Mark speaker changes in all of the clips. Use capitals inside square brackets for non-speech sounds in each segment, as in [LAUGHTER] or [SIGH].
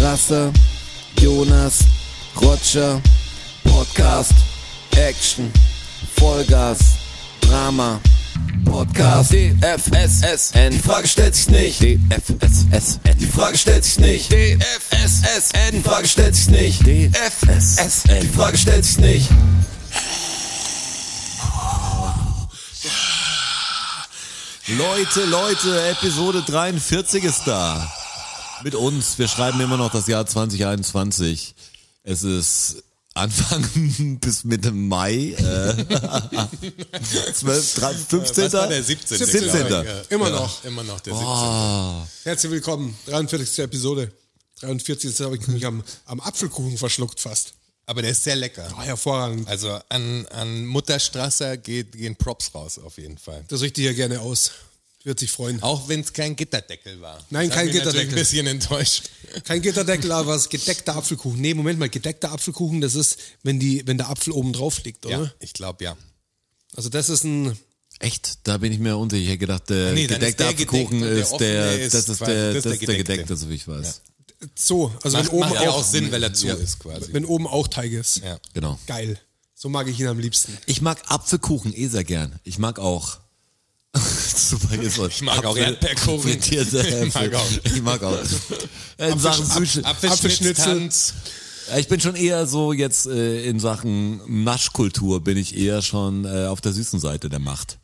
Speaker 1: Rasse, Jonas, Roger, Podcast, Action, Vollgas, Drama, Podcast, DFSSN, die Frage stellt sich nicht, DFSSN, die Frage stellt sich nicht, DFSSN, die Frage stellt sich nicht, DFSSN, die Frage stellt sich nicht.
Speaker 2: Leute, Leute, Episode 43 ist da. Mit uns. Wir schreiben immer noch das Jahr 2021. Es ist Anfang [LAUGHS] bis Mitte Mai. Äh, [LAUGHS] 12,
Speaker 3: Äh,
Speaker 2: 13, 15.
Speaker 4: Was war der 17.
Speaker 2: 17.
Speaker 4: glaub ich, ja. Immer noch, immer noch der 17. Herzlich willkommen, 43. Episode. 43. habe ich mich am, am Apfelkuchen verschluckt fast.
Speaker 3: Aber der ist sehr lecker.
Speaker 4: Ah, hervorragend.
Speaker 3: Also an, an Mutterstrasser geht, gehen Props raus auf jeden Fall.
Speaker 4: Das richte ich hier gerne aus. Wird sich freuen.
Speaker 3: Auch wenn es kein Gitterdeckel war.
Speaker 4: Nein,
Speaker 3: Das
Speaker 4: kein
Speaker 3: hat mich natürlich
Speaker 4: Gitterdeckel.
Speaker 3: ein bisschen enttäuscht.
Speaker 4: Kein Gitterdeckel, aber es ist gedeckter Apfelkuchen. Nee, Moment mal, gedeckter Apfelkuchen, das ist, wenn, die, wenn der Apfel oben drauf liegt, [LAUGHS] oder?
Speaker 3: Ja, ich glaube ja.
Speaker 4: Also das ist ein,
Speaker 2: Echt? Da bin ich mir unsicher. Ich hätte gedacht, der
Speaker 3: Nee, dann ist
Speaker 2: gedeckte
Speaker 3: der
Speaker 2: Apfelkuchen
Speaker 3: gedeckte
Speaker 2: ist
Speaker 3: und der
Speaker 2: der,
Speaker 3: offene ist
Speaker 2: das ist
Speaker 3: quasi-
Speaker 2: der,
Speaker 3: das ist
Speaker 2: das ist
Speaker 3: der
Speaker 2: der
Speaker 3: gedeckte.
Speaker 2: gedeckte, so wie ich weiß.
Speaker 4: so, also
Speaker 3: Macht,
Speaker 4: wenn oben
Speaker 3: macht ja auch
Speaker 4: auch,
Speaker 3: Sinn, weil er zu
Speaker 4: Ja.
Speaker 3: ist quasi.
Speaker 4: wenn oben auch Teig ist.
Speaker 3: Ja.
Speaker 2: Genau.
Speaker 4: Geil. So mag ich ihn am liebsten.
Speaker 2: Ich mag Apfelkuchen eh sehr gern. Ich mag auch. [LAUGHS] Super, ist was.
Speaker 3: Ich mag auch Erdbeerkuchen.
Speaker 2: Frittierte Äpfel.
Speaker 3: Ich mag auch.
Speaker 2: Ich mag auch. In Sachen Sushi.
Speaker 3: Apfelschnitzel.
Speaker 2: Ja, Ich bin schon eher so jetzt äh, in Sachen Naschkultur bin ich eher schon äh, auf der süßen Seite der Macht.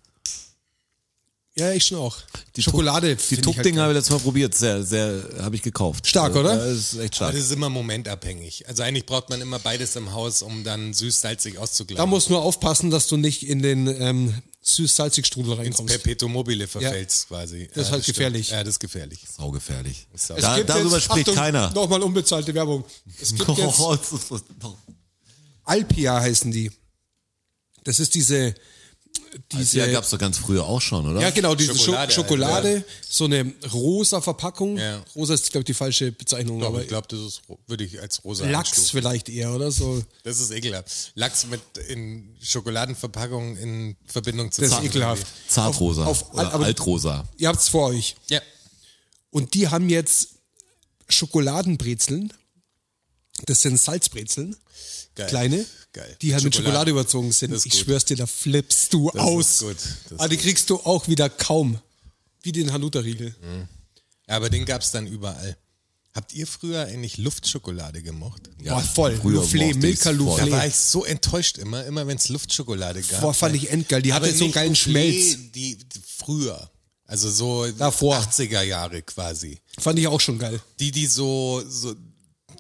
Speaker 4: Ja, ich schon auch. Die
Speaker 2: Tuck-
Speaker 4: Schokolade.
Speaker 2: Die
Speaker 4: find ich halt
Speaker 2: Tuck-Ding habe ich letztes Mal probiert, sehr, sehr, habe ich gekauft.
Speaker 4: Stark, oder?
Speaker 2: Ja, ist echt
Speaker 3: Aber
Speaker 2: stark.
Speaker 3: das ist immer momentabhängig. Also eigentlich braucht man immer beides im Haus, um dann süß-salzig
Speaker 4: Da
Speaker 3: auszugleichen.
Speaker 4: musst du nur aufpassen, dass du nicht in den ähm, süß-salzig-Strudel reinkommst.
Speaker 3: Perpetuum mobile verfällst quasi. Ja,
Speaker 4: ist halt
Speaker 3: stimmt.
Speaker 4: gefährlich.
Speaker 3: Ja, das ist gefährlich.
Speaker 2: Saugefährlich.
Speaker 3: sauber.
Speaker 2: Da, darüber spricht keiner. [LAUGHS]
Speaker 4: Nochmal unbezahlte Werbung. Es gibt jetzt
Speaker 2: Oh, es ist-
Speaker 4: Alpia heißen die. Das ist diese, diese
Speaker 2: Ja, gab's doch ganz früher auch schon, oder?
Speaker 4: ja genau, diese Schokolade,
Speaker 3: Schokolade,
Speaker 4: Schokolade so eine rosa Verpackung.
Speaker 3: Ja.
Speaker 4: Rosa ist, glaube ich, die falsche Bezeichnung,
Speaker 3: Doch,
Speaker 4: aber
Speaker 3: ich glaube, das ist, ro- würde ich als rosa einstufen.
Speaker 4: Lachs vielleicht eher, oder? So.
Speaker 3: Das ist ekelhaft. Lachs mit in Schokoladenverpackung in Verbindung zu
Speaker 4: Das ist
Speaker 3: Zartbier.
Speaker 4: ekelhaft.
Speaker 2: Zartrosa.
Speaker 4: Auf- auf-
Speaker 2: oder
Speaker 4: aber-
Speaker 2: Altrosa.
Speaker 4: Ihr habt's vor euch.
Speaker 3: Ja.
Speaker 4: Und die haben jetzt Schokoladenbrezeln. Das sind Salzbrezeln,
Speaker 3: Geil.
Speaker 4: kleine,
Speaker 3: Geil.
Speaker 4: die halt mit Schokolade überzogen sind.
Speaker 3: Das ist
Speaker 4: Ich
Speaker 3: gut.
Speaker 4: schwör's dir, da flippst du
Speaker 3: Das ist
Speaker 4: aus.
Speaker 3: gut. Das
Speaker 4: Aber die kriegst du auch wieder kaum. Wie den Hanuta-Riegel.
Speaker 3: Aber den gab es dann überall. Habt ihr früher eigentlich Luftschokolade gemocht?
Speaker 2: Ja,
Speaker 4: Boah, voll.
Speaker 2: früher
Speaker 4: Luflé,
Speaker 2: mochte ich's
Speaker 4: Milka
Speaker 2: voll.
Speaker 4: Luflé.
Speaker 3: Da war ich so enttäuscht immer, immer wenn es Luftschokolade gab.
Speaker 4: Boah, fand ich endgeil. Die hatte
Speaker 3: Aber
Speaker 4: so einen
Speaker 3: nicht
Speaker 4: geilen
Speaker 3: Soufflé,
Speaker 4: Schmelz.
Speaker 3: Die, die früher. Also so
Speaker 4: Davor.
Speaker 3: 80er Jahre quasi.
Speaker 4: Fand ich auch schon geil.
Speaker 3: Die, die so, so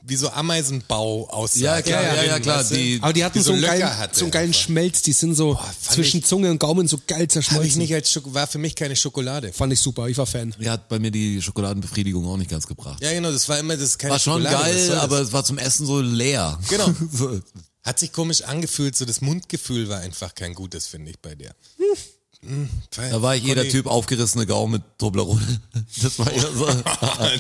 Speaker 3: wie so Ameisenbau aussehen.
Speaker 2: Ja, klar, ja, ja, klar, die-
Speaker 4: Aber die hatten
Speaker 3: Die
Speaker 4: so,
Speaker 3: so
Speaker 4: einen
Speaker 3: Löcher
Speaker 4: geilen,
Speaker 3: hatte
Speaker 4: so einen geilen
Speaker 3: einfach.
Speaker 4: Schmelz. Die sind so
Speaker 3: fand
Speaker 4: zwischen
Speaker 3: ich-
Speaker 4: Zunge und Gaumen so geil
Speaker 3: Habe ich
Speaker 4: zerschmolzen.
Speaker 3: nicht als Schoko war für mich keine Schokolade.
Speaker 4: Fand ich super. Ich war Fan.
Speaker 2: Ja, hat bei mir die Schokoladenbefriedigung auch nicht ganz gebracht.
Speaker 3: Ja, genau, das war immer das keine
Speaker 2: war schon
Speaker 3: Schokolade, was
Speaker 2: geil,
Speaker 3: soll das?
Speaker 2: aber es war zum Essen so leer.
Speaker 3: Genau.
Speaker 2: [LAUGHS] so,
Speaker 3: Hat sich komisch angefühlt, so das Mundgefühl war einfach kein gutes, finde ich, bei dir. Hm,
Speaker 2: Da war ich jeder
Speaker 3: Conny.
Speaker 2: Typ aufgerissene Gaumen mit Toblerone. [LAUGHS] Das war eher so.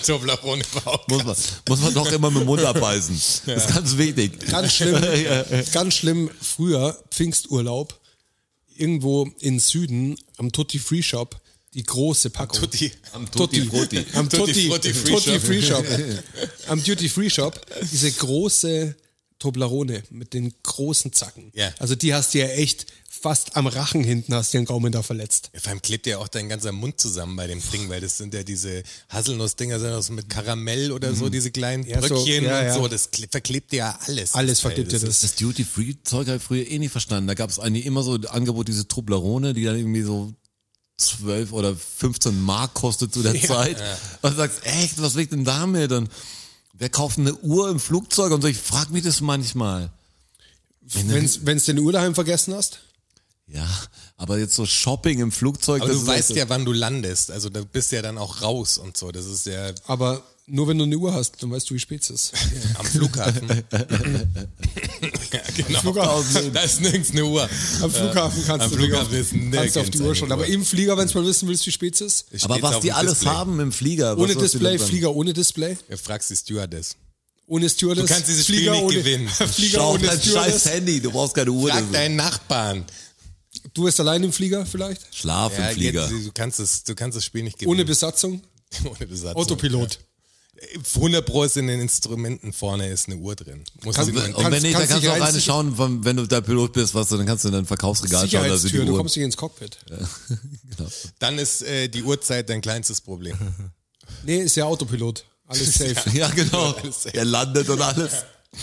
Speaker 2: [LAUGHS]
Speaker 3: Toblerone überhaupt.
Speaker 2: Muss man, muss man doch immer mit dem Mund abbeißen. Das ist ganz wichtig.
Speaker 4: Ganz
Speaker 2: [LAUGHS]
Speaker 4: schlimm,
Speaker 3: Äh,
Speaker 4: ganz schlimm. Früher Pfingsturlaub irgendwo in Süden am Tutti Free Shop die große Packung.
Speaker 3: Tutti.
Speaker 2: Am Tutti Frutti.
Speaker 4: Am Tutti,
Speaker 3: Tutti
Speaker 4: Tutti,
Speaker 3: Frutti Free Shop.
Speaker 4: Free Shop. Am Duty Free Shop diese große Toblerone mit den großen Zacken.
Speaker 3: Ja.
Speaker 4: Also die hast du ja echt fast am Rachen hinten hast du den Gaumen da verletzt.
Speaker 3: Vor allem klebt ja auch dein ganzer Mund zusammen bei dem Ding, weil das sind ja diese Haselnuss-Dinger, sind auch so mit Karamell oder so, diese kleinen
Speaker 4: Mhm. Ja, so,
Speaker 3: Bröckchen
Speaker 4: ja, ja.
Speaker 3: und so. Das kle- verklebt dir ja alles.
Speaker 4: Alles
Speaker 3: Das Fell.
Speaker 4: verklebt dir das.
Speaker 2: Das Duty-Free-Zeug habe ich früher eh nicht verstanden. Da gab es eigentlich immer so das Angebot, diese Toblerone, die dann irgendwie so 12 oder 15 Mark kostet
Speaker 3: [LAUGHS]
Speaker 2: zu der Zeit. Und du sagst, echt, was liegt denn damit? Und wer kauft eine Uhr im Flugzeug? Und so, ich frage mich das manchmal.
Speaker 4: Wenn's, wenn's den Uhr daheim vergessen hast?
Speaker 2: Ja, aber jetzt so Shopping im Flugzeug.
Speaker 3: Aber
Speaker 2: das
Speaker 3: du
Speaker 2: ist
Speaker 3: weißt
Speaker 2: echt-
Speaker 3: ja, wann du landest. Also du bist ja dann auch raus und so. Das ist ja
Speaker 4: Aber nur wenn du eine Uhr hast, dann weißt du, wie spät es
Speaker 3: [LAUGHS]
Speaker 4: ist. [LAUGHS]
Speaker 3: am Flughafen. ja, genau.
Speaker 4: Flughafen.
Speaker 3: Da ist nirgends eine Uhr.
Speaker 4: Am Flughafen kannst
Speaker 3: am
Speaker 4: du
Speaker 3: Flughafen genau.
Speaker 4: dich
Speaker 3: ist
Speaker 4: auf, kannst du auf die
Speaker 3: nirgends
Speaker 4: Uhr schon.
Speaker 3: eine
Speaker 4: Aber
Speaker 3: Uhr.
Speaker 4: im Flieger, wenn du mal wissen willst, wie spät es ist.
Speaker 2: Aber
Speaker 3: Steht's
Speaker 2: was
Speaker 3: auf
Speaker 2: die
Speaker 3: dem
Speaker 2: alles
Speaker 3: Display.
Speaker 2: haben im Flieger. was
Speaker 4: Ohne
Speaker 2: sollst du
Speaker 4: Display,
Speaker 2: denn sagen?
Speaker 4: Flieger ohne Display,
Speaker 3: Du fragst die Stewardess.
Speaker 4: ohne Stewardess.
Speaker 3: Du kannst dieses Spiel
Speaker 4: Flieger
Speaker 3: nicht
Speaker 4: ohne, [LAUGHS]
Speaker 3: gewinnen.
Speaker 4: Flieger
Speaker 2: Schau auf
Speaker 4: ohne
Speaker 2: dein scheiß
Speaker 4: Stewardess.
Speaker 2: Handy, du brauchst keine Uhr.
Speaker 3: Frag deinen Nachbarn.
Speaker 4: Du bist allein im Flieger vielleicht?
Speaker 2: Schlaf im
Speaker 3: Ja,
Speaker 2: Flieger.
Speaker 3: jetzt, du, kannst es, du kannst das Spiel nicht gewinnen.
Speaker 4: Ohne Besatzung?
Speaker 3: [LAUGHS] Ohne Besatzung.
Speaker 4: Autopilot.
Speaker 3: Ja. 100 Pro ist in den Instrumenten vorne ist eine Uhr drin. Muss
Speaker 4: Kannst-
Speaker 3: sie nur-
Speaker 2: Und wenn nicht, dann
Speaker 4: kannst
Speaker 2: kannst
Speaker 4: dich
Speaker 2: du auch
Speaker 4: rein-
Speaker 2: eine schauen, von- wenn du da Pilot bist, was du, dann kannst du in dein Verkaufsregal schauen. Also die
Speaker 4: Sicherheitstür, du
Speaker 2: Uhr.
Speaker 4: kommst nicht ins Cockpit.
Speaker 3: dann ist äh, die Uhrzeit dein kleinstes Problem.
Speaker 4: Nee, ist ja Autopilot. Alles safe.
Speaker 2: Ja, genau.
Speaker 3: Alles safe.
Speaker 2: Er landet und alles.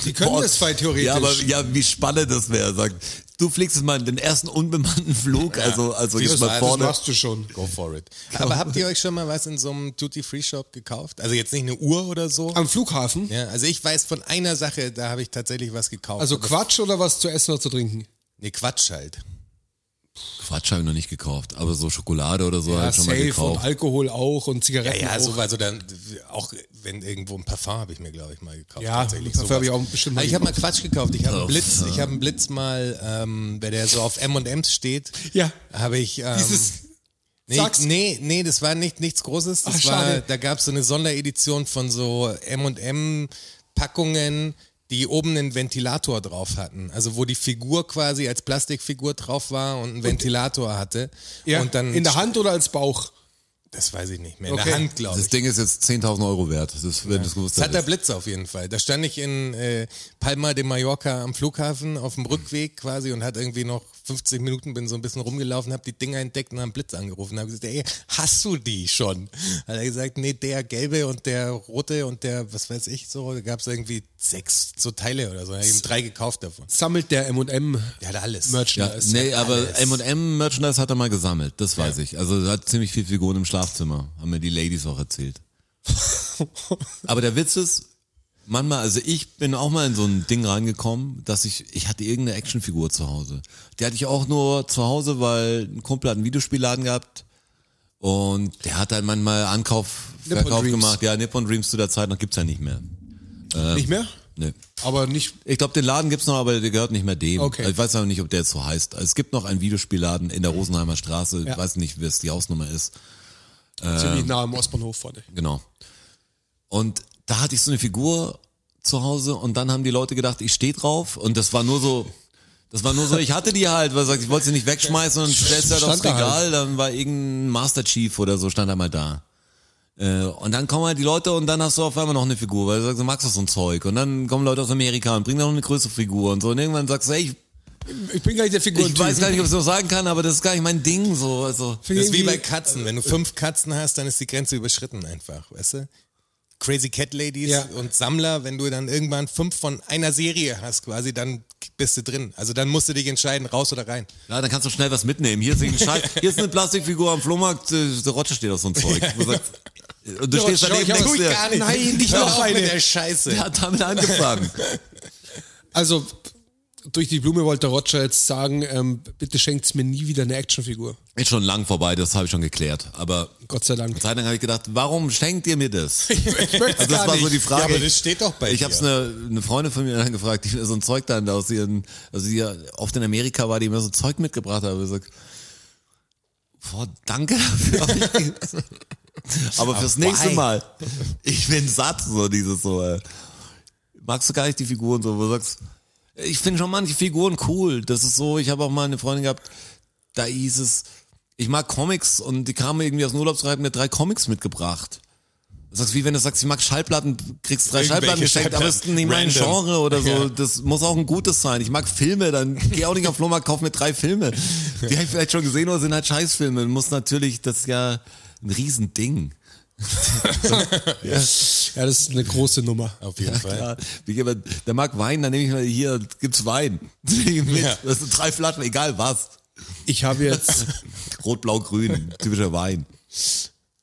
Speaker 4: Die können das frei theoretisch.
Speaker 2: Ja, aber ja, wie spannend das wäre. Sagt, du fliegst jetzt mal den ersten unbemannten Flug, also, also
Speaker 3: Wie
Speaker 2: jetzt
Speaker 3: das
Speaker 2: mal
Speaker 3: war, das
Speaker 2: vorne.
Speaker 4: Machst du schon.
Speaker 3: Go for
Speaker 4: [LAUGHS]
Speaker 3: it. Aber habt ihr euch schon mal was in so einem Duty-Free-Shop gekauft? Also jetzt nicht eine Uhr oder so?
Speaker 4: Am Flughafen?
Speaker 3: Ja, also ich weiß von einer Sache, da habe ich tatsächlich was gekauft.
Speaker 4: Also Quatsch oder was zu essen oder zu trinken?
Speaker 3: nee, Quatsch halt.
Speaker 2: Quatsch habe ich noch nicht gekauft, aber so Schokolade oder so habe
Speaker 4: Ja,
Speaker 2: ich schon mal
Speaker 4: safe und
Speaker 2: gekauft.
Speaker 4: Alkohol auch und Zigaretten
Speaker 3: Ja, also
Speaker 4: auch.
Speaker 3: so war so dann auch wenn irgendwo ein Parfum habe ich mir glaube ich mal gekauft.
Speaker 4: Ja, ein Parfum
Speaker 3: sowas.
Speaker 4: habe ich auch bestimmt mal
Speaker 3: Aber ich habe mal Quatsch gekauft. Ich habe einen
Speaker 2: Uff,
Speaker 3: Blitz.
Speaker 2: ja.
Speaker 3: Ich habe einen Blitz mal, ähm, bei der so auf M&M's steht.
Speaker 4: Ja.
Speaker 3: Habe ich. Ähm,
Speaker 4: Dieses-
Speaker 3: Nee,
Speaker 4: sag's.
Speaker 3: nee, nee, das war nicht nichts Großes. Das
Speaker 4: Ach,
Speaker 3: war,
Speaker 4: schade.
Speaker 3: da gab es so eine Sonderedition von so M&M-Packungen, die oben einen Ventilator drauf hatten. Also wo die Figur quasi als Plastikfigur drauf war und einen Ventilator hatte.
Speaker 4: ja.
Speaker 3: und dann
Speaker 4: in der Hand oder als Bauch?
Speaker 3: Das weiß ich nicht mehr. In
Speaker 4: Okay.
Speaker 3: der Hand, glaube ich.
Speaker 2: Das Ding ist jetzt 10.000 Euro wert, das ist, wenn du es gewusst
Speaker 3: Das hat der
Speaker 2: hättest.
Speaker 3: Blitz auf jeden Fall. Da stand ich in äh, Palma de Mallorca am Flughafen auf dem Rückweg quasi und hat irgendwie noch 50 Minuten bin so ein bisschen rumgelaufen, habe die Dinger entdeckt und habe Blitz angerufen. Habe gesagt, ey, hast du die schon? Hat er gesagt, nee, der gelbe und der rote und der, was weiß ich so, da gab es irgendwie sechs so Teile oder so. Da hab Ich eben drei gekauft davon.
Speaker 4: Sammelt der M&M
Speaker 3: Der hat alles.
Speaker 2: Ja,
Speaker 4: Merchandise. [LAUGHS]
Speaker 2: nee, aber M&M-Merchandise hat er mal gesammelt, das weiß ich. Also er hat ziemlich viel Figuren im Schlafzimmer, haben mir die Ladies auch erzählt. aber der Witz ist, manchmal, also ich bin auch mal in so ein Ding reingekommen, dass ich, ich hatte irgendeine Actionfigur zu Hause. Die hatte ich auch nur zu Hause, weil ein Kumpel hat einen Videospielladen gehabt und der hat dann manchmal Ankauf,
Speaker 4: Nippon
Speaker 2: Verkauf
Speaker 4: Dreams.
Speaker 2: gemacht. Ja, Nippon Dreams zu der Zeit noch gibt's ja nicht mehr.
Speaker 4: Nicht mehr?
Speaker 2: Nee.
Speaker 4: Aber nicht.
Speaker 2: Ich glaube, den Laden gibt's noch, aber der gehört nicht mehr dem. Also
Speaker 4: Okay.
Speaker 2: Ich weiß aber nicht, ob der jetzt so heißt. Also Es gibt noch einen Videospielladen in der Rosenheimer Straße. Ich
Speaker 4: Ja.
Speaker 2: weiß nicht, wer es die Hausnummer ist.
Speaker 4: ziemlich nah am Ostbahnhof vorne.
Speaker 2: Genau. Und da hatte ich so eine Figur zu Hause und dann haben die Leute gedacht, ich stehe drauf. Und das war nur so, das war nur so, ich hatte die halt, weil ich sag, ich wollte sie nicht wegschmeißen und stellst halt aufs
Speaker 4: Stand da
Speaker 2: Regal, dann war irgendein Master Chief oder so, stand einmal da. Äh, Und dann kommen halt die Leute und dann hast du auf einmal noch eine Figur, weil du sagst, du magst doch so ein Zeug. Und dann kommen Leute aus Amerika und bringen noch eine größere Figur und so. Und irgendwann sagst du, ey, ich
Speaker 4: Ich bin gar nicht der Figur.
Speaker 2: Ich weiß gar nicht, ob ich es noch sagen kann, aber das ist gar nicht mein Ding so. Also,
Speaker 3: Das ist wie bei Katzen. Wenn du fünf Katzen hast, dann ist die Grenze überschritten einfach, weißt du? Crazy Cat Ladies
Speaker 4: Ja.
Speaker 3: und Sammler, wenn du dann irgendwann fünf von einer Serie hast quasi, dann bist du drin. Also dann musst du dich entscheiden, raus oder rein.
Speaker 2: ja, dann kannst du schnell was mitnehmen. Hier ist, ein
Speaker 4: [LAUGHS]
Speaker 2: Scheiß, hier ist eine Plastikfigur am Flohmarkt, äh, der Rotsche steht auf so ein Zeug. Wo du sagst, Und
Speaker 3: Oh,
Speaker 2: du stehst
Speaker 4: schau,
Speaker 2: daneben
Speaker 4: ich hab-
Speaker 2: denkst
Speaker 4: tu ich
Speaker 2: dir,
Speaker 4: gar nicht. Nein, nicht
Speaker 2: hör
Speaker 4: noch
Speaker 2: auf
Speaker 4: eine.
Speaker 2: mit
Speaker 3: Der Scheiße.
Speaker 2: Der hat damit angefangen.
Speaker 4: Also, durch die Blume wollte Roger jetzt sagen, ähm, bitte schenkt's mir nie wieder eine Actionfigur.
Speaker 2: Ist schon lang vorbei, das habe ich schon geklärt. Aber
Speaker 4: Gott sei Dank.
Speaker 2: eine Zeit lang habe ich gedacht, warum schenkt ihr mir das? Also das
Speaker 4: gar
Speaker 2: war so
Speaker 4: nicht.
Speaker 2: die Frage.
Speaker 3: Ja, aber das steht doch bei
Speaker 2: Ich
Speaker 3: dir.
Speaker 2: habe es eine, eine Freundin von mir dann gefragt, die mir so ein Zeug dann aus ihren, also die ja oft in Amerika war, die mir so Zeug mitgebracht hat. Und ich gesagt, boah, danke dafür.
Speaker 3: [LAUGHS]
Speaker 2: aber fürs nächste
Speaker 3: Ah, why?
Speaker 2: Mal, ich bin satt, so dieses so. Äh, magst du gar nicht die Figuren so, wo du sagst, ich finde schon manche Figuren cool. Das ist so, ich habe auch mal eine Freundin gehabt, da hieß es, ich mag Comics und die kamen irgendwie aus dem Urlaubsreib mit drei Comics mitgebracht. Das ist wie wenn du sagst, ich mag Schallplatten, kriegst drei
Speaker 3: Irgendwelche
Speaker 2: Schallplatten geschenkt, aber es ist nicht mein
Speaker 3: Schallplatten.
Speaker 2: Genre oder so.
Speaker 3: Ja.
Speaker 2: Das muss auch ein gutes sein. Ich mag Filme, dann geh auch nicht auf den Flohmarkt, kauf mir drei
Speaker 3: [LAUGHS]
Speaker 2: Filme. Die habe ich vielleicht schon gesehen oder sind halt Scheißfilme. Du musst natürlich, das ist ja ein Riesending.
Speaker 4: Ja, das ist eine große Nummer.
Speaker 3: Auf jeden Fall.
Speaker 2: Ja, wie geht man- der mag Wein, dann nehme ich mal hier, gibt's Wein. [LAUGHS] Nehme ich Mit.
Speaker 3: Ja.
Speaker 2: Das sind drei Flaschen, egal was.
Speaker 4: Ich habe jetzt,
Speaker 2: Rot, blau, grün,
Speaker 3: [LAUGHS]
Speaker 2: typischer Wein.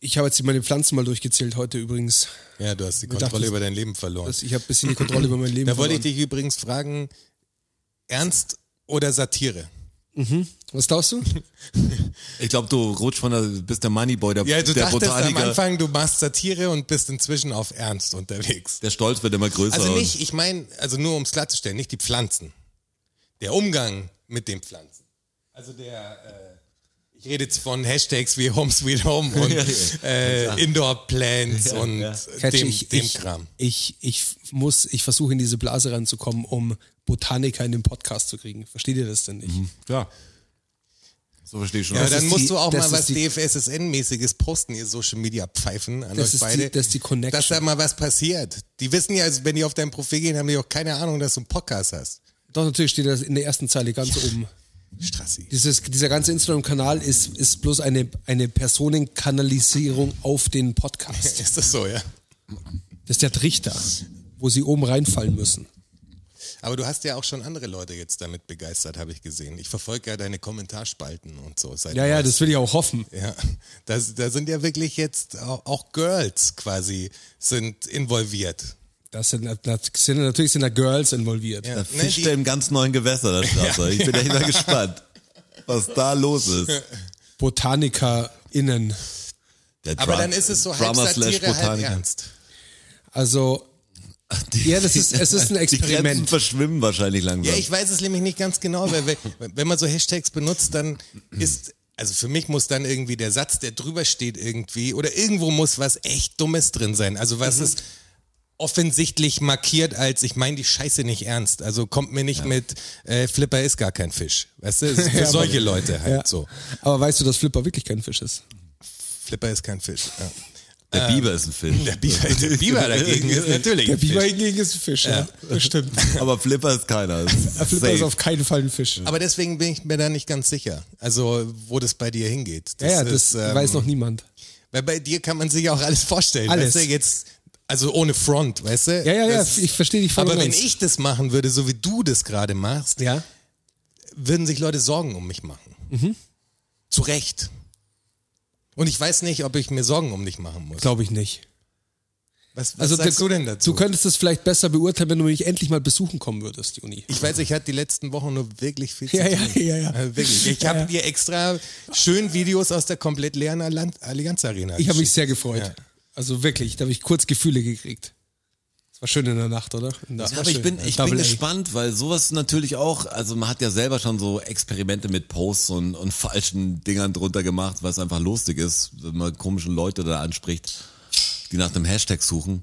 Speaker 4: ich habe jetzt meine Pflanzen mal durchgezählt heute übrigens.
Speaker 3: Ja, du hast die
Speaker 4: dachten,
Speaker 3: Kontrolle
Speaker 4: das-
Speaker 3: über dein Leben verloren.
Speaker 4: Also ich habe ein bisschen die Kontrolle über mein Leben
Speaker 3: Da wollte ich
Speaker 4: verloren.
Speaker 3: dich übrigens fragen, Ernst oder Satire?
Speaker 4: Was glaubst
Speaker 3: [LAUGHS]
Speaker 4: du?
Speaker 2: Ich glaube, du rutscht von der, bist der Moneyboy, der,
Speaker 3: Ja, du
Speaker 2: der
Speaker 3: dachtest am
Speaker 2: Botaniker.
Speaker 3: Anfang, du machst Satire und bist inzwischen auf Ernst unterwegs.
Speaker 2: Der Stolz wird immer größer.
Speaker 3: Also
Speaker 2: und-
Speaker 3: nicht, ich meine, also nur ums klarzustellen, nicht die Pflanzen. Der Umgang mit den Pflanzen. Also der, äh, ich rede jetzt von Hashtags wie Home Sweet Home und äh, Indoor Plants und
Speaker 4: Catch,
Speaker 3: dem,
Speaker 4: ich,
Speaker 3: dem
Speaker 4: ich,
Speaker 3: Kram.
Speaker 4: Ich, ich muss, ich versuche in diese Blase
Speaker 3: Mhm.
Speaker 4: ranzukommen, um Botaniker in den Podcast zu kriegen. Versteht ihr das denn nicht?
Speaker 2: Ja. So verstehe ich schon.
Speaker 3: Ja,
Speaker 2: Ja,
Speaker 4: Das
Speaker 3: dann
Speaker 4: ist
Speaker 3: musst
Speaker 4: die-
Speaker 3: du auch
Speaker 4: das
Speaker 3: mal
Speaker 4: ist
Speaker 3: was
Speaker 4: die-
Speaker 3: DFSSN-mäßiges posten, ihr Social Media Pfeifen an
Speaker 4: Das ist
Speaker 3: euch
Speaker 4: die-
Speaker 3: beide.
Speaker 4: das ist die Connection.
Speaker 3: Dass da mal was passiert. Die wissen ja, also wenn die auf dein Profil gehen, haben die auch keine Ahnung, dass du einen Podcast hast.
Speaker 4: Doch, natürlich steht das in der ersten Zeile ganz oben.
Speaker 3: Strassi.
Speaker 4: Dieses, dieser ganze Instagram-Kanal ist, ist bloß eine, eine Personenkanalisierung auf den Podcast.
Speaker 3: [LAUGHS] Ist das so, ja?
Speaker 4: Das ist der Trichter, wo sie oben reinfallen müssen.
Speaker 3: Aber du hast ja auch schon andere Leute jetzt damit begeistert, habe ich gesehen. Ich verfolge ja deine Kommentarspalten und so. Seit
Speaker 4: Ja, ja, das will ich auch hoffen.
Speaker 3: Ja, das, da sind ja wirklich jetzt auch, auch Girls quasi sind involviert.
Speaker 4: Das sind, das sind natürlich sind da Girls involviert.
Speaker 3: Ja.
Speaker 2: da
Speaker 3: ne,
Speaker 2: fischt
Speaker 3: die-
Speaker 2: er im ganz neuen Gewässer,
Speaker 3: [LAUGHS]
Speaker 2: der Strasser. Ich bin echt mal gespannt, was da los ist.
Speaker 4: BotanikerInnen.
Speaker 2: Der
Speaker 3: Aber
Speaker 2: Drum-
Speaker 3: dann ist es so halt, halb
Speaker 2: Drummer slash
Speaker 3: Satire, halb
Speaker 2: Botaniker.
Speaker 3: ernst.
Speaker 4: Also, ja, das ist, es ist ein
Speaker 2: Die Grenzen
Speaker 4: Experiment.
Speaker 2: verschwimmen wahrscheinlich langsam.
Speaker 3: Ja, ich weiß es nämlich nicht ganz genau, weil wenn, wenn man so Hashtags benutzt, dann ist, also für mich muss dann irgendwie der Satz, der drüber steht irgendwie, oder irgendwo muss was echt Dummes drin sein. Also was
Speaker 4: Mhm.
Speaker 3: ist offensichtlich markiert als, ich meine die Scheiße nicht ernst. Also kommt mir nicht mit, äh, Flipper ist gar kein Fisch. Weißt du,
Speaker 4: [LAUGHS]
Speaker 3: für solche Leute halt
Speaker 4: Ja.
Speaker 3: so.
Speaker 4: Aber weißt du, dass Flipper wirklich kein Fisch ist?
Speaker 3: Flipper ist kein Fisch. Ja.
Speaker 4: [LAUGHS]
Speaker 2: der Biber ist ein Fisch.
Speaker 3: Der Biber, [LAUGHS] der Biber dagegen ist
Speaker 4: [LAUGHS]
Speaker 3: natürlich
Speaker 4: Der
Speaker 3: ein Fisch.
Speaker 4: Biber hingegen ist ein Fisch, ja. Das
Speaker 3: [LAUGHS]
Speaker 4: stimmt.
Speaker 2: Aber Flipper ist keiner. Das ist
Speaker 4: Der [LAUGHS] Flipper
Speaker 2: safe.
Speaker 4: ist auf keinen Fall ein Fisch.
Speaker 3: Aber deswegen bin ich mir da nicht ganz sicher. Also, wo das bei dir hingeht.
Speaker 4: ja, ja, das
Speaker 3: ist, ähm,
Speaker 4: weiß noch niemand.
Speaker 3: Weil bei dir kann man sich ja auch alles vorstellen.
Speaker 4: Alles.
Speaker 3: Weißt du, jetzt, also ohne Front, weißt du?
Speaker 4: Ja, ja, ja,
Speaker 3: Das-
Speaker 4: ich verstehe dich voll
Speaker 3: Aber
Speaker 4: und
Speaker 3: wenn
Speaker 4: ganz.
Speaker 3: ich das machen würde, so wie du das gerade machst,
Speaker 4: Ja?
Speaker 3: würden sich Leute Sorgen um mich machen.
Speaker 4: Mhm.
Speaker 3: Zu Recht. Und ich weiß nicht, ob ich mir Sorgen um dich machen muss.
Speaker 4: Glaube ich nicht.
Speaker 3: Was, was
Speaker 4: Also
Speaker 3: sagst
Speaker 4: du-
Speaker 3: du denn dazu?
Speaker 4: Du könntest es vielleicht besser beurteilen, wenn du mich endlich mal besuchen kommen würdest, die Uni.
Speaker 3: ich weiß, ich hatte die letzten Wochen nur wirklich viel zu
Speaker 4: Ja, ja,
Speaker 3: tun.
Speaker 4: ja, ja.
Speaker 3: Äh, Wirklich. Ich
Speaker 4: Ja,
Speaker 3: habe
Speaker 4: ja.
Speaker 3: dir extra schön Videos aus der komplett leeren Allianz- Allianz Arena
Speaker 4: Ich habe mich
Speaker 3: geschickt.
Speaker 4: sehr gefreut.
Speaker 3: Ja.
Speaker 4: Also wirklich, da habe ich kurz Gefühle gekriegt. Es war schön in der Nacht, oder? Das
Speaker 2: Ja,
Speaker 4: war
Speaker 2: aber ich
Speaker 4: schön.
Speaker 2: bin, ich
Speaker 4: Double
Speaker 2: bin
Speaker 4: A.
Speaker 2: gespannt, weil sowas natürlich auch, also man hat ja selber schon so Experimente mit Posts und, und [LAUGHS] falschen Dingern drunter gemacht, weil es einfach lustig ist, wenn man komische Leute da anspricht, die nach einem Hashtag suchen.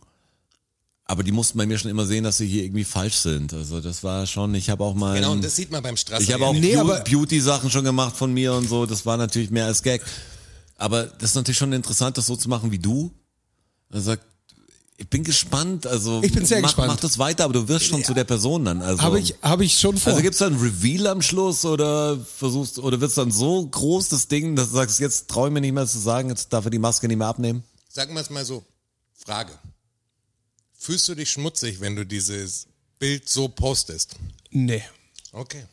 Speaker 2: Aber die mussten bei mir schon immer sehen, dass sie hier irgendwie falsch sind. Also das war schon, ich habe auch mal...
Speaker 3: Genau, und das sieht man beim Straßen.
Speaker 2: Ich habe auch
Speaker 4: Nee,
Speaker 2: Beau-
Speaker 4: aber-
Speaker 2: Beauty-Sachen schon gemacht von mir und so. Das war natürlich mehr als Gag. Aber das ist natürlich schon interessant, das so zu machen wie du. Er sagt, ich bin gespannt. Also
Speaker 4: Ich bin sehr
Speaker 2: mach,
Speaker 4: gespannt.
Speaker 2: Mach das weiter, aber du wirst schon zu der Person dann. Also,
Speaker 4: Habe ich, hab ich schon vor.
Speaker 2: also gibt's da ein Reveal am Schluss oder versuchst oder wird's dann so groß das Ding, dass du sagst, jetzt trau ich mir nicht mehr zu sagen, jetzt darf er die Maske nicht mehr abnehmen?
Speaker 3: Sagen wir es mal so. Frage. Fühlst du dich schmutzig, wenn du dieses Bild so postest?
Speaker 4: nee.
Speaker 3: Okay.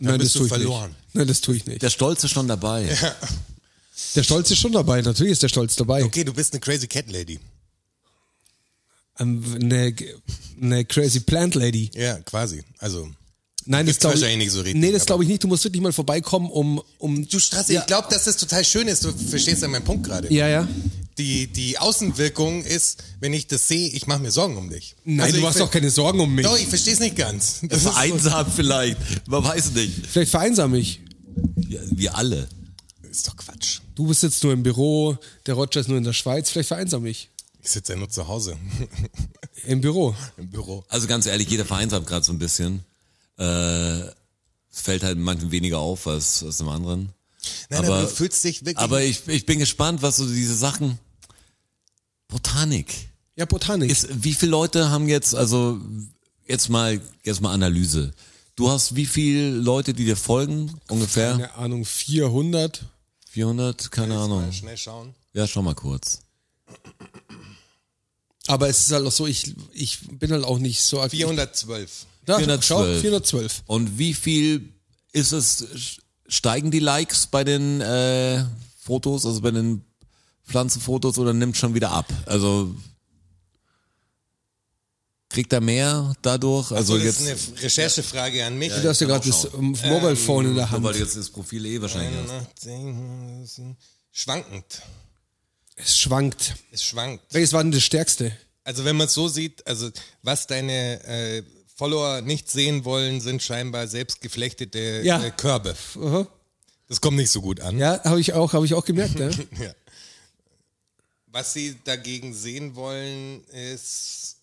Speaker 4: Nein,
Speaker 3: bist
Speaker 4: das
Speaker 3: du
Speaker 4: tue ich
Speaker 3: verloren.
Speaker 4: Nicht. Nein, das tue ich nicht.
Speaker 2: Der Stolz ist schon dabei. [LAUGHS]
Speaker 4: Der Stolz ist schon dabei, natürlich ist der Stolz dabei.
Speaker 3: Okay, du bist eine Crazy Cat Lady.
Speaker 4: Ähm, Eine, eine crazy plant lady.
Speaker 3: Ja, quasi. Also.
Speaker 4: Nein, das
Speaker 3: Gibt's
Speaker 4: glaube ich
Speaker 3: wahrscheinlich nicht so richtig,
Speaker 4: Nee, das
Speaker 3: aber-
Speaker 4: glaube ich nicht. Du musst wirklich mal vorbeikommen, um, um
Speaker 3: Du Straße, ich glaube, dass das total schön ist. Du verstehst ja meinen Punkt gerade.
Speaker 4: Ja, ja.
Speaker 3: Die, die Außenwirkung ist, wenn ich das sehe, ich mache mir Sorgen um dich.
Speaker 4: Nein,
Speaker 3: Also
Speaker 4: du
Speaker 3: ich
Speaker 4: hast
Speaker 3: ver-
Speaker 4: doch keine Sorgen um mich.
Speaker 3: Doch, ich verstehe es nicht ganz. Das ist so-
Speaker 2: Einsam vielleicht. Man weiß nicht.
Speaker 4: Vielleicht vereinsam ich.
Speaker 2: Ja, wir alle.
Speaker 3: ist doch Quatsch.
Speaker 4: Du bist jetzt nur im Büro, der Roger ist nur in der Schweiz, vielleicht vereinsam ich.
Speaker 3: Ich sitze ja nur zu Hause [LAUGHS]
Speaker 4: Im Büro.
Speaker 3: im Büro.
Speaker 2: Also ganz ehrlich, jeder vereinsamt gerade so ein bisschen. Äh, es fällt halt manchen weniger auf als, als dem anderen.
Speaker 3: Nein, aber,
Speaker 2: Aber-
Speaker 3: du fühlst dich wirklich.
Speaker 2: Aber ich, ich bin gespannt, was so diese Sachen. Botanik.
Speaker 4: Ja, Botanik.
Speaker 2: Ist, wie viele Leute haben jetzt, also jetzt mal, jetzt mal Analyse. Du hast wie viele Leute, die dir folgen? Ungefähr
Speaker 4: keine Ahnung, 400.
Speaker 2: 400? Keine Ahnung.
Speaker 3: schnell schauen.
Speaker 2: Ja, schau mal kurz.
Speaker 4: Aber es ist halt auch so, ich, ich bin halt auch nicht so aktiv.
Speaker 3: 412.
Speaker 4: Da,
Speaker 2: 412.
Speaker 4: Schau, 412.
Speaker 2: Und wie viel ist es, steigen die Likes bei den äh, Fotos, also bei den Pflanzenfotos oder nimmt schon wieder ab? Also kriegt er mehr dadurch? Also
Speaker 3: So, das
Speaker 2: jetzt, nur
Speaker 3: ist eine Recherchefrage an mich.
Speaker 4: Du hast ja gerade das ähm, Mobile Phone in der
Speaker 2: weil
Speaker 4: Hand.
Speaker 2: du jetzt das Profil eh wahrscheinlich hast.
Speaker 3: Schwankend.
Speaker 4: Es schwankt.
Speaker 3: Es schwankt.
Speaker 4: Welches war denn das Stärkste?
Speaker 3: Also wenn man es so sieht, also was deine äh, Follower nicht sehen wollen, sind scheinbar selbst geflechtete
Speaker 4: Ja.
Speaker 3: äh, Körbe.
Speaker 4: Aha.
Speaker 3: Das kommt nicht so gut an.
Speaker 4: Ja, habe ich auch, habe ich auch gemerkt, [LAUGHS] ne?
Speaker 3: Ja. Was sie dagegen sehen wollen, ist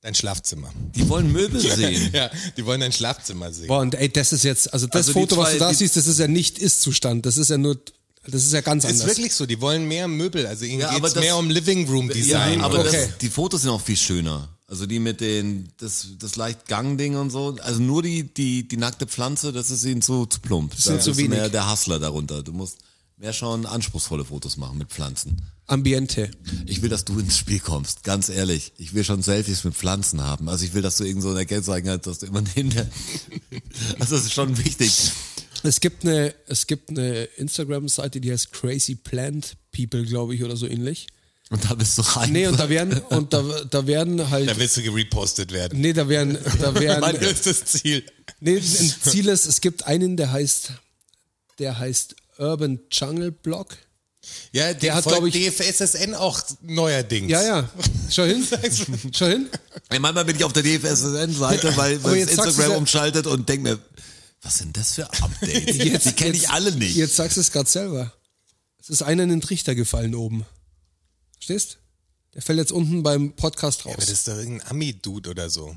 Speaker 3: Dein Schlafzimmer. [LAUGHS]
Speaker 2: Die wollen Möbel sehen.
Speaker 3: Ja, die wollen dein Schlafzimmer sehen.
Speaker 4: Boah, und ey, das ist jetzt, also das
Speaker 2: Also die
Speaker 4: Foto, was
Speaker 2: zwei-
Speaker 4: du da
Speaker 2: die-
Speaker 4: siehst, das ist ja nicht Ist-Zustand. Das ist ja nur, das ist ja ganz
Speaker 3: Ist
Speaker 4: anders.
Speaker 3: wirklich so, die wollen mehr Möbel. Also ihnen
Speaker 2: Ja,
Speaker 3: geht's
Speaker 2: aber das-
Speaker 3: mehr um Living Room Design.
Speaker 2: aber
Speaker 3: oder
Speaker 4: okay.
Speaker 2: das, die Fotos sind auch viel schöner. Also die mit den, das, das leicht Gang-Ding und so. Also nur die, die, die nackte Pflanze, das ist ihnen zu, zu plump. Das
Speaker 4: sind zu wenig.
Speaker 2: mehr der Hustler darunter. Du musst mehr schon anspruchsvolle Fotos machen mit Pflanzen.
Speaker 4: Ambiente.
Speaker 2: Ich will, dass du ins Spiel kommst, ganz ehrlich. Ich will schon Selfies mit Pflanzen haben. Also ich will, dass du irgend so eine Erkennzeichen hast, dass du immer hinter. [LAUGHS] Also das ist schon wichtig.
Speaker 4: Es gibt eine, es gibt eine Instagram-Seite, die heißt Crazy Plant People, glaube ich, oder so ähnlich.
Speaker 2: Und da bist du rein.
Speaker 4: Nee, und da werden, und da, da werden halt,
Speaker 3: da willst du gerepostet werden.
Speaker 4: nee, da werden, da
Speaker 3: [LAUGHS] Mein
Speaker 4: werden,
Speaker 3: höchstes Ziel.
Speaker 4: nee, ein Ziel ist, es gibt einen, der heißt, der heißt Urban Jungle Blog.
Speaker 3: Ja, der
Speaker 4: hat,
Speaker 3: hat,
Speaker 4: glaub
Speaker 3: glaube
Speaker 4: ich-
Speaker 3: ich, DFSSN auch neuerdings.
Speaker 4: Ja, ja, schau hin, schau hin.
Speaker 2: Ja, manchmal bin ich auf der DFSSN-Seite,
Speaker 4: [LAUGHS]
Speaker 2: weil,
Speaker 4: Aber
Speaker 2: weil
Speaker 4: Oh, jetzt sagst du's
Speaker 2: Instagram
Speaker 4: ja-
Speaker 2: umschaltet und denk mir, was sind das für
Speaker 4: [LAUGHS]
Speaker 2: Updates?
Speaker 4: Jetzt-
Speaker 2: die kenne
Speaker 4: jetzt-
Speaker 2: ich alle nicht.
Speaker 4: Jetzt sagst du es gerade selber. Es ist einer in den Trichter gefallen oben. Verstehst? Der fällt jetzt unten beim Podcast raus.
Speaker 3: Aber das ist doch irgendein Ami-Dude oder so.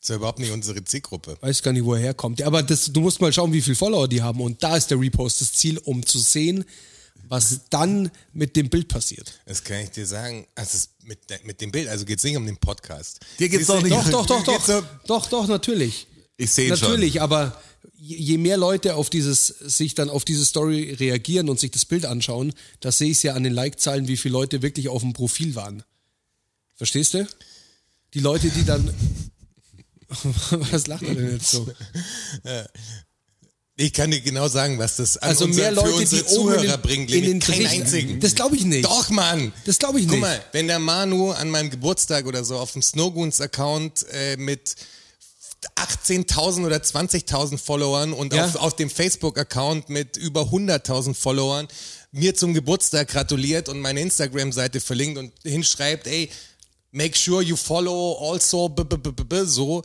Speaker 3: Ist ja überhaupt nicht unsere Zielgruppe.
Speaker 4: Weiß gar nicht, wo er herkommt. Ja, aber das, du musst mal schauen, wie viele Follower die haben. Und da ist der Repost das Ziel, um zu sehen, was dann mit dem Bild passiert.
Speaker 3: Das kann ich dir sagen. Also es- mit, de- mit dem Bild, also geht's nicht um den Podcast.
Speaker 2: Dir geht's doch nicht-
Speaker 4: Doch, doch, doch,
Speaker 3: Geht's
Speaker 4: doch.
Speaker 3: um-
Speaker 4: Doch, doch, natürlich.
Speaker 2: ich sehe schon.
Speaker 4: Natürlich, aber je je mehr Leute auf dieses, sich dann auf diese Story reagieren und sich das Bild anschauen, das sehe ich ja an den Like-Zahlen, wie viele Leute wirklich auf dem Profil waren. Verstehst du? Die Leute, die dann. [LAUGHS] Was lacht er denn jetzt so?
Speaker 3: Ich kann dir genau sagen, was das an
Speaker 4: Also
Speaker 3: unsere,
Speaker 4: mehr Leute,
Speaker 3: für
Speaker 4: die
Speaker 3: unsere
Speaker 4: oben in
Speaker 3: Zuhörer
Speaker 4: den,
Speaker 3: bringt.
Speaker 4: in
Speaker 3: nämlich
Speaker 4: den
Speaker 3: keinen
Speaker 4: Trichter.
Speaker 3: einzigen.
Speaker 4: Das glaube ich nicht.
Speaker 3: Doch, Mann.
Speaker 4: Das glaube ich nicht.
Speaker 3: Guck mal, wenn der Manu an meinem Geburtstag oder so auf dem Snowgoons-Account äh, mit 18.000 oder 20.000 Followern und
Speaker 4: Ja.
Speaker 3: auf, auf dem Facebook-Account mit über 100.000 Followern mir zum Geburtstag gratuliert und meine Instagram-Seite verlinkt und hinschreibt, ey, make sure you follow also b -b -b -b -b so,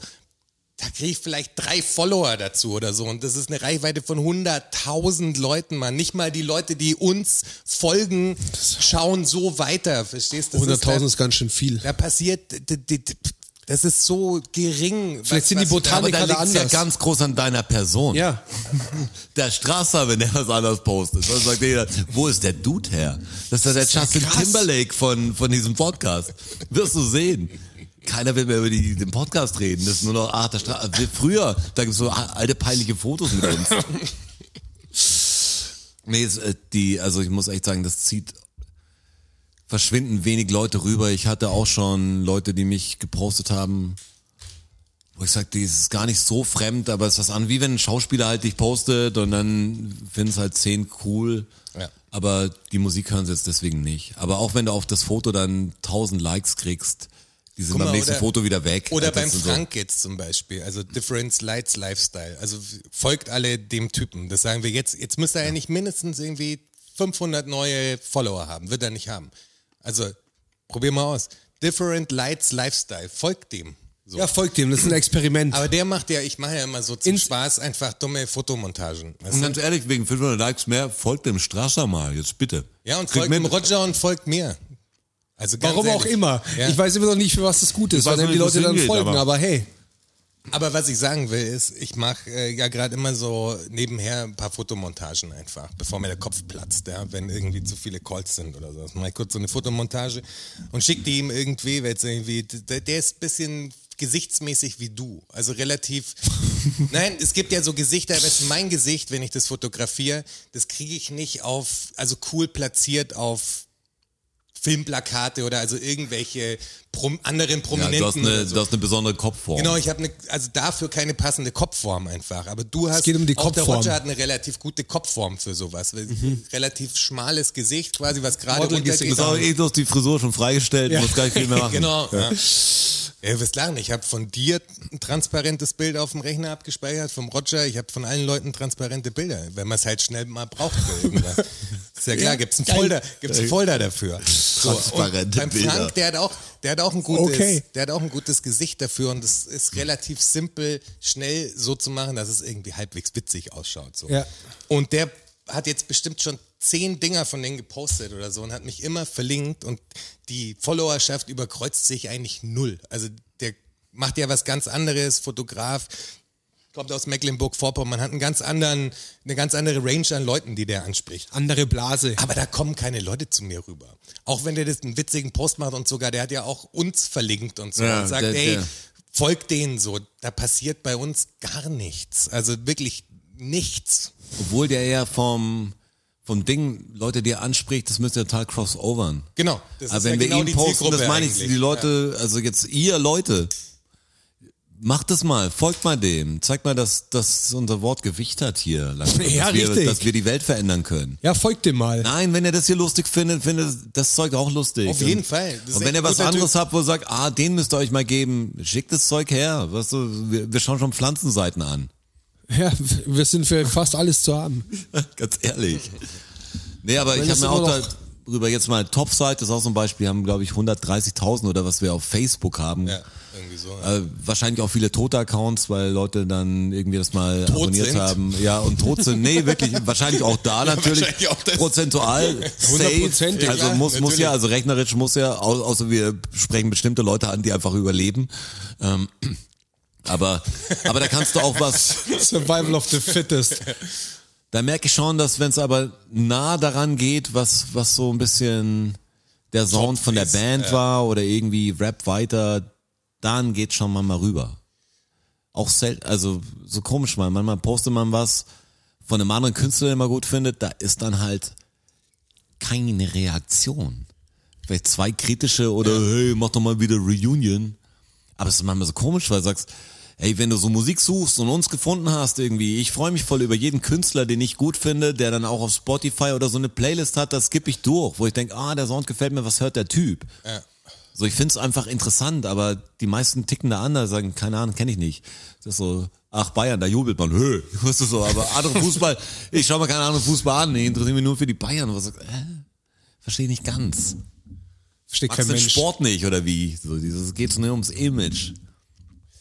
Speaker 3: da kriege ich vielleicht drei Follower dazu oder so. Und das ist eine Reichweite von 100.000 Leuten, Mann. Nicht mal die Leute, die uns folgen, schauen so weiter. Verstehst du? Das ist
Speaker 4: 100.000
Speaker 3: da-
Speaker 4: ist ganz schön viel.
Speaker 3: Da passiert, d- d- d- das ist so gering.
Speaker 4: Vielleicht sind die Botanik-
Speaker 2: Aber da
Speaker 4: Kann er
Speaker 2: liegt ja
Speaker 4: anders.
Speaker 2: ganz groß an deiner Person.
Speaker 4: Ja.
Speaker 2: Der Strasser, wenn der was anderes postet, dann sagt jeder, wo ist der Dude her? Das ist ja der Justin
Speaker 3: krass.
Speaker 2: Timberlake von, von diesem Podcast. Wirst du sehen. Keiner will mehr über die, den Podcast reden. Das ist nur noch, ach, der Stra also früher, da gibt's so alte peinliche Fotos mit uns. Nee, es, äh, die, also ich muss echt sagen, das zieht verschwinden wenig Leute rüber. Ich hatte auch schon Leute, die mich gepostet haben, wo ich sagte, es ist gar nicht so fremd, aber es ist was an, wie wenn ein Schauspieler halt dich postet und dann finden es halt zehn cool.
Speaker 3: Ja.
Speaker 2: Aber die Musik hören sie jetzt deswegen nicht. Aber auch wenn du auf das Foto dann tausend Likes kriegst, die sind
Speaker 3: Guck
Speaker 2: beim
Speaker 3: mal,
Speaker 2: nächsten
Speaker 3: oder-
Speaker 2: Foto wieder weg.
Speaker 3: Oder
Speaker 2: Das
Speaker 3: beim
Speaker 2: sind so-
Speaker 3: Frank jetzt zum Beispiel, also Difference Lights Lifestyle. Also folgt alle dem Typen. Das sagen wir jetzt. Jetzt müsste er ja nicht mindestens irgendwie 500 neue Follower haben. Wird er nicht haben. Also probier mal aus. Different Lights Lifestyle. Folgt dem. So.
Speaker 4: Ja, folgt dem, das ist ein Experiment.
Speaker 3: Aber der macht ja, ich mache ja immer so zum
Speaker 4: Ins-
Speaker 3: Spaß einfach dumme Fotomontagen. Weißt
Speaker 2: Und
Speaker 3: du?
Speaker 2: ganz ehrlich, wegen 500 Likes mehr, folgt dem Strasser mal, jetzt bitte.
Speaker 3: Ja, und
Speaker 2: Krieg
Speaker 3: folgt
Speaker 2: mit.
Speaker 3: dem Roger und folgt mir. Also ganz
Speaker 4: Warum auch
Speaker 3: ehrlich.
Speaker 4: immer.
Speaker 3: Ja.
Speaker 4: Ich weiß immer noch nicht, für was das gut ist,
Speaker 2: weiß
Speaker 4: weil
Speaker 2: noch
Speaker 4: die
Speaker 2: nicht, wo
Speaker 4: Leute
Speaker 2: es
Speaker 4: dann
Speaker 2: hingeht,
Speaker 4: folgen, aber,
Speaker 2: aber-
Speaker 4: hey.
Speaker 3: Aber was ich sagen will, ist, ich mache äh, ja gerade immer so nebenher ein paar Fotomontagen einfach, bevor mir der Kopf platzt, ja, wenn irgendwie zu viele Calls sind oder so. Mal kurz so eine Fotomontage und schick die ihm irgendwie, weil jetzt irgendwie, der, der ist ein bisschen gesichtsmäßig wie du.
Speaker 2: [LAUGHS]
Speaker 3: Also relativ. Nein, es gibt ja so Gesichter, aber jetzt mein Gesicht, wenn ich das fotografiere, das kriege ich nicht auf, also cool platziert auf. Filmplakate oder also irgendwelche prom anderen
Speaker 2: Ja,
Speaker 3: Prominenten.
Speaker 2: du, hast
Speaker 3: oder
Speaker 2: eine,
Speaker 3: so.
Speaker 2: du hast eine besondere Kopfform.
Speaker 3: Genau, ich habe eine, also dafür keine passende Kopfform einfach. Aber du hast,
Speaker 4: geht um die
Speaker 3: auch der
Speaker 4: Kopfform.
Speaker 3: Roger hat eine relativ gute Kopfform für sowas. weil
Speaker 2: Mhm.
Speaker 3: Relativ schmales Gesicht quasi, was gerade
Speaker 4: Modelgesicht.
Speaker 3: runtergeht.
Speaker 2: Ist auch eh bloß die Frisur schon freigestellt, muss gar nicht
Speaker 3: [LAUGHS]
Speaker 2: viel mehr machen.
Speaker 3: genau. Ja. Ja, wirst lachen. Ich habe von dir ein transparentes Bild auf dem Rechner abgespeichert, vom Roger. Ich habe von allen Leuten transparente Bilder, wenn man es halt schnell mal braucht für irgendwas. Ist ja klar, gibt's einen
Speaker 4: Geil.
Speaker 3: Folder, gibt's einen Folder dafür. So, und
Speaker 2: Transparente
Speaker 3: beim
Speaker 2: Bilder.
Speaker 3: Frank, der hat auch, der hat auch ein gutes,
Speaker 4: Okay.
Speaker 3: der hat auch ein gutes Gesicht dafür und es ist relativ simpel, schnell so zu machen, dass es irgendwie halbwegs witzig ausschaut. So.
Speaker 4: Ja.
Speaker 3: Und der hat jetzt bestimmt schon zehn Dinger von denen gepostet oder so und hat mich immer verlinkt und die Followerschaft überkreuzt sich eigentlich null. Also der macht ja was ganz anderes, Fotograf, kommt aus Mecklenburg-Vorpommern, hat einen ganz anderen, eine ganz andere Range an Leuten, die der anspricht.
Speaker 4: Andere Blase.
Speaker 3: Aber da kommen keine Leute zu mir rüber. Auch wenn der das einen witzigen Post macht und sogar, der hat ja auch uns verlinkt und so
Speaker 2: Ja,
Speaker 3: und sagt,
Speaker 2: der-
Speaker 3: ey,
Speaker 2: der-
Speaker 3: folgt denen so. Da passiert bei uns gar nichts. Also wirklich nichts.
Speaker 2: Obwohl der ja vom, vom Ding Leute, die er anspricht, das müsste ja total crossovern.
Speaker 3: Genau. Das
Speaker 2: Aber
Speaker 3: ja
Speaker 2: wenn wir ihn posten, das meine ich,
Speaker 3: eigentlich.
Speaker 2: die Leute, also jetzt ihr Leute, macht das mal, folgt mal dem, zeigt mal, dass, dass unser Wort Gewicht hat hier, langsam,
Speaker 4: Ja,
Speaker 2: dass, wir,
Speaker 4: richtig.
Speaker 2: dass wir die Welt verändern können.
Speaker 4: Ja, folgt dem mal.
Speaker 2: Nein, wenn ihr das hier lustig findet, findet das Zeug auch lustig.
Speaker 3: Auf jeden
Speaker 2: Und-
Speaker 3: Fall. Das ist
Speaker 2: Und
Speaker 3: echt
Speaker 2: wenn ihr
Speaker 3: ein
Speaker 2: was
Speaker 3: guter
Speaker 2: anderes
Speaker 3: Typ.
Speaker 2: habt, wo ihr sagt, ah, den müsst ihr euch mal geben, schickt das Zeug her. Weißt du, wir, wir schauen schon Pflanzenseiten an. [LAUGHS]
Speaker 4: Ja, wir sind für fast alles zu haben.
Speaker 2: Ganz ehrlich. Nee, aber
Speaker 4: Wenn
Speaker 2: ich habe
Speaker 4: es
Speaker 2: mir
Speaker 4: immer
Speaker 2: auch
Speaker 4: noch-
Speaker 2: darüber jetzt mal Topside, das ist auch so ein Beispiel, haben glaube ich 130.000 oder was wir auf Facebook haben.
Speaker 3: Ja, irgendwie so. ja.
Speaker 2: Äh, wahrscheinlich auch viele tote Accounts, weil Leute dann irgendwie das mal
Speaker 3: Tot
Speaker 2: abonniert
Speaker 3: sind.
Speaker 2: haben. Ja, und tot sind. Nee, wirklich, wahrscheinlich auch
Speaker 3: [LAUGHS]
Speaker 2: da natürlich.
Speaker 3: wahrscheinlich auch das. [LAUGHS]
Speaker 2: prozentual. safe.
Speaker 4: Hundertprozentig,
Speaker 2: Also
Speaker 3: ja,
Speaker 2: muss, muss
Speaker 3: natürlich.
Speaker 2: ja, also rechnerisch muss ja, au- außer wir sprechen bestimmte Leute an, die einfach überleben. Ähm, aber, aber da kannst du auch
Speaker 3: [LAUGHS]
Speaker 2: was,
Speaker 4: Survival of the fittest.
Speaker 2: da merke ich schon, dass wenn es aber nah daran geht, was, was so ein bisschen der Sound von der
Speaker 3: ist,
Speaker 2: Band war oder irgendwie Rap weiter, dann geht schon mal mal rüber. Auch sel also so komisch mal, manchmal postet man was von einem anderen Künstler, den man gut findet, da ist dann halt keine Reaktion. Vielleicht zwei kritische oder hey, mach doch mal wieder Reunion. Aber es ist manchmal so komisch, weil du sagst, hey, wenn du so Musik suchst und uns gefunden hast irgendwie, ich freue mich voll über jeden Künstler, den ich gut finde, der dann auch auf Spotify oder so eine Playlist hat, das skippe ich durch, wo ich denke, ah, der Sound gefällt mir, was hört der Typ? So, ich find's einfach interessant, aber die meisten ticken da anders, sagen, keine Ahnung, kenne ich nicht. Das ist so, ach Bayern, da jubelt man, hö, [LAUGHS] weißt du so, aber andere Fußball, ich schau mir keine andere Fußball an, nee, interessiere mich nur für die Bayern. Und Was, äh, verstehe nicht ganz.
Speaker 4: Versteht kein
Speaker 2: Magst den
Speaker 4: Mensch.
Speaker 2: Sport nicht oder wie? So, dieses geht's nur ums Image.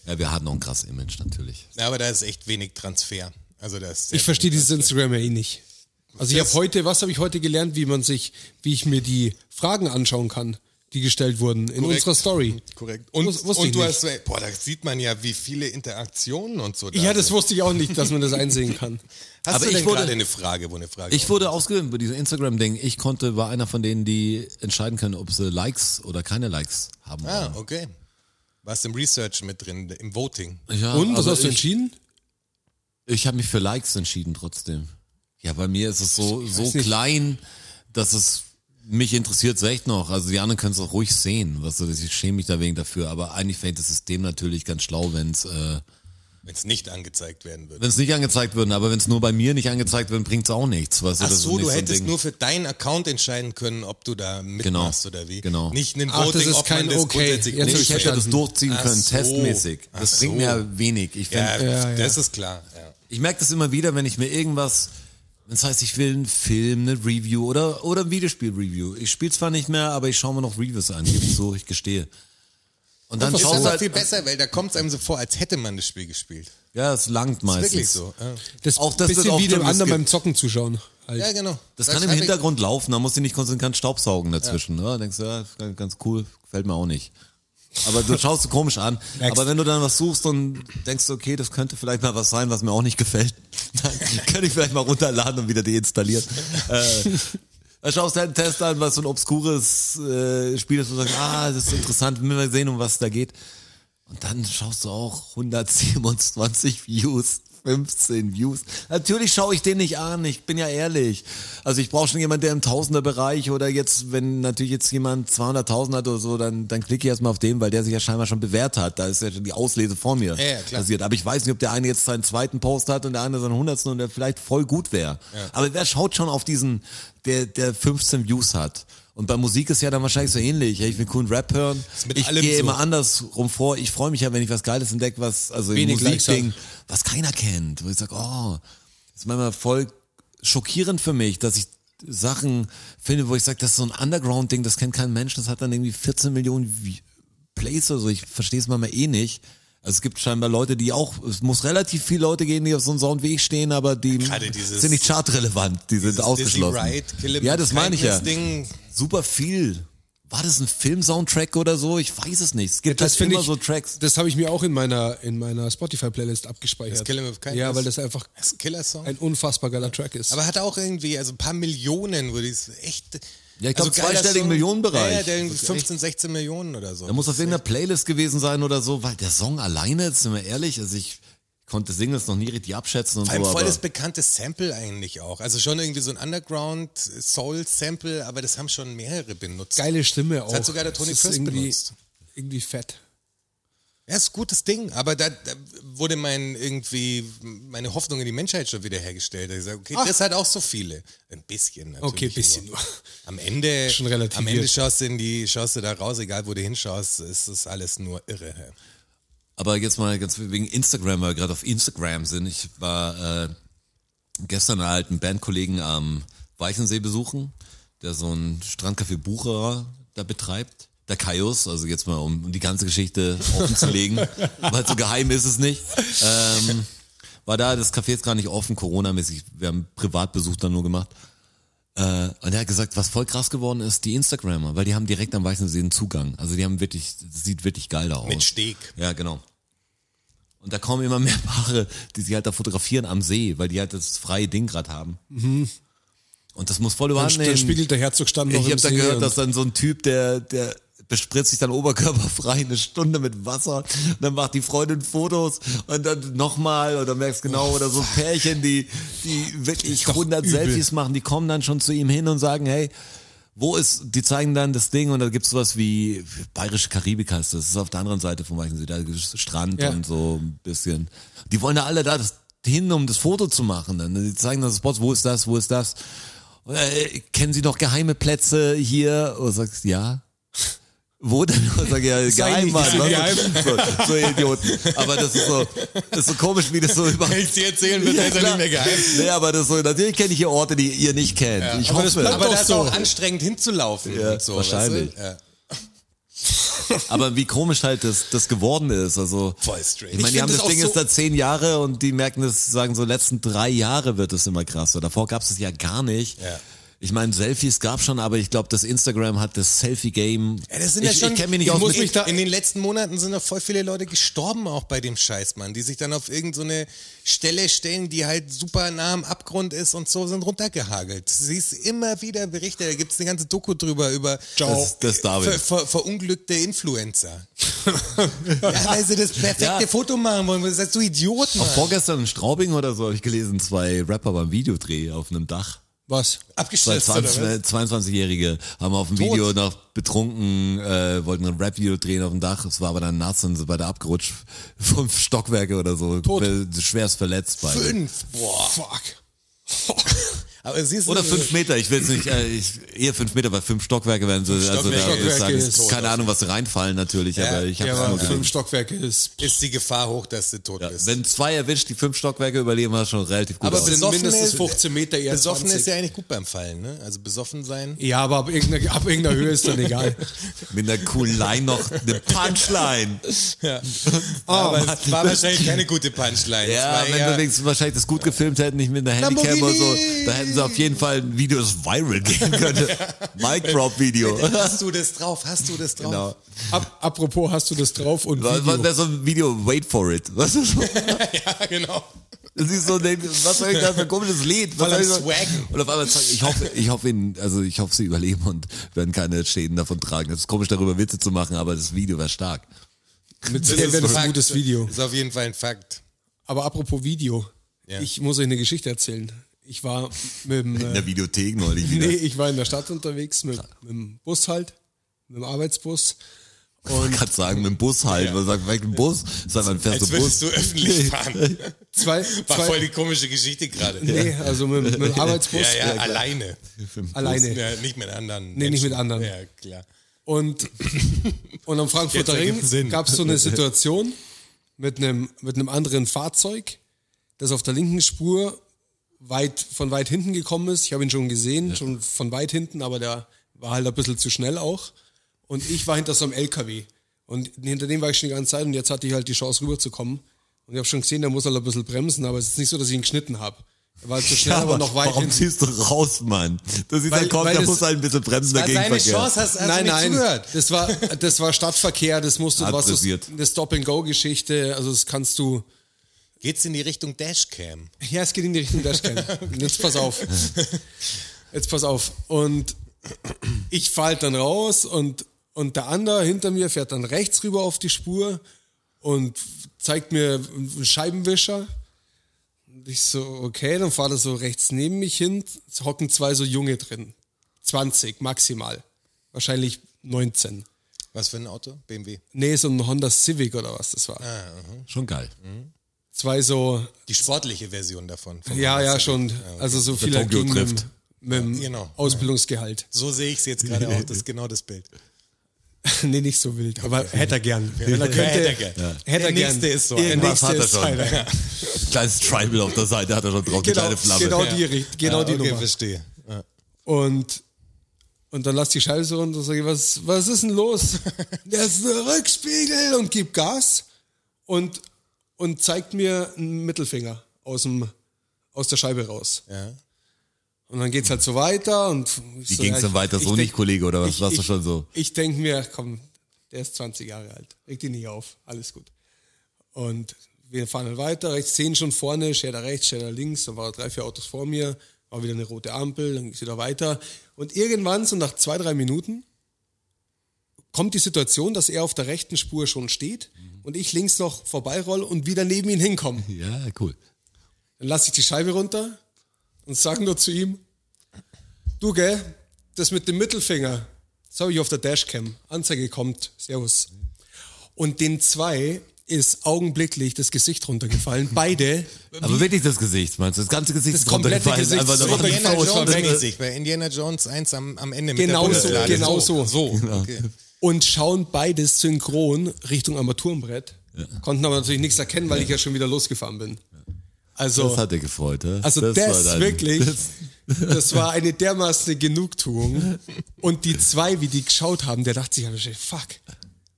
Speaker 2: Ja, wir hatten noch ein krasses Image natürlich.
Speaker 3: Ja, aber da ist echt wenig Transfer. Also da ist sehr
Speaker 4: Ich verstehe
Speaker 3: wenig
Speaker 4: dieses Instagram ja eh nicht. Also ich habe
Speaker 3: Das-
Speaker 4: heute, was habe ich heute gelernt, wie man sich, wie ich mir die Fragen anschauen kann, die gestellt wurden in
Speaker 3: Korrekt.
Speaker 4: unserer Story.
Speaker 3: Korrekt. Und,
Speaker 4: Wus- wusste ich
Speaker 3: und du
Speaker 4: nicht.
Speaker 3: hast, boah, da sieht man ja, wie viele Interaktionen und so da
Speaker 4: Ja, das
Speaker 3: sind.
Speaker 4: wusste ich auch nicht, dass man das einsehen kann.
Speaker 3: also- Hast
Speaker 2: Aber
Speaker 3: du
Speaker 2: ich
Speaker 3: denn
Speaker 2: wurde-
Speaker 3: gerade eine Frage, wo eine Frage
Speaker 2: Ich wurde ausgewählt bei diesem Instagram-Ding. Ich konnte, war einer von denen, die entscheiden können, ob sie Likes oder keine Likes haben.
Speaker 3: Ah,
Speaker 2: wollen.
Speaker 3: okay. Warst im Research mit drin, im Voting.
Speaker 2: Ja,
Speaker 4: Und, was
Speaker 2: also
Speaker 4: hast du
Speaker 2: ich-
Speaker 4: entschieden?
Speaker 2: Ich habe mich für Likes entschieden trotzdem. Ja, bei mir ist es so, so
Speaker 4: weiß nicht.
Speaker 2: klein, dass es mich interessiert es echt noch. Also die anderen können es auch ruhig sehen. Was weißt du, ich schäme mich da wegen dafür. Aber eigentlich fände das System natürlich ganz schlau, wenn es äh,
Speaker 3: Wenn es nicht angezeigt werden würde.
Speaker 2: wenn es nicht angezeigt würden. Aber wenn es nur bei mir nicht angezeigt wird, bringt's auch nichts. Weißt
Speaker 3: Ach
Speaker 2: das ist
Speaker 3: so,
Speaker 2: nicht
Speaker 3: du
Speaker 2: so ein
Speaker 3: hättest
Speaker 2: Ding.
Speaker 3: nur für deinen Account entscheiden können, ob du da mitmachst oder wie.
Speaker 2: genau.
Speaker 3: Nicht ein
Speaker 4: Ach, das
Speaker 3: Voting,
Speaker 4: ist
Speaker 3: ob
Speaker 4: kein
Speaker 3: man das
Speaker 4: Okay.
Speaker 3: grundsätzlich
Speaker 4: Jetzt
Speaker 2: Nee,
Speaker 4: hab
Speaker 2: ich hätte das
Speaker 4: verstanden.
Speaker 2: durchziehen
Speaker 3: Ach
Speaker 2: können,
Speaker 3: so.
Speaker 2: testmäßig. Das
Speaker 3: Ach
Speaker 2: bringt
Speaker 3: so.
Speaker 2: mir ja wenig. Ich find,
Speaker 3: ja,
Speaker 4: Ja, ja.
Speaker 3: das ist klar. Ja.
Speaker 2: Ich merke das immer wieder, wenn ich mir irgendwas, das heißt, ich will einen Film, eine Review oder, oder ein Videospiel-Review. Ich spiele zwar nicht mehr, aber ich schaue mir noch Reviews an, gebe ich zu, ich gestehe. Und dann
Speaker 3: Das
Speaker 2: schaust
Speaker 3: ist
Speaker 2: du
Speaker 3: aber viel
Speaker 2: halt,
Speaker 3: besser, weil da kommt es einem so vor, als hätte man das Spiel gespielt.
Speaker 2: ja, es langt
Speaker 3: Das
Speaker 2: meistens.
Speaker 3: ist wirklich so. Ja,
Speaker 4: Das
Speaker 2: Auch
Speaker 4: auch
Speaker 2: das
Speaker 4: das
Speaker 2: wird
Speaker 4: bisschen
Speaker 2: auch
Speaker 4: wie
Speaker 2: dumm,
Speaker 4: dem
Speaker 2: das
Speaker 4: anderen
Speaker 2: geht.
Speaker 4: beim Zocken zuschauen. Halt.
Speaker 3: ja genau.
Speaker 2: Das
Speaker 3: Sag's
Speaker 2: kann im
Speaker 3: einfach-
Speaker 2: Hintergrund laufen, da musst du nicht konzentriert kannst Staubsaugen dazwischen. Ja. Denkst du, ja, ganz- ganz cool, gefällt mir auch nicht. Aber du schaust du komisch an.
Speaker 4: Next.
Speaker 2: Aber wenn du dann was suchst und denkst, okay, das könnte vielleicht mal was sein, was mir auch nicht gefällt, [LAUGHS] dann könnte ich vielleicht mal runterladen und wieder deinstallieren. äh, dann schaust du halt einen Test an, was so ein obskures äh, Spiel ist, wo du sagst, ah, das ist interessant, will mal sehen, um was da geht. Und dann schaust du auch 127 Views, 15 Views. Natürlich schaue ich den nicht an, ich bin ja ehrlich. Also ich brauche schon jemanden, der im Tausender-Bereich oder jetzt, wenn natürlich jetzt jemand 200.000 hat oder so, dann, dann klicke ich erstmal auf den, weil der sich ja scheinbar schon bewährt hat. Da ist ja schon die Auslese vor mir
Speaker 3: Ja, ja, klar.
Speaker 2: passiert. Aber ich weiß nicht, ob der eine jetzt seinen zweiten Post hat und der andere seinen hundertsten und der vielleicht voll gut wäre. Aber wer schaut schon auf diesen, der, der 15 Views hat? Und bei Musik ist ja dann wahrscheinlich so ähnlich. Ich will coolen Rap hören.
Speaker 3: mit
Speaker 2: Ich
Speaker 3: allem
Speaker 2: gehe
Speaker 3: so.
Speaker 2: immer andersrum vor. Ich freue mich ja, wenn ich was Geiles entdecke, was, also im
Speaker 4: Wenig
Speaker 2: Musikding, was keiner kennt. Wo ich sage, oh, das ist manchmal voll schockierend für mich, dass ich Sachen finde, wo ich sage, das ist so ein Underground-Ding, das kennt kein Mensch, das hat dann irgendwie 14 Millionen Vi- Plays oder so. Ich verstehe es manchmal eh nicht. Also es gibt scheinbar Leute, die auch, es muss relativ viele Leute gehen, die auf so einem Sound wie ich stehen, aber die
Speaker 3: Gerade dieses-
Speaker 2: sind nicht chartrelevant, die sind
Speaker 3: Dizzy
Speaker 2: ausgeschlossen.
Speaker 3: Wright, Kill 'em
Speaker 2: ja, das meine ich ja.
Speaker 3: Kindness Ding,
Speaker 2: Super viel, War das ein Film-Soundtrack oder so? Ich weiß es nicht. Es gibt
Speaker 4: das
Speaker 2: halt
Speaker 4: finde
Speaker 2: immer
Speaker 4: ich-
Speaker 2: so Tracks.
Speaker 4: Das habe ich mir auch in meiner, in meiner Spotify-Playlist abgespeichert.
Speaker 3: Das Kill 'em With Kindness.
Speaker 4: ja, weil das einfach
Speaker 3: Das ist ein Killer-Song.
Speaker 4: ein unfassbar geiler Track ist.
Speaker 3: Aber hat auch irgendwie, also ein paar Millionen, wo die ist echt. also
Speaker 2: Ja, ich glaub,
Speaker 3: geiler
Speaker 2: zweistelligen
Speaker 3: Song.
Speaker 2: Millionenbereich.
Speaker 3: Ja, ja, der irgendwie 15, 16 Millionen oder so.
Speaker 2: Da muss auf irgendeiner Playlist gewesen sein oder so, weil der Song alleine, sind wir ehrlich, also ich konnte Singles noch nie richtig abschätzen und
Speaker 3: Vor allem
Speaker 2: so.
Speaker 3: voll
Speaker 2: Aber
Speaker 3: das bekannte Sample eigentlich auch. Also schon irgendwie so ein Underground-Soul-Sample, aber das haben schon mehrere benutzt.
Speaker 4: Geile Stimme auch.
Speaker 3: hat sogar der Tony
Speaker 4: Das ist
Speaker 3: Chris
Speaker 4: irgendwie,
Speaker 3: benutzt.
Speaker 4: Irgendwie fett.
Speaker 3: Ja, ist ein gutes Ding, aber da, da wurde mein irgendwie meine Hoffnung in die Menschheit schon wieder hergestellt. Ich sage, okay, das hat auch so viele. Ein bisschen. Natürlich
Speaker 4: Okay, bisschen nur.
Speaker 3: Am Ende,
Speaker 4: Schon relativiert.
Speaker 3: am Ende schaust du in die, schaust du da raus, egal wo du hinschaust, ist das alles nur irre.
Speaker 2: Aber jetzt mal ganz wegen Instagram, weil wir gerade auf Instagram sind. Ich war äh, gestern einen alten Bandkollegen am Weichensee besuchen, der so ein Strandcafé Bucherer da betreibt. Der Kaius, also jetzt mal, um um die ganze Geschichte offen zu legen, weil so geheim ist es nicht. Ähm, war da, das Café ist gar nicht offen, Corona-mäßig. Wir haben Privatbesuch dann nur gemacht. Äh, und er hat gesagt, was voll krass geworden ist, die Instagrammer, weil die haben direkt am Weichensee einen Zugang. Also die haben wirklich, das sieht wirklich geil da aus.
Speaker 3: Mit Steg.
Speaker 2: Ja, genau. Und da kommen immer mehr Paare, die sich halt da fotografieren am See, weil die halt das freie Ding gerade haben. Und das muss voll
Speaker 4: Mhm. Dann,
Speaker 2: überhand
Speaker 4: dann
Speaker 2: nehmen.
Speaker 4: spiegelt der Herzogstand noch
Speaker 2: Ich
Speaker 4: im
Speaker 2: habe dann
Speaker 4: See
Speaker 2: gehört,
Speaker 4: und-
Speaker 2: dass dann so ein Typ, der, der bespritzt sich dann [LAUGHS] oberkörperfrei eine Stunde mit Wasser, dann macht die Freundin Fotos und dann nochmal oder merkst genau, oder so Pärchen, die, die wirklich 100
Speaker 4: Oh. übel.
Speaker 2: Selfies machen, die kommen dann schon zu ihm hin und sagen, hey, wo ist, die zeigen dann das Ding und da gibt's sowas wie Bayerische Karibik heißt das, das ist auf der anderen Seite vom Weichensee, da ist Strand
Speaker 4: Ja.
Speaker 2: und so ein bisschen. Die wollen da alle da das, hin, um das Foto zu machen. Dann die zeigen dann Spots, wo ist das, wo ist das. Und, äh, kennen Sie noch geheime Plätze hier? Und du sagst ja. Wo denn? [LAUGHS] Und sag ich, ja, geheim,
Speaker 4: nicht,
Speaker 2: Mann.
Speaker 4: die sind
Speaker 2: was? [LAUGHS] So, so Idioten. Aber das ist so, das ist so komisch, wie das so über.
Speaker 3: Wenn ich dir erzählen würde, ist er nicht mehr geheim.
Speaker 2: Nee, aber das ist so, natürlich kenne ich hier Orte, die ihr nicht kennt. Ich
Speaker 4: aber das
Speaker 2: hoffe.
Speaker 4: bleibt
Speaker 3: Aber
Speaker 4: doch
Speaker 3: das ist
Speaker 4: so.
Speaker 3: auch anstrengend hinzulaufen
Speaker 2: Ja,
Speaker 3: und so.
Speaker 2: wahrscheinlich.
Speaker 3: Weißt du? ja.
Speaker 2: Aber wie komisch halt das, das geworden ist. Also,
Speaker 3: Voll strange.
Speaker 2: Ich meine,
Speaker 3: Ich
Speaker 2: die
Speaker 3: find
Speaker 2: haben
Speaker 3: das
Speaker 2: das
Speaker 3: auch
Speaker 2: Ding
Speaker 3: so-
Speaker 2: jetzt da zehn Jahre und die merken das, sagen so, letzten drei Jahre wird es immer krasser. Davor gab es es ja gar nicht.
Speaker 3: Ja.
Speaker 2: Ich meine, Selfies gab schon, aber ich glaube, das Instagram hat das Selfie-Game.
Speaker 3: Ja, das sind
Speaker 2: ich
Speaker 3: ja schon,
Speaker 2: ich kenne mich nicht
Speaker 3: ich
Speaker 2: aus
Speaker 3: muss
Speaker 2: mit
Speaker 3: mich da, In den letzten Monaten sind doch voll viele Leute gestorben auch bei dem Scheiß, Mann, die sich dann auf irgendeine Stelle stellen, die halt super nah am Abgrund ist und so sind runtergehagelt. Du siehst immer wieder Berichte, da gibt's eine ganze Doku drüber, über
Speaker 2: Das- das darf ich.
Speaker 3: ver, ver, verunglückte Influencer. ja, weil sie das perfekte
Speaker 2: Ja.
Speaker 3: Foto machen wollen, wo du sagst, du Idiot, Mann.
Speaker 2: Vorgestern in Straubing oder so habe ich gelesen, zwei Rapper beim Videodreh auf einem Dach.
Speaker 4: Was?
Speaker 2: Zwei
Speaker 3: Abgestürzt oder was?
Speaker 2: 20 22-Jährige haben auf dem
Speaker 3: Tot.
Speaker 2: Video noch betrunken, äh, wollten ein Rap-Video drehen auf dem Dach. Es war aber dann nachts und sind beide abgerutscht. [LAUGHS] Fünf Stockwerke oder so.
Speaker 4: Tot.
Speaker 2: Be- Schwerst verletzt beide.
Speaker 3: Fünf, boah.
Speaker 4: Fuck.
Speaker 3: [LAUGHS] Aber siehst du,
Speaker 2: Oder fünf Meter, ich will es nicht, äh, ich, eher fünf Meter, weil fünf Stockwerke werden so, also da
Speaker 3: Stockwerke.
Speaker 2: ist, sagen,
Speaker 4: Stockwerke ist-
Speaker 2: keine Ahnung, was reinfallen natürlich, aber ich habe
Speaker 4: Ja,
Speaker 2: es nur
Speaker 4: aber
Speaker 2: gesehen.
Speaker 4: fünf Stockwerke ist.
Speaker 3: ist die Gefahr hoch, dass du tot
Speaker 2: Ja,
Speaker 3: bist.
Speaker 2: wenn zwei erwischt, die fünf Stockwerke überleben, war schon relativ gut
Speaker 4: Aber
Speaker 2: aus.
Speaker 4: sind
Speaker 3: Besoffen
Speaker 4: mindestens
Speaker 3: ist-
Speaker 4: 15 Meter eher
Speaker 3: Besoffen
Speaker 4: 20.
Speaker 3: ist ja eigentlich gut beim Fallen, ne? Also besoffen sein.
Speaker 4: Ja, aber ab irgendeiner, ab irgendeiner Höhe ist dann egal.
Speaker 2: Mit einer coolen Line noch eine Punchline.
Speaker 3: [LAUGHS] [LAUGHS] Ja.
Speaker 4: Oh,
Speaker 3: Aber
Speaker 4: Mann.
Speaker 3: es war wahrscheinlich keine gute Punchline.
Speaker 2: Ja,
Speaker 3: es war
Speaker 2: wenn
Speaker 3: eher,
Speaker 2: sie
Speaker 3: [LAUGHS]
Speaker 2: wenigstens wahrscheinlich das gut gefilmt hätten, nicht mit einer Handycam oder so,
Speaker 3: Lamborghini.
Speaker 2: da hätten sie auf jeden Fall ein Video, das viral gehen könnte. [LAUGHS] Mic Drop Video.
Speaker 3: hast du das drauf? Hast du das drauf?
Speaker 2: Genau.
Speaker 4: Ab, apropos, hast du das drauf und
Speaker 2: Was, was
Speaker 4: Video.
Speaker 2: wäre so ein Video, wait for it. Was ist so?
Speaker 3: [LAUGHS] ja, genau.
Speaker 2: Das ist so, ne, was soll ich da für ein komisches Lied? Was
Speaker 3: Voll am
Speaker 2: soll ich da-
Speaker 3: Swaggen.
Speaker 2: Und auf einmal, zack, ich hoffe, ich hoffe, ihn, also ich hoffe, sie überleben und werden keine Schäden davon tragen. Das ist komisch, darüber Witze zu machen, aber das Video war stark.
Speaker 4: Mit
Speaker 3: Das
Speaker 4: Sicherheit wäre das
Speaker 3: Fakt.
Speaker 4: ein gutes Video.
Speaker 3: Ist auf jeden Fall ein Fakt.
Speaker 4: Aber apropos Video.
Speaker 3: Ja.
Speaker 4: Ich muss euch eine Geschichte erzählen. Ich war mit
Speaker 3: [LAUGHS]
Speaker 4: dem.
Speaker 2: In
Speaker 4: Äh,
Speaker 2: der Videothek neulich wieder.
Speaker 4: nee, ich war in der Stadt unterwegs mit, mit dem Bus halt, mit dem Arbeitsbus.
Speaker 2: ich kann sagen, mit dem Bus halt. Man sagt, vielleicht ein Bus. Sag mal, fährst
Speaker 3: Als
Speaker 2: du Bus?
Speaker 3: würdest du öffentlich fahren. [LAUGHS]
Speaker 4: Zwei,
Speaker 3: War
Speaker 4: zwei,
Speaker 3: voll die komische Geschichte gerade.
Speaker 4: Nee, also mit, mit dem Arbeitsbus
Speaker 3: [LAUGHS] Ja, ja, alleine.
Speaker 4: alleine.
Speaker 3: Ja, nicht mit anderen.
Speaker 4: Nee, nicht mit anderen.
Speaker 3: Ja, klar.
Speaker 4: Und, und am Frankfurter
Speaker 3: Jetzt ergibt's
Speaker 4: Ring
Speaker 3: Sinn.
Speaker 4: gab es so eine Situation mit einem, mit einem anderen Fahrzeug, das auf der linken Spur weit, von weit hinten gekommen ist. Ich habe ihn schon gesehen, schon von weit hinten, aber der war halt ein bisschen zu schnell auch. Und ich war hinter so einem LKW. Und hinter dem war ich schon die ganze Zeit und jetzt hatte ich halt die Chance rüberzukommen. Und ich habe schon gesehen, der muss halt ein bisschen bremsen, aber es ist nicht so, dass ich ihn geschnitten habe. War zu schnell, aber noch weit
Speaker 2: warum
Speaker 4: hinten.
Speaker 2: ziehst du raus, Mann? Das ist
Speaker 4: Weil-
Speaker 2: ein Kopf,
Speaker 4: weil
Speaker 2: da
Speaker 4: das-
Speaker 2: muss halt ein bisschen bremsen
Speaker 3: war
Speaker 2: dagegen
Speaker 3: deine
Speaker 2: verkehren.
Speaker 3: Chance, hast, hast
Speaker 4: nein,
Speaker 3: du nicht
Speaker 4: nein,
Speaker 3: zugehört.
Speaker 4: das war das war Stadtverkehr, das musste
Speaker 2: Hat
Speaker 4: was so
Speaker 2: passiert.
Speaker 4: eine Stop and Go Geschichte, also das kannst du
Speaker 3: Geht's in die Richtung Dashcam?
Speaker 4: Ja, es geht in die Richtung Dashcam. Jetzt pass auf. Jetzt pass auf. Und ich fahr halt dann raus und, und der andere hinter mir fährt dann rechts rüber auf die Spur und zeigt mir einen Scheibenwischer. Und ich so, okay, dann fahrt er so rechts neben mich hin. Es hocken zwei so Junge drin. 20 maximal. Wahrscheinlich 19.
Speaker 3: Was für ein Auto? BMW.
Speaker 4: Nee, so ein Honda Civic oder was das war.
Speaker 2: Schon geil.
Speaker 4: Zwei so
Speaker 3: Die sportliche Version davon. Vom
Speaker 4: Ja, ja,
Speaker 3: Mercedes.
Speaker 4: schon. Also so viel
Speaker 2: Tokio
Speaker 4: ging mit,
Speaker 2: trifft.
Speaker 4: mit dem
Speaker 3: Genau.
Speaker 4: Ausbildungsgehalt. [LAUGHS]
Speaker 3: So sehe ich es jetzt gerade auch, das ist genau das Bild.
Speaker 4: nee, nicht so wild, aber [LAUGHS] hätte er gern. Wenn er könnte,
Speaker 3: hätte er gern.
Speaker 4: Hätte
Speaker 3: Der
Speaker 4: er gern.
Speaker 3: nächste ist so
Speaker 4: Der
Speaker 3: einer.
Speaker 2: Was
Speaker 4: nächste
Speaker 2: hat er
Speaker 4: ist
Speaker 2: schon?
Speaker 4: einer.
Speaker 2: [LAUGHS] Kleines Tribal auf der Seite hat er schon drauf, eine
Speaker 4: Genau,
Speaker 2: kleine Flamme.
Speaker 4: genau die, Richt- genau die
Speaker 3: okay,
Speaker 4: Nummer.
Speaker 3: verstehe. Ja.
Speaker 4: Und, und dann lass die Scheibe so runter und sage, was, was ist denn los?
Speaker 3: [LAUGHS]
Speaker 4: Der ist ein Rückspiegel und gibt Gas und, und zeigt mir einen Mittelfinger aus, dem, aus der Scheibe raus.
Speaker 3: Ja.
Speaker 4: Und dann geht's halt so weiter und
Speaker 2: Wie ging's denn weiter? So nicht, Kollege, oder was? Warst du schon so?
Speaker 4: Ich denke mir, ach komm, der ist 20 Jahre alt. Reg dich nicht auf. Alles gut. Und wir fahren dann weiter. Rechts sehen schon vorne, schert er rechts, schert er links. Dann waren drei, vier Autos vor mir. War wieder eine rote Ampel. Dann ging's wieder weiter. Und irgendwann, so nach zwei, drei Minuten, kommt die Situation, dass er auf der rechten Spur schon steht
Speaker 2: Mhm.
Speaker 4: und ich links noch vorbeiroll und wieder neben ihn hinkomme.
Speaker 2: Ja, cool.
Speaker 4: Dann lasse ich die Scheibe runter und sage nur zu ihm, du gell, das mit dem Mittelfinger, das habe ich auf der Dashcam. Anzeige kommt, servus. Und den zwei ist augenblicklich das Gesicht runtergefallen. Beide,
Speaker 2: Aber wirklich das Gesicht, meinst du? Das ganze Gesicht
Speaker 4: Das
Speaker 2: ist
Speaker 4: komplette
Speaker 2: runtergefallen.
Speaker 4: Gesicht
Speaker 2: Einfach
Speaker 4: ist
Speaker 2: nur von der
Speaker 3: Indiana
Speaker 4: runtergefallen.
Speaker 2: Faust.
Speaker 4: Faust
Speaker 3: Jones
Speaker 4: war weg.
Speaker 3: mäßig, bei Indiana Jones 1 am, am Ende mit
Speaker 4: Genau
Speaker 3: der
Speaker 4: so,
Speaker 3: Bundeslade.
Speaker 4: genau so.
Speaker 3: So, okay.
Speaker 4: und schauen beides synchron Richtung Armaturenbrett. Konnten aber natürlich nichts erkennen, weil ich ja schon wieder losgefahren bin. Also,
Speaker 2: Das hat er gefreut, ja?
Speaker 4: Also das,
Speaker 2: war dann- [LAUGHS]
Speaker 3: [LAUGHS]
Speaker 4: wirklich, das war eine dermaßen Genugtuung. Und die zwei, wie die geschaut haben, der dachte sich, wahrscheinlich, fuck,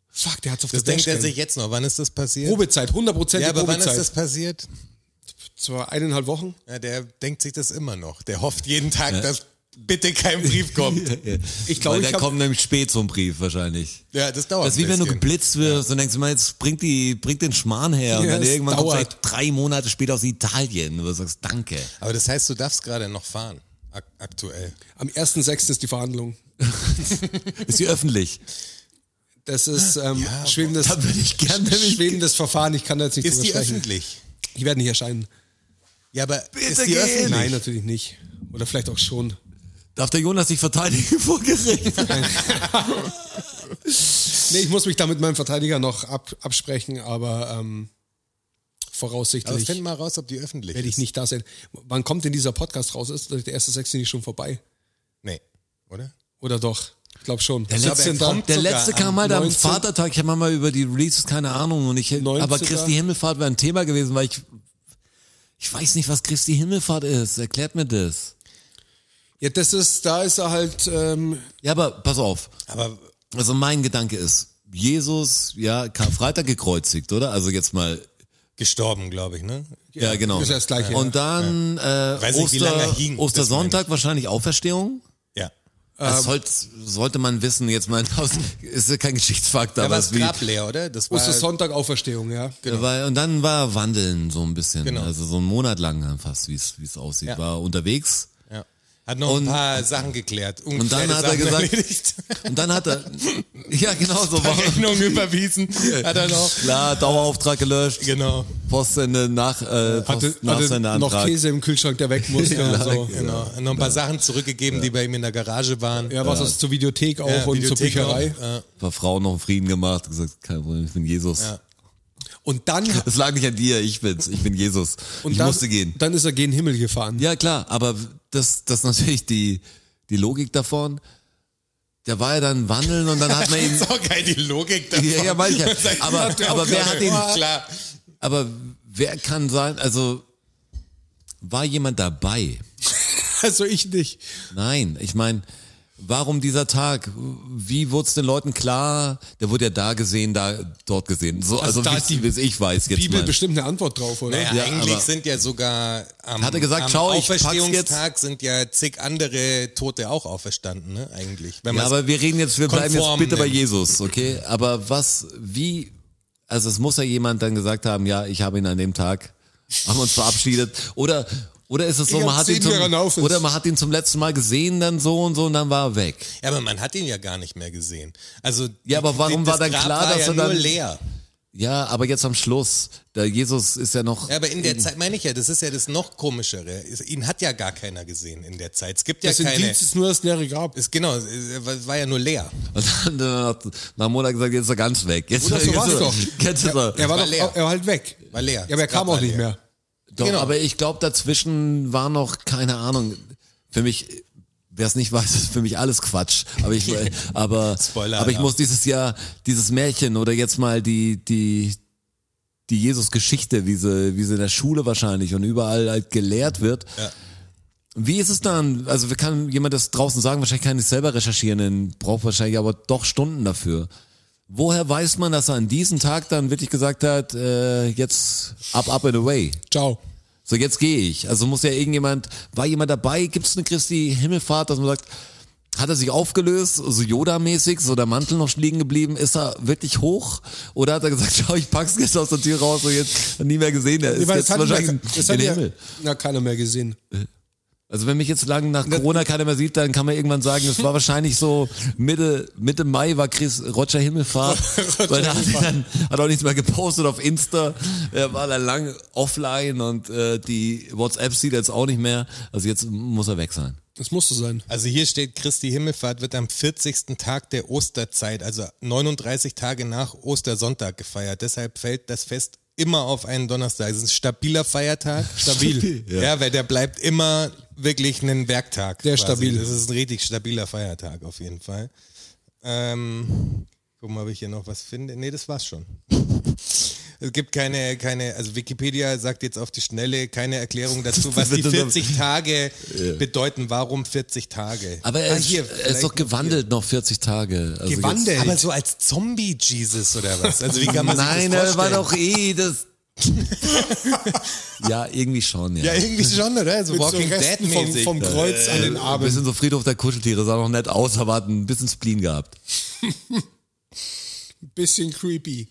Speaker 4: fuck, der hat's auf
Speaker 3: Das
Speaker 4: der
Speaker 3: denkt er
Speaker 4: Dashcam.
Speaker 3: sich jetzt noch. Wann ist das passiert?
Speaker 4: Probezeit, 100%
Speaker 3: ja, aber wann ist
Speaker 4: Probezeit.
Speaker 3: das passiert?
Speaker 4: Zwar eineinhalb Wochen.
Speaker 3: Ja, der denkt sich das immer noch. Der hofft jeden Tag, dass bitte kein
Speaker 2: [LAUGHS]
Speaker 3: Brief kommt.
Speaker 4: Ich glaube,
Speaker 2: Weil
Speaker 4: ich
Speaker 2: der
Speaker 4: hab-
Speaker 2: kommt nämlich spät zum Brief wahrscheinlich.
Speaker 3: Ja, das dauert
Speaker 2: Das ist wie
Speaker 3: ein
Speaker 2: wenn du
Speaker 3: bisschen.
Speaker 2: geblitzt wirst und denkst, du mal, jetzt bringt die, bringt den Schmarrn her. und
Speaker 4: Ja,
Speaker 2: dann
Speaker 4: es
Speaker 2: irgendwann
Speaker 4: dauert.
Speaker 2: kommst du halt drei Monate später aus Italien. Und du sagst, danke.
Speaker 3: Aber das heißt, du darfst gerade noch fahren. Ak aktuell.
Speaker 4: Am 1.6. ist die Verhandlung.
Speaker 2: Ist sie öffentlich?
Speaker 4: Das ist
Speaker 3: Ah,
Speaker 4: ähm, schwebendes,
Speaker 2: da würde ich gerne nämlich-
Speaker 4: schwebendes Verfahren. Ich kann da jetzt nicht
Speaker 3: Ist
Speaker 4: drüber
Speaker 3: die
Speaker 4: sprechen.
Speaker 3: öffentlich?
Speaker 4: Die werden nicht erscheinen.
Speaker 3: Ja, aber ist
Speaker 2: Bitte
Speaker 3: die
Speaker 2: geh
Speaker 3: öffentlich?
Speaker 4: Nein, natürlich nicht. Oder vielleicht auch schon.
Speaker 2: Darf der Jonas sich verteidigen [LAUGHS] vor Gericht?
Speaker 4: Nee, ich muss mich da mit meinem Verteidiger noch ab, absprechen, aber ähm,
Speaker 3: Aber
Speaker 4: voraussichtlich.
Speaker 3: find mal raus, ob die öffentlich
Speaker 4: werde
Speaker 3: ist.
Speaker 4: ich nicht da sein. Wann kommt denn dieser Podcast raus? Ist der erste Sechste nicht schon vorbei?
Speaker 3: Nee, oder?
Speaker 4: Oder doch? Ich glaube schon.
Speaker 2: Der letzte,
Speaker 4: 17.
Speaker 3: kommt
Speaker 2: der
Speaker 3: sogar
Speaker 2: letzte
Speaker 3: am
Speaker 2: kam halt am
Speaker 4: 19.
Speaker 2: Vatertag. Ich habe mal über die Releases keine Ahnung. Und ich, aber
Speaker 4: 19.
Speaker 2: Christi Himmelfahrt wäre ein Thema gewesen, weil ich, ich weiß nicht, was Christi Himmelfahrt ist. Erklärt mir das.
Speaker 4: Ja, das ist, da ist er halt, ähm,
Speaker 2: Ja, aber pass auf.
Speaker 3: Aber
Speaker 2: Also mein Gedanke ist, Jesus, ja, Karfreitag gekreuzigt, oder? Also jetzt mal,
Speaker 3: gestorben, glaube ich, ne?
Speaker 2: ja, genau.
Speaker 4: ist ja das Gleiche,
Speaker 2: Und dann äh,
Speaker 3: Weiß nicht, wie lange er
Speaker 2: Oster,
Speaker 3: hing, das
Speaker 2: Ostersonntag wahrscheinlich Auferstehung.
Speaker 3: Ja.
Speaker 2: Das sollte, sollte man wissen, jetzt mal, [LAUGHS] aus- ist ja kein Geschichtsfakt, aber
Speaker 3: Da war
Speaker 2: es
Speaker 3: das
Speaker 2: ist wie,
Speaker 3: Grab leer, oder? Das war,
Speaker 4: Ostersonntag Auferstehung, ja.
Speaker 2: Weil, und dann war Wandeln so ein bisschen,
Speaker 3: Genau.
Speaker 2: also so einen Monat lang fast, wie es wie es aussieht,
Speaker 3: Ja.
Speaker 2: war unterwegs.
Speaker 3: ja. Hat noch
Speaker 2: Und-
Speaker 3: ein paar Sachen geklärt.
Speaker 2: Und dann
Speaker 3: Ungeklärte
Speaker 2: hat er
Speaker 3: Sachen
Speaker 2: gesagt,
Speaker 3: erledigt. [LAUGHS]
Speaker 2: und dann hat er, [LAUGHS] ja genau so war [LAUGHS]
Speaker 3: Rechnung überwiesen. Hat er noch.
Speaker 2: Klar, Dauerauftrag gelöscht,
Speaker 3: Genau.
Speaker 2: Postende nach, äh, Post,
Speaker 4: Hatte, hatte Also, noch
Speaker 2: Nachsendeantrag.
Speaker 4: Käse im Kühlschrank, der
Speaker 2: [LAUGHS]
Speaker 4: weg musste und so.
Speaker 3: Genau. Hat Noch ein paar Sachen zurückgegeben, die bei ihm in der Garage waren.
Speaker 4: Ja, was aus zur Videothek auch
Speaker 3: Ja,
Speaker 4: und zur
Speaker 3: Videothek noch.
Speaker 4: Bücherei.
Speaker 3: Ja.
Speaker 2: Ein paar Frauen noch einen Frieden gemacht, gesagt, kein Problem, ich bin Jesus.
Speaker 3: Ja.
Speaker 4: Und dann,
Speaker 2: Es lag nicht an dir, ich bin's, ich bin Jesus.
Speaker 4: und
Speaker 2: ich
Speaker 4: dann,
Speaker 2: musste gehen.
Speaker 4: dann ist er gen Himmel gefahren.
Speaker 2: Ja, klar, aber das, das natürlich die, die Logik davon. Der war ja dann wandeln und dann hat man
Speaker 3: [LAUGHS]
Speaker 2: ihn,
Speaker 3: Ist auch geil, die Logik davon.
Speaker 2: Ja, ja, manche.
Speaker 3: Sein-
Speaker 2: Aber-
Speaker 3: Hat der
Speaker 2: aber
Speaker 3: auch
Speaker 2: wer
Speaker 3: gesagt,
Speaker 2: hat ihn-
Speaker 3: "Oh, Klar.
Speaker 2: Aber wer kann sein, also war jemand dabei?
Speaker 4: Also ich nicht.
Speaker 2: Nein, ich meine, Warum dieser Tag? Wie wurde es den Leuten klar? Der wurde ja da gesehen, da dort gesehen. So, also,
Speaker 4: da
Speaker 2: wie
Speaker 4: hat die
Speaker 2: es ich weiß jetzt
Speaker 4: Bibel
Speaker 2: mal.
Speaker 4: bestimmt eine Antwort drauf, oder?
Speaker 3: Naja,
Speaker 2: Ja,
Speaker 3: eigentlich
Speaker 2: aber-
Speaker 3: sind ja sogar am,
Speaker 2: Hat er gesagt,
Speaker 3: am
Speaker 2: schau, ich pack's jetzt.
Speaker 3: Auferstehungstag sind ja zig andere Tote auch auferstanden, ne? Eigentlich. Wenn
Speaker 2: Ja,
Speaker 3: man's-
Speaker 2: aber wir reden jetzt, wir bleiben jetzt
Speaker 3: konform
Speaker 2: bitte bei
Speaker 3: nimmt.
Speaker 2: Jesus, okay? Aber was, wie, also es muss ja jemand dann gesagt haben, ja, ich habe ihn an dem Tag, haben uns verabschiedet. Oder, oder ist es so,
Speaker 4: Ich
Speaker 2: man
Speaker 4: hab
Speaker 2: hat, ihn
Speaker 4: zehn
Speaker 2: zum,
Speaker 4: Jahre Laufes.
Speaker 2: oder man hat ihn zum letzten Mal gesehen, dann so und so und dann war er weg.
Speaker 3: ja, aber man hat ihn ja gar nicht mehr gesehen. Also
Speaker 2: Ja, aber warum
Speaker 3: das
Speaker 2: war dann
Speaker 3: Grab
Speaker 2: klar,
Speaker 3: war
Speaker 2: dass
Speaker 3: ja
Speaker 2: er
Speaker 3: nur
Speaker 2: dann-
Speaker 3: leer?
Speaker 2: Ja, aber jetzt am Schluss, da Jesus ist ja noch,
Speaker 3: Ja, aber in der Zeit meine ich ja, das ist ja das noch komischere. Es- Ihn hat ja gar keiner gesehen in der Zeit. Es gibt ja
Speaker 4: Das
Speaker 3: keine.
Speaker 4: Indiz ist nur das leere Grab.
Speaker 3: Es, genau, es war war ja nur leer.
Speaker 2: [LAUGHS] und dann, dann hat nach einem Monat gesagt, jetzt ist er ganz weg. Jetzt,
Speaker 4: Oder so
Speaker 2: jetzt
Speaker 4: war's
Speaker 2: ist er-
Speaker 4: doch.
Speaker 2: Jetzt ist er.
Speaker 4: Er war,
Speaker 3: war
Speaker 4: doch
Speaker 3: leer.
Speaker 4: er war halt weg.
Speaker 3: War leer.
Speaker 4: Ja, aber er
Speaker 3: Das Grab
Speaker 4: kam auch
Speaker 3: war
Speaker 4: nicht
Speaker 3: leer.
Speaker 4: mehr.
Speaker 2: Doch,
Speaker 3: Genau.
Speaker 2: aber ich glaube, dazwischen war noch, keine Ahnung, für mich, wer es nicht weiß, ist für mich alles Quatsch. Aber ich, aber,
Speaker 3: Spoiler,
Speaker 2: aber ich
Speaker 3: ja.
Speaker 2: muss dieses Jahr, dieses Märchen oder jetzt mal die, die, die Jesus-Geschichte, wie sie, wie sie in der Schule wahrscheinlich und überall halt gelehrt wird. Wie ist es dann? Also, wir kann jemand das draußen sagen, wahrscheinlich kann ich selber recherchieren, dann braucht wahrscheinlich aber doch Stunden dafür. Woher weiß man, dass er an diesem Tag dann wirklich gesagt hat, äh, jetzt up, up and away?
Speaker 4: Ciao.
Speaker 2: So, jetzt gehe ich. Also muss ja irgendjemand, war jemand dabei? Gibt es eine Christi Himmelfahrt, dass man sagt, hat er sich aufgelöst, so Yoda-mäßig, so der Mantel noch liegen geblieben? Ist er wirklich hoch? Oder hat er gesagt, [LAUGHS] schau, ich pack's jetzt aus der Tür raus und jetzt nie mehr gesehen? Er ist
Speaker 4: Weil
Speaker 2: jetzt
Speaker 4: hatten wir-
Speaker 2: wahrscheinlich
Speaker 4: das
Speaker 2: in
Speaker 4: hat
Speaker 2: den
Speaker 4: ja,
Speaker 2: Himmel.
Speaker 4: na, keiner mehr gesehen.
Speaker 2: Also wenn mich jetzt lang nach
Speaker 3: Ne-
Speaker 2: Corona keiner mehr sieht, dann kann man irgendwann sagen, es war wahrscheinlich so Mitte, Mitte Mai war Chris Roger
Speaker 3: [LAUGHS]
Speaker 2: Himmelfahrt, weil da hat er dann hat auch nichts mehr gepostet auf Insta, er war dann lang offline und äh, die WhatsApp sieht er jetzt auch nicht mehr. Also jetzt muss er weg sein.
Speaker 4: Das musste sein.
Speaker 3: Also hier steht, Christi Himmelfahrt wird am 40. Tag der Osterzeit, also 39 Tage nach Ostersonntag gefeiert. Deshalb fällt das Fest immer auf einen Donnerstag. Es ist ein stabiler Feiertag.
Speaker 4: [LAUGHS] Stabil.
Speaker 3: Ja, weil der bleibt immer wirklich einen Werktag.
Speaker 4: Der
Speaker 3: quasi.
Speaker 4: stabil.
Speaker 3: Das ist ein richtig stabiler Feiertag auf jeden Fall. Ähm, gucken, ob ich hier noch was finde. Nee, das war's schon. [LAUGHS] Es gibt keine, keine, also Wikipedia sagt jetzt auf die Schnelle keine Erklärung [LAUGHS] dazu, was die 40 Tage bedeuten. Warum 40 Tage?
Speaker 2: Aber er
Speaker 3: Ah,
Speaker 2: ist,
Speaker 3: hier,
Speaker 2: er ist
Speaker 3: vielleicht
Speaker 2: doch gewandelt noch 40 Tage. Also
Speaker 4: Gewandelt?
Speaker 3: noch- Aber so als Zombie-Jesus oder was? Also wie kann man
Speaker 2: Jetzt,
Speaker 3: sich das
Speaker 2: nein, er war
Speaker 3: vorstellen?
Speaker 2: doch eh
Speaker 3: [LAUGHS]
Speaker 2: das. ja, irgendwie schon, ja.
Speaker 3: Ja, irgendwie schon, oder? So Walking Äh,
Speaker 4: vom,
Speaker 3: Dead-mäßig.
Speaker 4: vom Kreuz an
Speaker 2: ein
Speaker 4: den Abend.
Speaker 2: bisschen so Friedhof der Kuscheltiere, sah noch nett aus, aber hat ein bisschen Spleen gehabt.
Speaker 4: Bisschen creepy.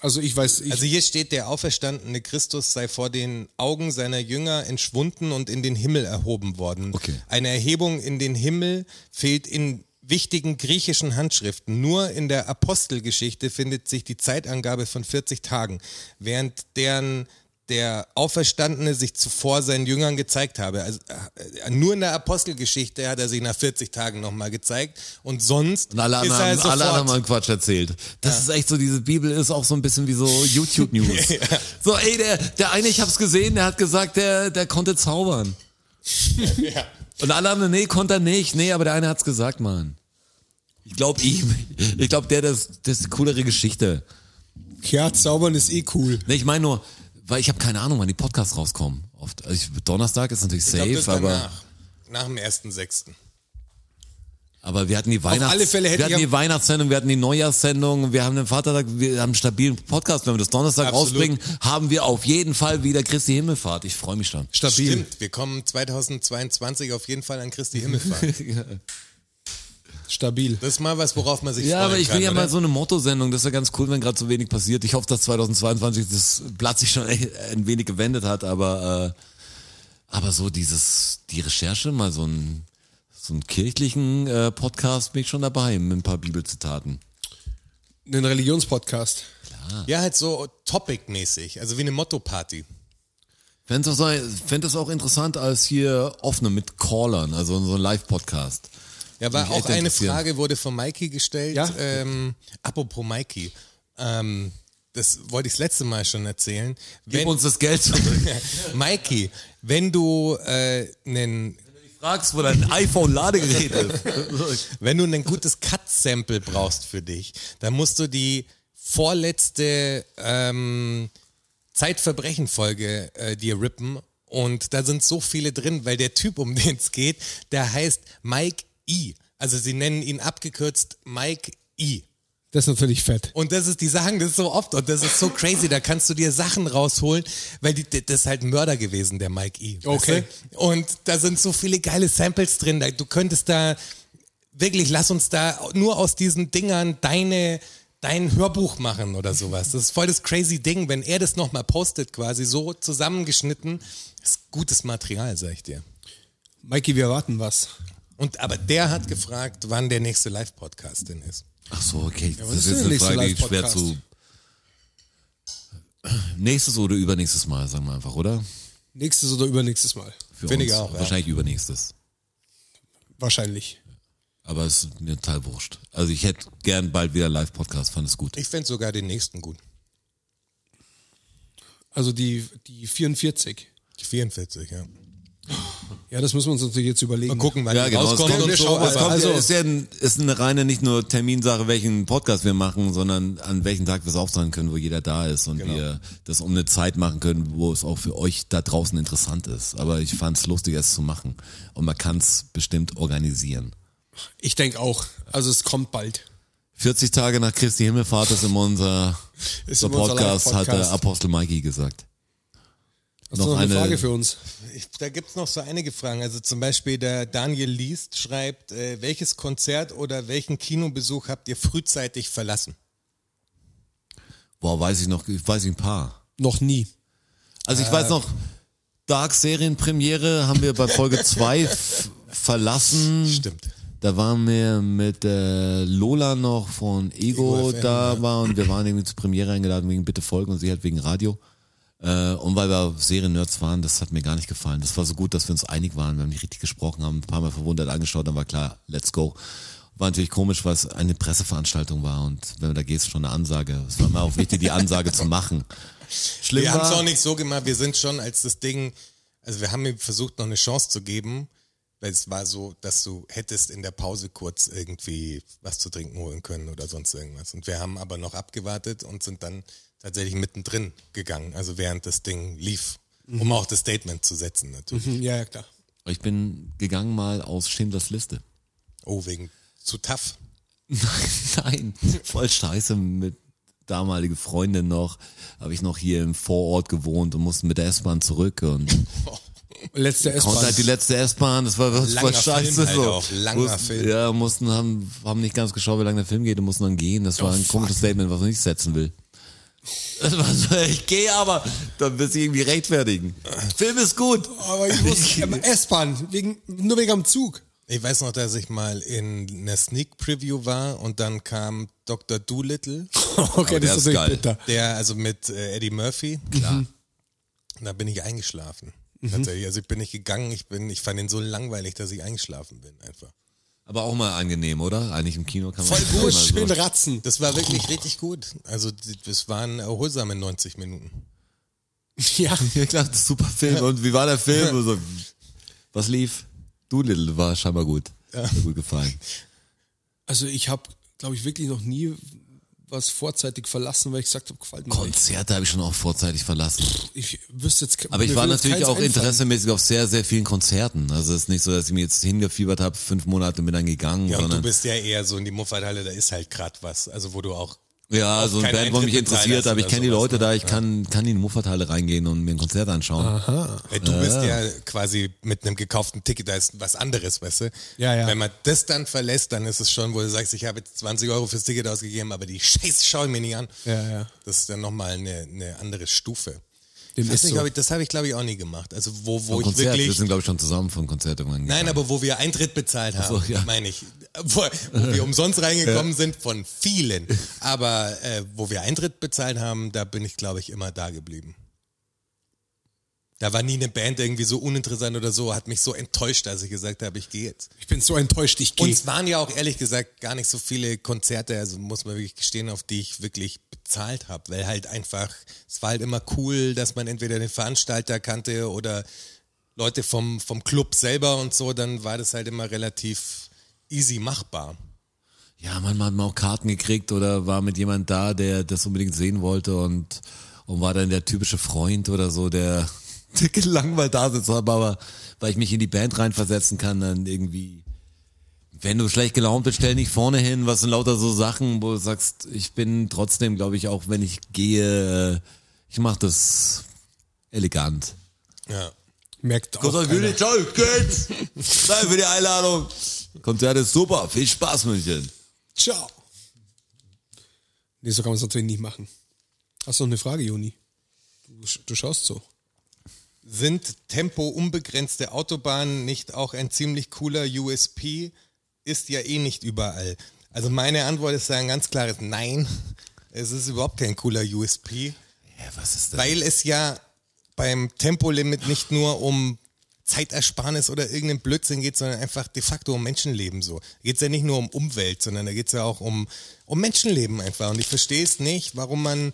Speaker 4: Also ich weiß, ich,
Speaker 3: Also hier steht, der auferstandene Christus sei vor den Augen seiner Jünger entschwunden und in den Himmel erhoben worden.
Speaker 2: Okay.
Speaker 3: Eine Erhebung in den Himmel fehlt in wichtigen griechischen Handschriften. Nur in der Apostelgeschichte findet sich die Zeitangabe von 40 Tagen, während deren der Auferstandene sich zuvor seinen Jüngern gezeigt habe. Also, äh, nur in der Apostelgeschichte hat er sich nach 40 Tagen nochmal gezeigt und sonst
Speaker 2: Und alle
Speaker 3: ist
Speaker 2: anderen,
Speaker 3: er
Speaker 2: haben-
Speaker 3: sofort
Speaker 2: alle anderen haben Quatsch erzählt. Das ist echt so, diese Bibel ist auch so ein bisschen wie so
Speaker 3: [LAUGHS]
Speaker 2: YouTube-News. So, ey, der, der eine, ich hab's gesehen, der hat gesagt, der, der konnte
Speaker 3: [LAUGHS]
Speaker 2: zaubern. Und alle anderen, nee, konnte er nicht. Nee, aber der eine hat's gesagt, Mann. Ich glaub ihm. Ich glaub, der, das, das ist die coolere Geschichte.
Speaker 4: ja, zaubern ist eh cool.
Speaker 2: Nee, ich meine nur, weil ich habe keine Ahnung, wann die Podcasts rauskommen. Oft. Also ich, Donnerstag ist natürlich
Speaker 3: Ich
Speaker 2: safe,
Speaker 3: glaub, das
Speaker 2: aber.
Speaker 3: danach, nach dem 1.6.
Speaker 2: Aber wir hatten die Weihnachts
Speaker 4: alle Fälle hätte
Speaker 2: wir hatten
Speaker 4: ich
Speaker 2: die Weihnachtssendung, wir hatten die Neujahrssendung, wir haben den Vatertag, wir haben einen stabilen Podcast. Wenn wir das Donnerstag
Speaker 3: Absolut.
Speaker 2: rausbringen, haben wir auf jeden Fall wieder Christi Himmelfahrt. Ich freue mich schon.
Speaker 4: Stabil.
Speaker 3: Stimmt, wir kommen 2022 auf jeden Fall an
Speaker 2: [LAUGHS]
Speaker 3: Christi Himmelfahrt.
Speaker 4: Stabil.
Speaker 3: Das ist mal was, worauf man sich
Speaker 2: Ja,
Speaker 3: freuen
Speaker 2: aber ich
Speaker 3: kann,
Speaker 2: will ja
Speaker 3: oder?
Speaker 2: mal so eine Motto-Sendung. Das ist ja ganz cool, wenn gerade so wenig passiert. Ich hoffe, dass 2022 das Blatt sich schon ein wenig gewendet hat, aber, äh, aber so dieses, die Recherche, mal so ein, so einen kirchlichen äh, Podcast bin ich schon dabei mit ein paar Bibelzitaten.
Speaker 4: Einen Religionspodcast.
Speaker 3: Ja, halt so topic-mäßig, also wie eine Motto-Party.
Speaker 2: Fände es fänd das auch interessant als hier offene mit Callern, also so ein Live-Podcast.
Speaker 3: Ja, war
Speaker 2: Mich
Speaker 3: auch
Speaker 2: echt
Speaker 3: eine
Speaker 2: interessieren.
Speaker 3: Frage, wurde von Mikey gestellt.
Speaker 4: Ja?
Speaker 3: Ähm, apropos Mikey, ähm, das wollte ich das letzte Mal schon erzählen.
Speaker 2: Gib
Speaker 3: Wenn,
Speaker 2: uns das Geld zurück.
Speaker 3: [LAUGHS] Mikey, wenn du äh, einen
Speaker 2: Fragst, wo dein iPhone-Ladegerät ist.
Speaker 3: [LAUGHS] Wenn du ein gutes Cut-Sample brauchst für dich, dann musst du die vorletzte ähm, Zeitverbrechen-Folge äh, dir rippen. Und da sind so viele drin, weil der Typ, um den es geht, der heißt Mike I. Also sie nennen ihn abgekürzt Mike E. I.
Speaker 4: Das ist natürlich fett.
Speaker 3: Und das ist, die sagen das so oft und das ist so crazy, da kannst du dir Sachen rausholen, weil die, das ist halt ein Mörder gewesen, der Mike E. weißt
Speaker 4: Okay.
Speaker 3: du? Und da sind so viele geile Samples drin, da, du könntest da, wirklich, lass uns da nur aus diesen Dingern deine, dein Hörbuch machen oder sowas. Das ist voll das crazy Ding, wenn er das nochmal postet quasi, so zusammengeschnitten, das ist gutes Material, sag ich dir.
Speaker 4: Mikey, wir erwarten was.
Speaker 3: Und, aber der hat gefragt, wann der nächste Live-Podcast denn ist.
Speaker 2: Ach so, okay.
Speaker 4: was
Speaker 2: das ist
Speaker 4: ist denn
Speaker 2: jetzt
Speaker 4: der
Speaker 2: eine
Speaker 4: nächste
Speaker 2: Frage, die schwer
Speaker 4: Live-Podcast?
Speaker 2: zu. Nächstes oder übernächstes Mal, sagen wir einfach, oder?
Speaker 4: Nächstes oder übernächstes Mal.
Speaker 2: Für
Speaker 3: Finde
Speaker 2: uns.
Speaker 3: ich auch, ja.
Speaker 2: Wahrscheinlich übernächstes.
Speaker 4: Wahrscheinlich.
Speaker 2: Aber es ist mir total wurscht. Also ich hätte gern bald wieder einen Live-Podcast, fand es gut.
Speaker 3: Ich fände sogar den nächsten gut.
Speaker 4: Also die, die 44.
Speaker 3: Die 44, ja.
Speaker 4: Ja, das müssen wir uns natürlich jetzt überlegen.
Speaker 3: Mal gucken, wann
Speaker 2: Ja,
Speaker 3: die
Speaker 2: genau. Es
Speaker 3: rauskommt
Speaker 2: kommt,
Speaker 3: und so.
Speaker 2: es
Speaker 3: aber-
Speaker 2: kommt,
Speaker 3: also,
Speaker 2: also, ist, ja ein, ist eine reine nicht nur Terminsache, welchen Podcast wir machen, sondern an welchem Tag wir es aufzahlen können, wo jeder da ist
Speaker 4: Genau.
Speaker 2: und wir das um eine Zeit machen können, wo es auch für euch da draußen interessant ist. Aber ich fand es lustig, es zu machen. Und man kann es bestimmt organisieren.
Speaker 4: Ich denke auch. Also es kommt bald.
Speaker 2: 40 Tage nach Christi Himmelfahrt ist immer unser,
Speaker 4: [LAUGHS] Ist
Speaker 2: unser
Speaker 4: immer unser
Speaker 2: Podcast, hat der
Speaker 4: Live-Podcast.
Speaker 2: Apostel Mikey gesagt.
Speaker 4: Hast du noch eine, Frage für uns?
Speaker 3: ich, da gibt's noch so einige Fragen. Also zum Beispiel der Daniel Liest schreibt, äh, welches Konzert oder welchen Kinobesuch habt ihr frühzeitig verlassen?
Speaker 2: Boah, weiß ich noch, ich weiß ich ein paar.
Speaker 4: Noch nie.
Speaker 2: Also ich weiß noch, Dark Serienpremiere haben wir bei Folge [LAUGHS] 2 verlassen.
Speaker 3: Stimmt.
Speaker 2: Da waren wir mit äh, Lola noch von Ego,
Speaker 3: Ego FM,
Speaker 2: da
Speaker 3: ja.
Speaker 2: war und wir waren irgendwie zur Premiere eingeladen wegen Bitte Folgen und sie hat wegen Radio. Äh, und weil wir Serien-Nerds waren, das hat mir gar nicht gefallen. Das war so gut, dass wir uns einig waren. Wir haben nicht richtig gesprochen, haben ein paar Mal verwundert angeschaut, dann war klar, let's go. War natürlich komisch, weil es eine Presseveranstaltung war und wenn du da gehst, schon eine Ansage. Es war mir auch wichtig, die Ansage zu machen. Schlimm
Speaker 3: Wir
Speaker 2: war,
Speaker 3: haben's auch nicht so gemacht. Wir sind schon, als das Ding, also wir haben ihm versucht, noch eine Chance zu geben, weil es war so, dass du hättest in der Pause kurz irgendwie was zu trinken holen können oder sonst irgendwas. Und wir haben aber noch abgewartet und sind dann tatsächlich mittendrin gegangen, also während das Ding lief,
Speaker 2: Mhm.
Speaker 3: um auch das Statement zu setzen natürlich.
Speaker 4: Hm, Ja, ja, klar.
Speaker 2: Ich bin gegangen mal aus Schindlers Liste.
Speaker 3: Oh, wegen zu tough.
Speaker 2: [LAUGHS] Nein, voll scheiße mit damalige Freundin noch. Habe ich noch hier im Vorort gewohnt und musste mit der S-Bahn zurück
Speaker 3: [LAUGHS]
Speaker 2: und
Speaker 4: Letzte
Speaker 2: konnte halt die
Speaker 4: S-Bahn.
Speaker 2: letzte S-Bahn, das war, das
Speaker 3: Langer
Speaker 2: war scheiße
Speaker 3: Film halt
Speaker 2: so.
Speaker 3: auch, langer
Speaker 2: mussten,
Speaker 3: Film.
Speaker 2: Ja, mussten haben, haben nicht ganz geschaut, wie lange der Film geht und mussten dann gehen. Das war ein komisches Statement, was man nicht setzen will. Das war so, ich gehe aber, dann willst du irgendwie rechtfertigen. Film ist gut.
Speaker 4: Aber ich muss Ja, S-Bahn, wegen, nur wegen am Zug.
Speaker 3: Ich weiß noch, dass ich mal in einer Sneak Preview war und dann kam Dr. Doolittle,
Speaker 2: der
Speaker 4: Okay, das ist
Speaker 2: ist
Speaker 4: natürlich
Speaker 2: geil.
Speaker 4: bitter.
Speaker 3: der also mit äh, Eddie Murphy. Klar. Und da bin ich eingeschlafen. Tatsächlich. Also ich bin nicht gegangen, ich bin, ich fand ihn so langweilig, dass ich eingeschlafen bin einfach.
Speaker 2: Aber auch mal angenehm, oder? Eigentlich im Kino kann man [LAUGHS]
Speaker 4: Voll
Speaker 2: das
Speaker 4: gut,
Speaker 2: mal so-
Speaker 4: schön ratzen. [LAUGHS]
Speaker 3: Das war wirklich richtig gut. Also die- das waren erholsame 90 Minuten.
Speaker 4: Ja.
Speaker 2: Ja klar, das ist ein super Film. Und wie war der Film? Und so, was lief? Doolittle war scheinbar gut. Hat mir gut gefallen.
Speaker 4: Also ich habe, glaube ich, wirklich noch nie was vorzeitig verlassen, weil ich gesagt habe, gefällt mir nicht.
Speaker 2: Konzerte habe ich schon auch vorzeitig verlassen.
Speaker 4: Ich wüsste jetzt
Speaker 2: Aber ich
Speaker 4: mir
Speaker 2: war
Speaker 4: würde jetzt
Speaker 2: natürlich
Speaker 4: keins
Speaker 2: auch
Speaker 4: einfallen.
Speaker 2: interessemäßig auf sehr, sehr vielen Konzerten. Also es ist nicht so, dass ich mir jetzt hingefiebert habe, fünf Monate bin dann gegangen,
Speaker 3: Ja, und du
Speaker 2: sondern
Speaker 3: bist ja eher so in die Mufferthalle, da ist halt grad was. Also wo du auch
Speaker 2: ja,
Speaker 3: auf
Speaker 2: so ein
Speaker 3: keinen
Speaker 2: Band, wo mich
Speaker 3: Eintritt bezahlt
Speaker 2: interessiert,
Speaker 3: hast
Speaker 2: aber ich
Speaker 3: oder
Speaker 2: kenne die
Speaker 3: sowas,
Speaker 2: Leute
Speaker 3: ne?
Speaker 2: da, ich kann, kann in die Mufferteile reingehen und mir ein Konzert anschauen.
Speaker 3: Weil du bist ja quasi mit einem gekauften Ticket, da ist was anderes, weißt du?
Speaker 4: Ja, ja.
Speaker 3: Wenn man das dann verlässt, dann ist es schon, wo du sagst, ich habe jetzt 20 Euro fürs Ticket ausgegeben, aber die Scheiße schaue ich mir nicht an.
Speaker 4: Ja, ja.
Speaker 3: Das ist dann nochmal eine, eine andere Stufe.
Speaker 4: Dem
Speaker 3: Ich weiß
Speaker 4: ist
Speaker 3: nicht,
Speaker 4: so.
Speaker 3: ob ich, das habe ich glaube ich auch nie gemacht. Also wo, wo
Speaker 2: Vom
Speaker 3: ich
Speaker 2: Konzert, wir
Speaker 3: wirklich...
Speaker 2: sind glaube ich schon zusammen von Konzert irgendwann
Speaker 3: Nein,
Speaker 2: gegangen.
Speaker 3: aber wo wir Eintritt bezahlt haben,
Speaker 2: so, ja.
Speaker 3: meine ich. Wo, wo wir umsonst reingekommen sind von vielen. Aber äh, wo wir Eintritt bezahlt haben, da bin ich, glaube ich, immer da geblieben. Da war nie eine Band irgendwie so uninteressant oder so, hat mich so enttäuscht, dass ich gesagt habe, ich gehe jetzt.
Speaker 4: Ich bin so enttäuscht, ich
Speaker 3: Und
Speaker 4: gehe.
Speaker 3: es waren ja auch ehrlich gesagt gar nicht so viele Konzerte, also muss man wirklich gestehen, auf die ich wirklich bezahlt habe, weil halt einfach, es war halt immer cool, dass man entweder den Veranstalter kannte oder Leute vom, vom Club selber und so, dann war das halt immer relativ easy machbar.
Speaker 2: ja, manchmal hat man auch Karten gekriegt oder war mit jemand da, der das unbedingt sehen wollte und, und war dann der typische Freund oder so, der, [LAUGHS] der gelangweilt da sitzt, aber weil ich mich in die Band reinversetzen kann, dann irgendwie Wenn du schlecht gelaunt bist, stell dich vorne hin. Was sind lauter so Sachen, wo du sagst, ich bin trotzdem, glaube ich, auch wenn ich gehe, äh, ich mache das elegant.
Speaker 3: Ja.
Speaker 4: Merkt auch
Speaker 2: Großer
Speaker 4: keiner.
Speaker 2: Güte, ciao, geht's. Danke für die Einladung. Konzert ist super. Viel Spaß, München.
Speaker 4: Ciao. Nee, so kann man es natürlich nicht machen. Hast du noch eine Frage, Joni? Du, sch- du schaust so.
Speaker 3: Sind Tempo unbegrenzte Autobahnen nicht auch ein ziemlich cooler USP? Ist ja eh nicht überall. Also meine Antwort ist da ein ganz klares Nein. Es ist überhaupt kein cooler USP,
Speaker 2: Ja, was ist das?
Speaker 3: weil es ja beim Tempolimit nicht nur um Zeitersparnis oder irgendeinen Blödsinn geht, sondern einfach de facto um Menschenleben so. Da geht es ja nicht nur um Umwelt, sondern da geht es ja auch um, um Menschenleben einfach. Und ich verstehe es nicht, warum man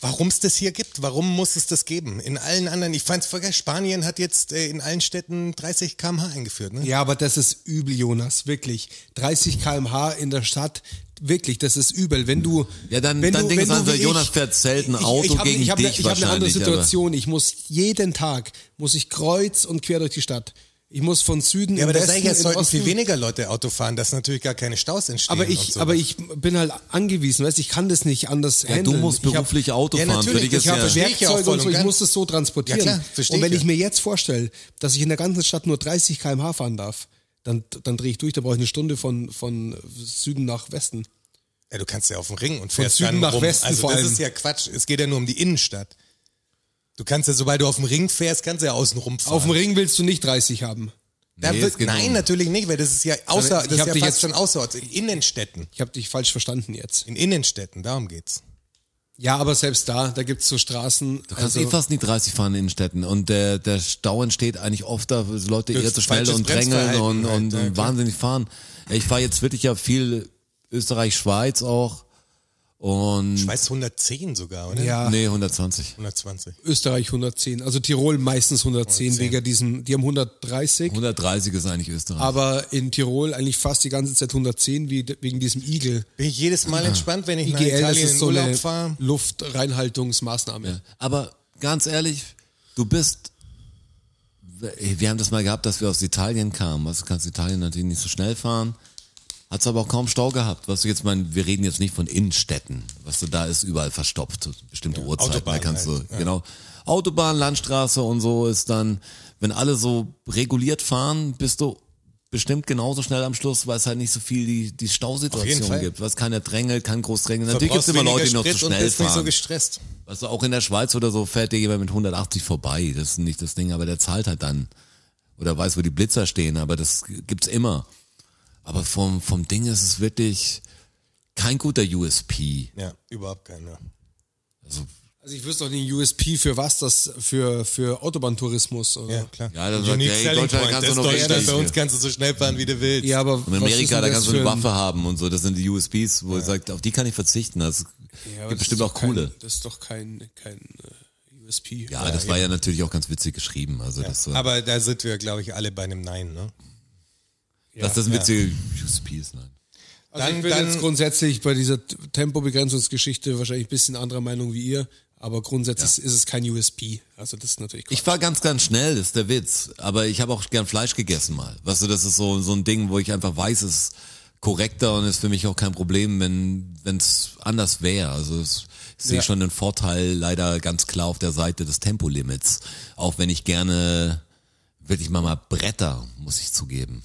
Speaker 3: warum es das hier gibt. Warum muss es das geben? In allen anderen, ich fand's voll geil, Spanien hat jetzt äh, in allen Städten 30 km/h eingeführt. Ne?
Speaker 4: Ja, aber das ist übel, Jonas, wirklich. 30 km/h in der Stadt, wirklich, das ist übel. Wenn du.
Speaker 2: Ja, dann-
Speaker 4: wenn
Speaker 2: dann
Speaker 4: du,
Speaker 2: denk es
Speaker 4: wenn
Speaker 2: an,
Speaker 4: du wie
Speaker 2: der Jonas fährt selten Auto
Speaker 4: hab- ne,
Speaker 2: gegen
Speaker 4: ich hab,
Speaker 2: dich
Speaker 4: Ich habe eine andere
Speaker 2: wahrscheinlich, aber-
Speaker 4: Situation. Ich muss jeden Tag, muss ich kreuz und quer durch die Stadt. Ich muss von Süden
Speaker 3: Ja,
Speaker 4: in
Speaker 3: aber das
Speaker 4: Westen,
Speaker 3: sage ich jetzt,
Speaker 4: in
Speaker 3: sollten viel
Speaker 4: Osten-
Speaker 3: weniger Leute Auto fahren, dass natürlich gar keine Staus entstehen.
Speaker 4: Aber
Speaker 3: und
Speaker 4: ich,
Speaker 3: so.
Speaker 4: aber ich bin halt angewiesen, weißt ich kann das nicht anders
Speaker 2: ja, du
Speaker 4: handeln.
Speaker 2: musst
Speaker 4: ich hab-
Speaker 2: beruflich Auto
Speaker 3: Ja,
Speaker 2: fahren.
Speaker 3: natürlich,
Speaker 2: Für dich ist
Speaker 3: ich hab
Speaker 2: ja,
Speaker 3: verstanden. Verstehe ich ja auch
Speaker 4: Werkzeuge
Speaker 3: voll
Speaker 4: und so,
Speaker 3: und
Speaker 4: ich
Speaker 3: ganz.
Speaker 4: muss das so transportieren.
Speaker 3: Ja, klar, verstehe
Speaker 4: und wenn
Speaker 3: ich
Speaker 4: ich mir jetzt vorstelle, dass ich in der ganzen Stadt nur 30 km/h fahren darf, dann, dann drehe ich durch, da brauche ich eine Stunde von, von Süden nach Westen.
Speaker 3: ja, du kannst ja auf den Ring und fährst
Speaker 4: Süden
Speaker 3: dann
Speaker 4: nach
Speaker 3: rum.
Speaker 4: Westen
Speaker 3: also
Speaker 4: vor
Speaker 3: das
Speaker 4: allem.
Speaker 3: ist ja Quatsch. Es geht ja nur um die Innenstadt. Du kannst ja, sobald du auf dem Ring fährst, kannst du ja außen rumfahren.
Speaker 4: Auf dem Ring willst du nicht 30 haben.
Speaker 3: da
Speaker 2: Nee,
Speaker 3: wird,
Speaker 2: es geht
Speaker 3: nein,
Speaker 2: um-
Speaker 3: natürlich nicht, weil das ist ja
Speaker 4: Aber
Speaker 3: außer,
Speaker 4: ich
Speaker 3: das
Speaker 4: hab
Speaker 3: ist ja
Speaker 4: dich
Speaker 3: fast
Speaker 4: jetzt-
Speaker 3: schon außerorts. In Innenstädten.
Speaker 4: Ich habe dich falsch verstanden jetzt.
Speaker 3: In Innenstädten, darum geht's.
Speaker 4: Ja, aber selbst da, da gibt's so Straßen. Also,
Speaker 2: Du kannst
Speaker 3: Also-
Speaker 2: eh fast nie 30 fahren in den Städten und der, der Stau entsteht eigentlich oft, da sind Leute eher zu schnell
Speaker 3: falsches
Speaker 2: und drängeln und,
Speaker 3: Bremsverhalten halt,
Speaker 2: und,
Speaker 3: ja,
Speaker 2: und
Speaker 3: klar.
Speaker 2: wahnsinnig fahren. Ja, Ich fahre jetzt wirklich ja viel Österreich, Schweiz auch und
Speaker 3: Ich weiß 110 sogar, oder?
Speaker 4: ja,
Speaker 2: nee 120,
Speaker 3: 120.
Speaker 4: Österreich 110, also Tirol meistens 110,
Speaker 3: 110.
Speaker 4: wegen diesem, die haben 130.
Speaker 2: 130 ist eigentlich Österreich.
Speaker 4: aber in Tirol eigentlich fast die ganze Zeit 110 wie, wegen diesem Igel.
Speaker 3: Bin ich jedes Mal entspannt, wenn ich nach
Speaker 4: IGL, das
Speaker 3: Italien
Speaker 4: ist
Speaker 3: in
Speaker 4: so
Speaker 3: Urlaub
Speaker 4: eine
Speaker 3: fahre.
Speaker 4: Luftreinhaltungsmaßnahme.
Speaker 2: Ja. Aber ganz ehrlich, du bist. Wir haben das mal gehabt, dass wir aus Italien kamen. Also kannst Italien natürlich nicht so schnell fahren. Hat's aber auch kaum Stau gehabt. Was du jetzt meinen, wir reden jetzt nicht von Innenstädten. Was du da ist überall verstopft. Bestimmte Uhrzeiten.
Speaker 3: Autobahn
Speaker 2: da kannst
Speaker 3: halt,
Speaker 2: du, genau. Autobahn, Landstraße und so ist dann, wenn alle so reguliert fahren, bist du bestimmt genauso schnell am Schluss, weil es halt nicht so viel die, die Stausituation
Speaker 3: Fall.
Speaker 2: gibt. Was keiner drängelt, kann groß drängeln. Natürlich gibt's immer
Speaker 3: Verbrauchst
Speaker 2: Leute, die noch zu
Speaker 3: weniger Sprit und
Speaker 2: schnell
Speaker 3: bist nicht so
Speaker 2: fahren.
Speaker 3: gestresst.
Speaker 2: Weißt du, auch in der Schweiz oder so fährt dir jemand mit 180 vorbei. Das ist nicht das Ding, aber der zahlt halt dann. Oder weiß, wo die Blitzer stehen, aber das gibt's immer. Aber vom, vom Ding ist es wirklich kein guter USP.
Speaker 3: Ja, überhaupt keiner.
Speaker 4: Also ich wüsste doch den USP für was, das für, für Autobahntourismus oder?
Speaker 3: Ja, klar.
Speaker 2: Ja, das sagt
Speaker 3: Unique
Speaker 2: er, in
Speaker 3: selling
Speaker 2: Deutschland
Speaker 3: point,
Speaker 2: kannst du
Speaker 3: das
Speaker 2: noch
Speaker 3: ist Deutschland,
Speaker 2: richtig.
Speaker 3: Bei uns kannst du so schnell fahren, wie du willst.
Speaker 4: Ja, aber
Speaker 2: Und in
Speaker 4: was ist
Speaker 2: Amerika,
Speaker 4: denn
Speaker 2: da
Speaker 4: das
Speaker 2: kannst du
Speaker 4: für
Speaker 2: eine
Speaker 4: ein-
Speaker 2: Waffe haben und so. Das sind die USPs, wo ich sagt, auf die kann ich verzichten. Das
Speaker 4: Ja, aber
Speaker 2: gibt
Speaker 4: das
Speaker 2: bestimmt
Speaker 4: ist
Speaker 2: auch
Speaker 4: doch kein-
Speaker 2: coole.
Speaker 4: Das ist doch kein, kein äh, USP.
Speaker 2: ja, das war ja natürlich auch ganz witzig geschrieben. Also das, war-
Speaker 3: Aber da sind wir, glaube ich, alle bei einem Nein. Ne?
Speaker 2: dass das ein witzige USP ist, nein.
Speaker 4: Also
Speaker 3: Dann-
Speaker 4: ich bin
Speaker 3: dann-
Speaker 4: jetzt grundsätzlich bei dieser T- Tempobegrenzungsgeschichte wahrscheinlich ein bisschen anderer Meinung wie ihr, aber grundsätzlich ist es kein USP. Also das ist natürlich
Speaker 2: Ich war ganz, ganz schnell, das ist der Witz. Aber ich habe auch gern Fleisch gegessen mal. Weißt du, das ist so, so ein Ding, wo ich einfach weiß, es ist korrekter und ist für mich auch kein Problem, wenn wenn's anders wäre. Also es, ich sehe
Speaker 4: Ja.
Speaker 2: schon den Vorteil leider ganz klar auf der Seite des Tempolimits. Auch wenn ich gerne, wirklich mal mal Bretter, muss ich zugeben.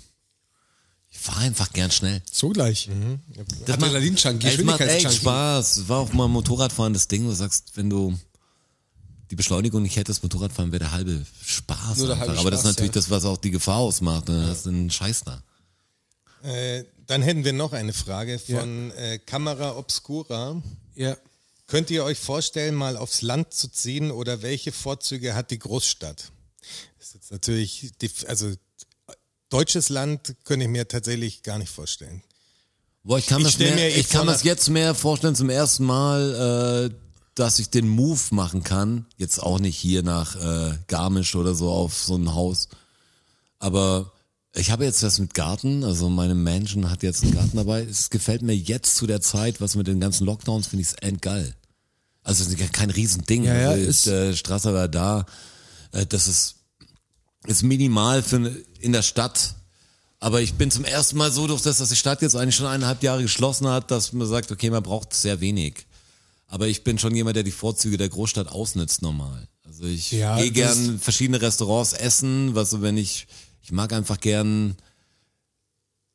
Speaker 2: Ich fahre einfach gern schnell.
Speaker 4: so gleich.
Speaker 2: Mhm. Das macht-
Speaker 4: Adrenalin-Junkie,
Speaker 2: Es macht echt
Speaker 4: Geschwindigkeits-Junkie.
Speaker 2: Spaß. Es War auch mal Motorradfahren das Ding, wo du sagst, wenn du die Beschleunigung nicht hättest, Motorradfahren wäre der halbe Spaß.
Speaker 4: Nur der
Speaker 2: einfach.
Speaker 4: halbe
Speaker 2: Aber das ist
Speaker 4: Spaß,
Speaker 2: natürlich
Speaker 4: ja.
Speaker 2: das, was auch die Gefahr ausmacht. Ne? Das ist ein Scheiß da.
Speaker 3: Äh, dann hätten wir noch eine Frage von äh, Kamera Obscura.
Speaker 4: Ja.
Speaker 3: Könnt ihr euch vorstellen, mal aufs Land zu ziehen oder welche Vorzüge hat die Großstadt? Das ist jetzt natürlich, die, also deutsches Land könnte ich mir tatsächlich gar nicht vorstellen.
Speaker 2: Boah, ich kann,
Speaker 3: Ich
Speaker 2: das,
Speaker 3: stell
Speaker 2: mehr,
Speaker 3: mir eh
Speaker 2: ich kann
Speaker 3: vor,
Speaker 2: das jetzt mehr vorstellen zum ersten Mal, äh, dass ich den Move machen kann. Jetzt auch nicht hier nach äh, Garmisch oder so auf so ein Haus. Aber ich habe jetzt das mit Garten, also meine Mansion hat jetzt einen Garten dabei. Es gefällt mir jetzt zu der Zeit, was mit den ganzen Lockdowns finde ich es endgeil. Also es ist ja kein Riesending.
Speaker 4: Ja, ja,
Speaker 2: also
Speaker 4: ist-
Speaker 2: der Strasser war da. Äh, Das ist, ist minimal für in der Stadt Aber ich bin zum ersten Mal so durch das, dass die Stadt jetzt eigentlich schon eineinhalb Jahre geschlossen hat, dass man sagt, okay, man braucht sehr wenig. Aber ich bin schon jemand, der die Vorzüge der Großstadt ausnutzt normal. Also ich
Speaker 4: Ja,
Speaker 2: gehe
Speaker 4: das-
Speaker 2: gern verschiedene Restaurants essen, was so wenn ich, ich mag einfach gern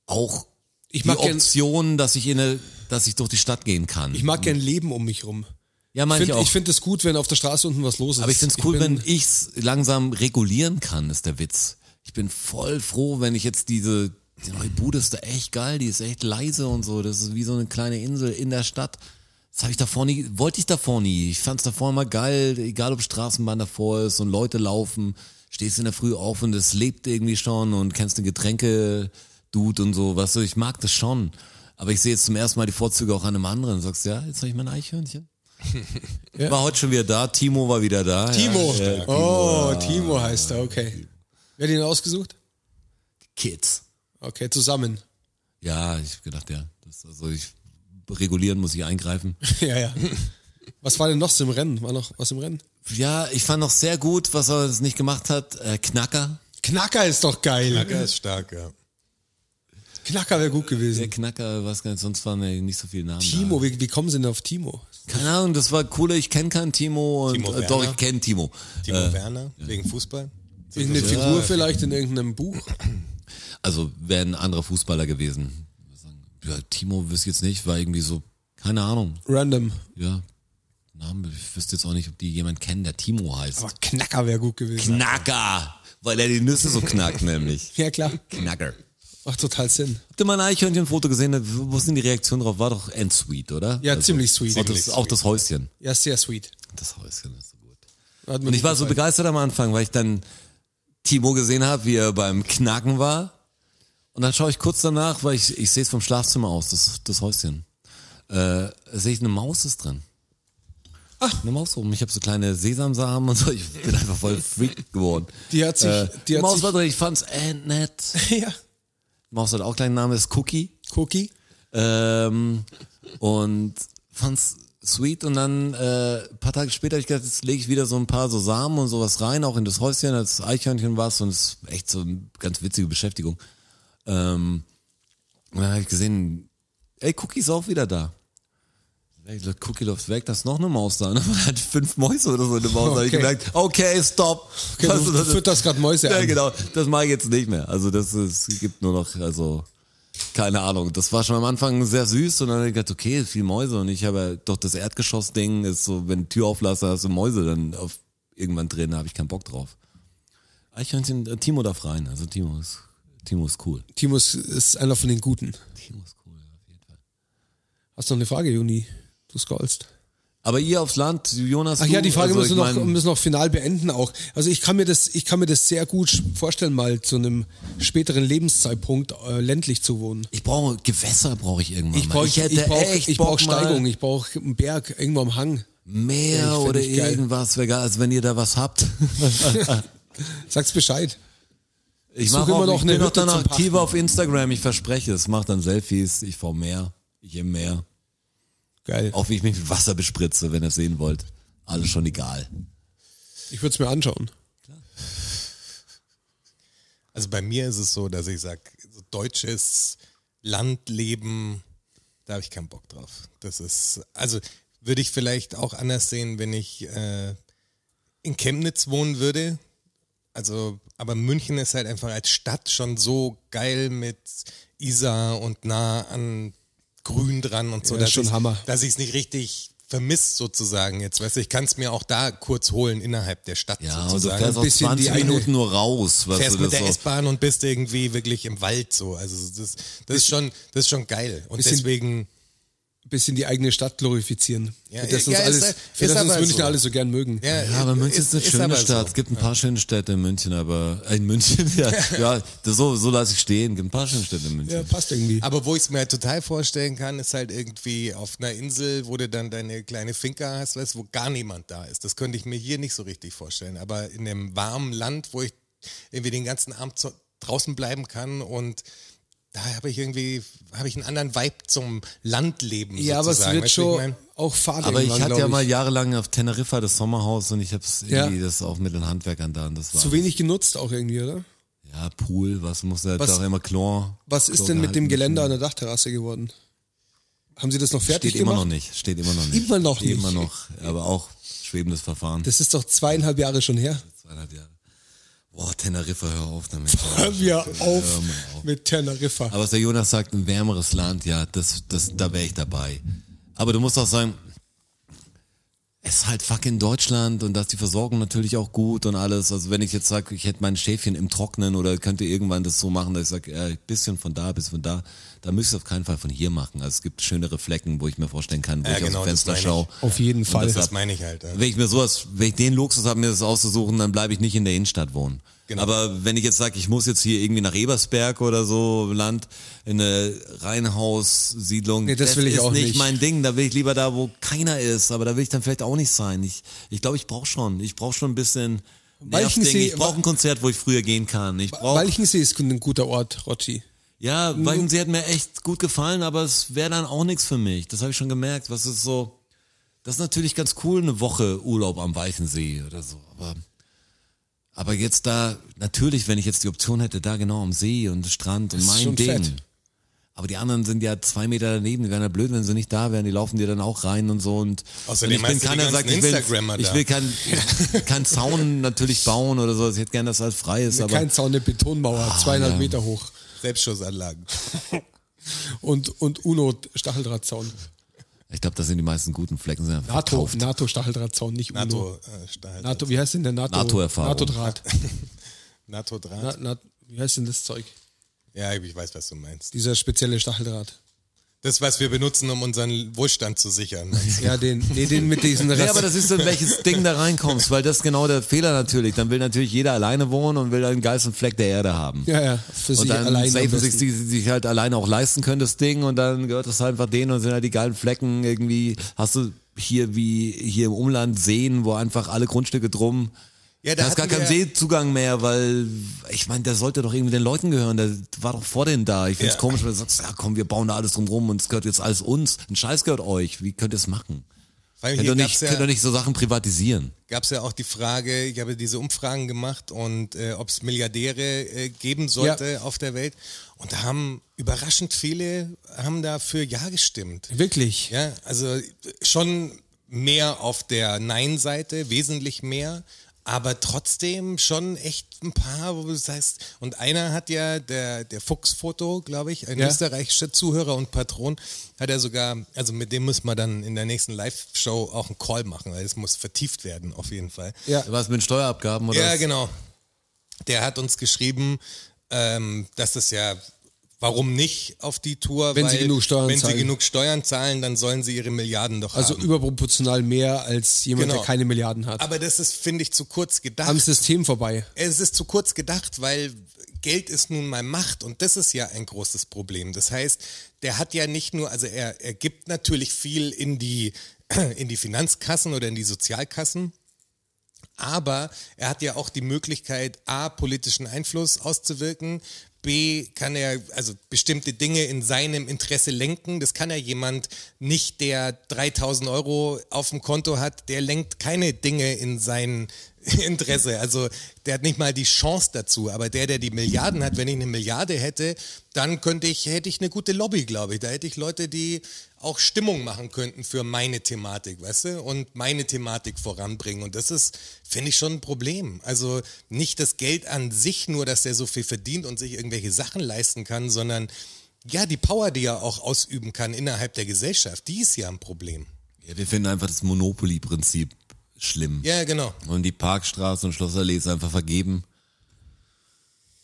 Speaker 2: auch
Speaker 4: Ich
Speaker 2: die
Speaker 4: mag gern-
Speaker 2: Option, dass ich in eine, dass ich durch die Stadt gehen kann.
Speaker 4: Ich mag gern Leben um mich rum.
Speaker 2: ja,
Speaker 4: Ich
Speaker 2: meine Mhm. ich,
Speaker 4: finde
Speaker 2: auch.
Speaker 4: es find gut, wenn auf der Straße unten was los ist.
Speaker 2: Aber ich find's cool,
Speaker 4: bin-
Speaker 2: wenn ich's langsam regulieren kann, ist der Witz. Ich bin voll froh, wenn ich jetzt diese, die neue Bude ist da echt geil, die ist echt leise und so. Das ist wie so eine kleine Insel in der Stadt. Das habe ich davor nie, wollte ich davor nie. Ich fand's davor immer geil, egal ob Straßenbahn davor ist und Leute laufen, stehst in der Früh auf und es lebt irgendwie schon und kennst den Getränke-Dude und so. Weißt du, ich mag das schon. Aber ich sehe jetzt zum ersten Mal die Vorzüge auch an einem anderen. Sagst, ja, jetzt habe ich mein Eichhörnchen. War heute schon wieder da, Timo war wieder da.
Speaker 4: Timo.
Speaker 2: Ja, ja,
Speaker 4: oh, Timo heißt er, okay. Wer hat ihn ausgesucht?
Speaker 2: Kids.
Speaker 4: Okay, zusammen. [LAUGHS]
Speaker 2: Ja, ich hab gedacht, ja. Das, also ich regulieren muss ich eingreifen.
Speaker 4: ja, ja. Was war denn noch so im Rennen? War noch was im Rennen?
Speaker 2: Ja, ich fand noch sehr gut, was er jetzt nicht gemacht hat. Äh, Knacker.
Speaker 4: Knacker ist doch geil. Knacker,
Speaker 3: Ja, ist stark, ja.
Speaker 4: wäre gut
Speaker 2: Der
Speaker 4: gewesen.
Speaker 2: Knacker, was ganz, sonst waren ja nicht so viele Namen.
Speaker 4: Timo, wie, wie kommen sie denn auf Timo?
Speaker 2: Da. Keine Ahnung, das war cooler. Ich kenne keinen Timo. Und,
Speaker 3: Timo
Speaker 2: äh,
Speaker 3: Werner.
Speaker 2: doch, ich kenne Timo.
Speaker 3: Timo
Speaker 2: äh,
Speaker 3: Werner, wegen Fußball.
Speaker 4: Eine Figur vielleicht in irgendeinem Buch?
Speaker 2: also wäre ein anderer Fußballer gewesen. Ja, Timo wüsste ich jetzt nicht, war irgendwie so, keine Ahnung.
Speaker 4: Random.
Speaker 2: Ja, Namen, ich wüsste jetzt auch nicht, ob die jemand kennen, der Timo heißt.
Speaker 4: Aber Knacker wäre gut gewesen.
Speaker 2: Knacker, weil er die Nüsse so knackt [LAUGHS] nämlich.
Speaker 4: Ja, klar.
Speaker 2: Knacker.
Speaker 4: Macht total Sinn.
Speaker 2: Habt ihr mal ein Eichhörnchenfoto gesehen? Wo sind die Reaktionen drauf? War doch endsweet, oder? Also
Speaker 4: Ja, ziemlich sweet.
Speaker 2: Auch das, auch das Häuschen.
Speaker 4: Ja, sehr sweet.
Speaker 2: Das Häuschen ist so gut.
Speaker 4: Hat mir
Speaker 2: Und
Speaker 4: gut
Speaker 2: ich war so
Speaker 4: gefallen.
Speaker 2: begeistert am Anfang, weil ich dann Timo gesehen habe, wie er beim Knacken war. Und dann schaue ich kurz danach, weil ich, ich sehe es vom Schlafzimmer aus, das, das Häuschen. Äh, sehe ich, eine Maus ist drin.
Speaker 4: Ah.
Speaker 2: Ach. Eine Maus oben. Ich habe so kleine Sesamsamen und so. Ich bin einfach voll Freak geworden.
Speaker 4: Die hat sich-
Speaker 2: Äh,
Speaker 4: die hat
Speaker 2: Maus
Speaker 4: sich-
Speaker 2: war drin. Ich fand's äh, nett.
Speaker 4: [LAUGHS] Ja.
Speaker 2: Maus hat auch einen kleinen Namen, ist Cookie.
Speaker 4: Cookie?
Speaker 2: Ähm, und fand's sweet und dann äh, ein paar Tage später hab ich gedacht, jetzt lege ich wieder so ein paar so Samen und sowas rein, auch in das Häuschen, als Eichhörnchen war's und es ist echt so eine ganz witzige Beschäftigung. Ähm, und dann habe ich gesehen, ey, Cookie ist auch wieder da. Ich dachte, Cookie läuft weg, da ist noch eine Maus da. Und dann [LAUGHS] hat fünf Mäuse oder so eine Maus. Da hab ich
Speaker 4: Okay.
Speaker 2: gemerkt, okay, stopp.
Speaker 4: Okay, du fütterst grad Mäuse
Speaker 2: Ja,
Speaker 4: an.
Speaker 2: genau. Das mache ich jetzt nicht mehr. Also das ist, es gibt nur noch, also keine Ahnung. Das war schon am Anfang sehr süß und dann habe ich gedacht, okay, viel Mäuse. Und ich habe ja doch das Erdgeschossding ist so, wenn die Tür auflasse, hast du Mäuse dann auf, irgendwann drin, da habe ich keinen Bock drauf. Eichhörnchen, äh, Timo darf rein. Also Timo ist, Timo ist cool.
Speaker 4: Timo ist- ist einer von den Guten.
Speaker 2: Timo ist cool, auf jeden Fall.
Speaker 4: Hast du noch eine Frage, Juni? Du scrollst.
Speaker 2: Aber ihr aufs Land, Jonas.
Speaker 4: Ach ja,
Speaker 2: du,
Speaker 4: die Frage
Speaker 2: also
Speaker 4: müssen,
Speaker 2: ich
Speaker 4: wir noch,
Speaker 2: mein-
Speaker 4: müssen wir noch final beenden auch. Also ich kann mir das, ich kann mir das sehr gut sch- vorstellen, mal zu einem späteren Lebenszeitpunkt äh, ländlich zu wohnen.
Speaker 2: Ich brauche Gewässer, brauche ich irgendwann.
Speaker 4: Ich
Speaker 2: mal.
Speaker 4: brauche ich
Speaker 2: hätte
Speaker 4: ich brauch,
Speaker 2: echt
Speaker 4: ich brauch
Speaker 2: Bock mal
Speaker 4: Steigung, ich brauche einen Berg irgendwo am Hang.
Speaker 2: Meer
Speaker 4: Ich find
Speaker 2: oder
Speaker 4: ich geil.
Speaker 2: irgendwas wäre geil. Also wenn ihr da was habt.
Speaker 4: Sag's Bescheid.
Speaker 2: Ich
Speaker 4: Such
Speaker 2: mache
Speaker 4: immer
Speaker 2: auch
Speaker 4: noch
Speaker 2: ich
Speaker 4: eine
Speaker 2: bin auch
Speaker 4: Hütte
Speaker 2: dann
Speaker 4: zum
Speaker 2: aktiver
Speaker 4: Pachten.
Speaker 2: auf Instagram. Ich verspreche es. Mache dann Selfies. Ich fahr mehr. Ich im Meer.
Speaker 4: Geil.
Speaker 2: Auch wie ich mich mit Wasser bespritze, wenn ihr es sehen wollt. Alles schon egal.
Speaker 4: Ich würde es mir anschauen.
Speaker 3: Also bei mir ist es so, dass ich sage, so deutsches Landleben, da habe ich keinen Bock drauf. Das ist, also würde ich vielleicht auch anders sehen, wenn ich äh, in Chemnitz wohnen würde. Also, aber München ist halt einfach als Stadt schon so geil mit Isar und nah an Grün dran und so.
Speaker 4: Ja, ist schon
Speaker 3: ich's-
Speaker 4: Hammer.
Speaker 3: Dass ich es nicht richtig vermisst sozusagen jetzt. Weißt du, ich kann es mir auch da kurz holen innerhalb der Stadt
Speaker 2: Ja, und du
Speaker 3: sozusagen
Speaker 2: fährst auch
Speaker 4: bisschen die
Speaker 2: 20
Speaker 4: eine-
Speaker 2: Minuten nur raus. Was
Speaker 3: fährst
Speaker 2: du
Speaker 3: mit
Speaker 2: das
Speaker 3: der
Speaker 2: so.
Speaker 3: S-Bahn und bist irgendwie wirklich im Wald so. Also das, das ist schon, das ist schon geil. Und
Speaker 4: Bisschen-
Speaker 3: deswegen,
Speaker 4: Bisschen die eigene Stadt glorifizieren.
Speaker 3: Ja,
Speaker 4: für das
Speaker 3: ja,
Speaker 4: uns
Speaker 3: ist-
Speaker 4: alles,
Speaker 3: ist
Speaker 4: für das uns
Speaker 3: aber
Speaker 4: Münchner
Speaker 3: so.
Speaker 4: alle so gern mögen.
Speaker 3: ja,
Speaker 2: Ja, aber München ist, eine schöne
Speaker 3: aber
Speaker 2: Stadt. Es
Speaker 3: So.
Speaker 2: gibt ein paar schöne Städte in München, aber äh, in München, [LAUGHS]
Speaker 4: [LAUGHS]
Speaker 2: ja, ja das, so, so lasse ich stehen. Gibt ein paar schöne Städte in München.
Speaker 4: Ja, passt irgendwie.
Speaker 3: Aber wo ich es mir halt total vorstellen kann, ist halt irgendwie auf einer Insel, wo du dann deine kleine Finca hast, weißt, du, wo gar niemand da ist. Das könnte ich mir hier nicht so richtig vorstellen. Aber in einem warmen Land, wo ich irgendwie den ganzen Abend so draußen bleiben kann und da habe ich irgendwie, habe ich einen anderen Vibe zum Landleben
Speaker 4: ja, aber es
Speaker 3: sozusagen.
Speaker 4: wird
Speaker 3: Weißt du, wie ich
Speaker 4: schon
Speaker 3: mein?
Speaker 4: auch Fahrt
Speaker 2: Aber ich
Speaker 4: irgendwann,
Speaker 2: hatte
Speaker 4: glaub
Speaker 2: ja mal jahrelang auf Teneriffa das Sommerhaus und ich habe
Speaker 4: Ja.
Speaker 2: irgendwie das auch mit den Handwerkern da und das war
Speaker 4: zu wenig genutzt auch irgendwie, oder?
Speaker 2: ja, Ja, Pool, was muss er
Speaker 4: Was-
Speaker 2: doch immer Chlor.
Speaker 4: Was ist denn mit dem Geländer an der Dachterrasse geworden? Haben Sie das noch fertig
Speaker 2: Steht immer noch
Speaker 4: gemacht?
Speaker 2: nicht. Steht immer noch nicht.
Speaker 4: Immer noch nicht.
Speaker 2: Immer noch. Aber auch schwebendes Verfahren.
Speaker 4: Das ist doch zweieinhalb Jahre schon her.
Speaker 2: Zweieinhalb Jahre. Boah, Teneriffa, hör auf
Speaker 4: [LAUGHS]
Speaker 2: damit.
Speaker 4: Hör wir auf
Speaker 2: mal auf.
Speaker 4: mit Teneriffa.
Speaker 2: Aber was der Jonas sagt, ein wärmeres Land, ja, das, das, da wäre ich dabei. Aber du musst auch sagen, es ist halt fucking Deutschland und da ist die Versorgung natürlich auch gut und alles. Also wenn ich jetzt sage, ich hätte mein Schäfchen im Trocknen oder könnte irgendwann das so machen, dass ich sage, ja, bisschen von da, bisschen von da, da müsste ich auf keinen Fall von hier machen. Also es gibt schönere Flecken, wo ich mir vorstellen kann, wo
Speaker 3: Ja,
Speaker 2: ich
Speaker 3: genau,
Speaker 2: aus dem
Speaker 3: das
Speaker 2: Fenster
Speaker 3: meine ich.
Speaker 2: schaue.
Speaker 4: Auf jeden Fall.
Speaker 3: Das meine ich halt. Ja.
Speaker 2: Wenn ich mir sowas, wenn ich den Luxus habe, mir das auszusuchen, dann bleibe ich nicht in der Innenstadt wohnen.
Speaker 3: Genau.
Speaker 2: Aber wenn ich jetzt sage, ich muss jetzt hier irgendwie nach Ebersberg oder so Land in eine Reihenhaussiedlung,
Speaker 4: Nee, das will ich
Speaker 2: ist
Speaker 4: auch
Speaker 2: nicht,
Speaker 4: nicht.
Speaker 2: mein Ding. Da will ich lieber da, wo keiner ist. Aber da will ich dann vielleicht auch nicht sein. Ich, ich glaube, ich brauche schon, ich brauche schon ein bisschen Nervding.
Speaker 4: Walchensee-
Speaker 2: Ich brauche ein Konzert, wo ich früher gehen kann. Ich brauche
Speaker 4: Walchensee ist ein guter Ort, Rotti.
Speaker 2: ja, Walchensee hat mir echt gut gefallen, aber es wäre dann auch nichts für mich. Das habe ich schon gemerkt. Was ist so? Das ist natürlich ganz cool, eine Woche Urlaub am Weichensee oder so. Aber, aber jetzt da, natürlich, wenn ich jetzt die Option hätte, da genau am See und Strand und
Speaker 4: ist
Speaker 2: mein
Speaker 4: schon
Speaker 2: Ding.
Speaker 4: fett.
Speaker 2: Aber die anderen sind ja zwei Meter daneben, die wären ja blöd, wenn sie nicht da wären, die laufen dir dann auch rein und so. Und, und
Speaker 3: Außerdem
Speaker 2: ich bin
Speaker 3: hast du die
Speaker 2: keiner,
Speaker 3: ganzen
Speaker 2: sagt, ich will,
Speaker 3: Instagrammer
Speaker 2: ich
Speaker 3: da.
Speaker 2: will
Speaker 3: [LAUGHS]
Speaker 2: kein, kein Zaun natürlich bauen oder so. Ich hätte gerne, dass alles frei ist. Aber Ah,
Speaker 4: Kein Zaun, eine Betonmauer, zweieinhalb Meter hoch.
Speaker 3: Selbstschussanlagen.
Speaker 4: Und, und UNO-Stacheldrahtzaun.
Speaker 2: ich glaube, das sind die meisten guten Flecken. Sind einfach
Speaker 4: NATO,
Speaker 2: verkauft.
Speaker 4: NATO-Stacheldrahtzaun, nicht UNO. NATO,
Speaker 3: NATO-Stahl.
Speaker 4: wie heißt denn der NATO?
Speaker 2: NATO-Erfahrung.
Speaker 4: NATO-Draht.
Speaker 3: NATO-Draht.
Speaker 4: Na, na, wie heißt denn das Zeug?
Speaker 3: ja, ich weiß, was du meinst.
Speaker 4: Dieser spezielle Stacheldraht.
Speaker 3: Das, was wir benutzen, um unseren Wohlstand
Speaker 2: [LAUGHS]
Speaker 3: zu sichern. meinst du?
Speaker 4: Ja, den, nee, den mit diesen
Speaker 2: Ja, aber das ist so, in welches Ding da reinkommst, weil das ist genau der Fehler natürlich. Dann will natürlich jeder alleine wohnen und will den geilsten Fleck der Erde haben.
Speaker 4: ja, ja, für
Speaker 2: Und
Speaker 4: sich
Speaker 2: dann
Speaker 4: allein. am
Speaker 2: safen sich,
Speaker 4: besten.
Speaker 2: die, die sich halt alleine auch leisten können, das Ding, und dann gehört das halt einfach denen und sind halt die geilen Flecken irgendwie. Hast du hier wie hier im Umland Seen, wo einfach alle Grundstücke drum.
Speaker 3: Ja,
Speaker 2: Da, ist gar
Speaker 3: hatten
Speaker 2: kein
Speaker 3: wir-
Speaker 2: Seezugang mehr, weil ich meine, der sollte doch irgendwie den Leuten gehören. Der war doch vor denen da. Ich find's
Speaker 3: Ja.
Speaker 2: komisch, wenn du sagst, ja komm, wir bauen da alles drum rum und es gehört jetzt alles uns. Ein Scheiß gehört euch. Wie könnt ihr es machen?
Speaker 3: Vor allem
Speaker 2: Könnt
Speaker 3: hier
Speaker 2: ihr
Speaker 3: gab's
Speaker 2: nicht, könnt
Speaker 3: ja,
Speaker 2: ihr nicht so Sachen privatisieren?
Speaker 3: gab's ja auch die Frage, ich habe diese Umfragen gemacht und äh, ob es Milliardäre äh, geben sollte auf der Welt. Und da haben überraschend viele haben dafür Ja gestimmt.
Speaker 4: Wirklich.
Speaker 3: Ja, also schon mehr auf der Nein-Seite, wesentlich mehr, aber trotzdem schon echt ein paar, wo du sagst, und einer hat ja, der, der Fuchsfoto, glaube ich, ein
Speaker 4: Ja.
Speaker 3: österreichischer Zuhörer und Patron, hat er sogar, also mit dem müssen wir dann in der nächsten Live-Show auch einen Call machen, weil es muss vertieft werden, auf jeden Fall.
Speaker 4: Ja.
Speaker 2: Was mit Steuerabgaben oder
Speaker 3: Ja,
Speaker 2: was?
Speaker 3: genau. Der hat uns geschrieben, ähm, dass das ja, warum nicht auf die Tour?
Speaker 4: Wenn sie
Speaker 3: weil,
Speaker 4: genug Steuern
Speaker 3: wenn
Speaker 4: zahlen.
Speaker 3: sie genug Steuern zahlen, dann sollen sie ihre Milliarden doch
Speaker 4: Also
Speaker 3: haben.
Speaker 4: überproportional mehr als jemand,
Speaker 3: Genau.
Speaker 4: der keine Milliarden hat.
Speaker 3: Aber das ist, finde ich, zu kurz gedacht. Äh,
Speaker 4: Am System vorbei.
Speaker 3: es ist zu kurz gedacht, weil Geld ist nun mal Macht und das ist ja ein großes Problem. Das heißt, der hat ja nicht nur, also er, er gibt natürlich viel in die, [CLEARS THROAT] in die Finanzkassen oder in die Sozialkassen. Aber er hat ja auch die Möglichkeit, A, politischen Einfluss auszuwirken, B, kann er also bestimmte Dinge in seinem Interesse lenken. Das kann ja jemand nicht, der 3000 Euro auf dem Konto hat, der lenkt keine Dinge in sein [LAUGHS] Interesse. Also der hat nicht mal die Chance dazu. Aber der, der die Milliarden hat, wenn ich eine Milliarde hätte, dann könnte ich, hätte ich eine gute Lobby, glaube ich. Da hätte ich Leute, die auch Stimmung machen könnten für meine Thematik, weißt du, und meine Thematik voranbringen. Und das ist, finde ich, schon ein Problem. Also nicht das Geld an sich nur, dass der so viel verdient und sich irgendwelche Sachen leisten kann, sondern ja, die Power, die er auch ausüben kann innerhalb der Gesellschaft, die ist ja ein Problem.
Speaker 2: Ja, wir finden einfach das Monopoly-Prinzip schlimm.
Speaker 3: Ja, genau.
Speaker 2: Und die Parkstraße und Schlossallee ist einfach vergeben.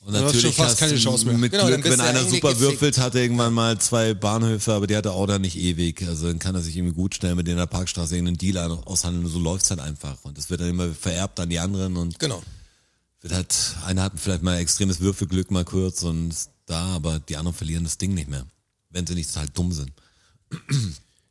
Speaker 2: Und
Speaker 4: hast
Speaker 2: natürlich
Speaker 4: schon fast
Speaker 2: du
Speaker 4: keine Chance mehr.
Speaker 2: mit
Speaker 3: Genau,
Speaker 2: Glück,
Speaker 3: dann bist
Speaker 2: wenn
Speaker 3: du
Speaker 2: einer
Speaker 3: eigentlich
Speaker 2: super
Speaker 3: gefickt.
Speaker 2: würfelt, hat er irgendwann mal zwei Bahnhöfe, aber die hat er auch dann nicht ewig. Also dann kann er sich irgendwie gut stellen, mit denen in der Parkstraße irgendeinen Deal ein- aushandeln. Und so läuft's halt einfach. Und das wird dann immer vererbt an die anderen und
Speaker 3: Genau.
Speaker 2: wird halt, einer hat vielleicht mal extremes Würfelglück mal kurz und ist da, aber die anderen verlieren das Ding nicht mehr. Wenn sie nicht halt dumm sind.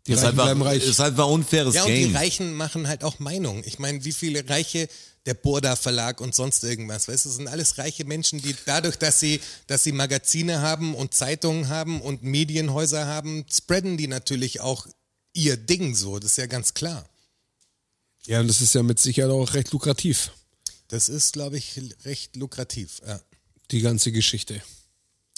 Speaker 4: Die
Speaker 2: ist
Speaker 4: Reichen
Speaker 2: einfach,
Speaker 4: bleiben reich.
Speaker 2: ist einfach unfaires
Speaker 3: Ja, und
Speaker 2: Game.
Speaker 3: die Reichen machen halt auch Meinung. Ich meine, wie viele Reiche, der Burda Verlag und sonst irgendwas, weißt du, das sind alles reiche Menschen, die dadurch, dass sie, dass sie Magazine haben und Zeitungen haben und Medienhäuser haben, spreaden die natürlich auch ihr Ding so, das ist ja ganz klar.
Speaker 4: Ja, und das ist ja mit Sicherheit auch recht lukrativ.
Speaker 3: Das ist, glaube ich, recht lukrativ. Ja.
Speaker 4: die ganze Geschichte.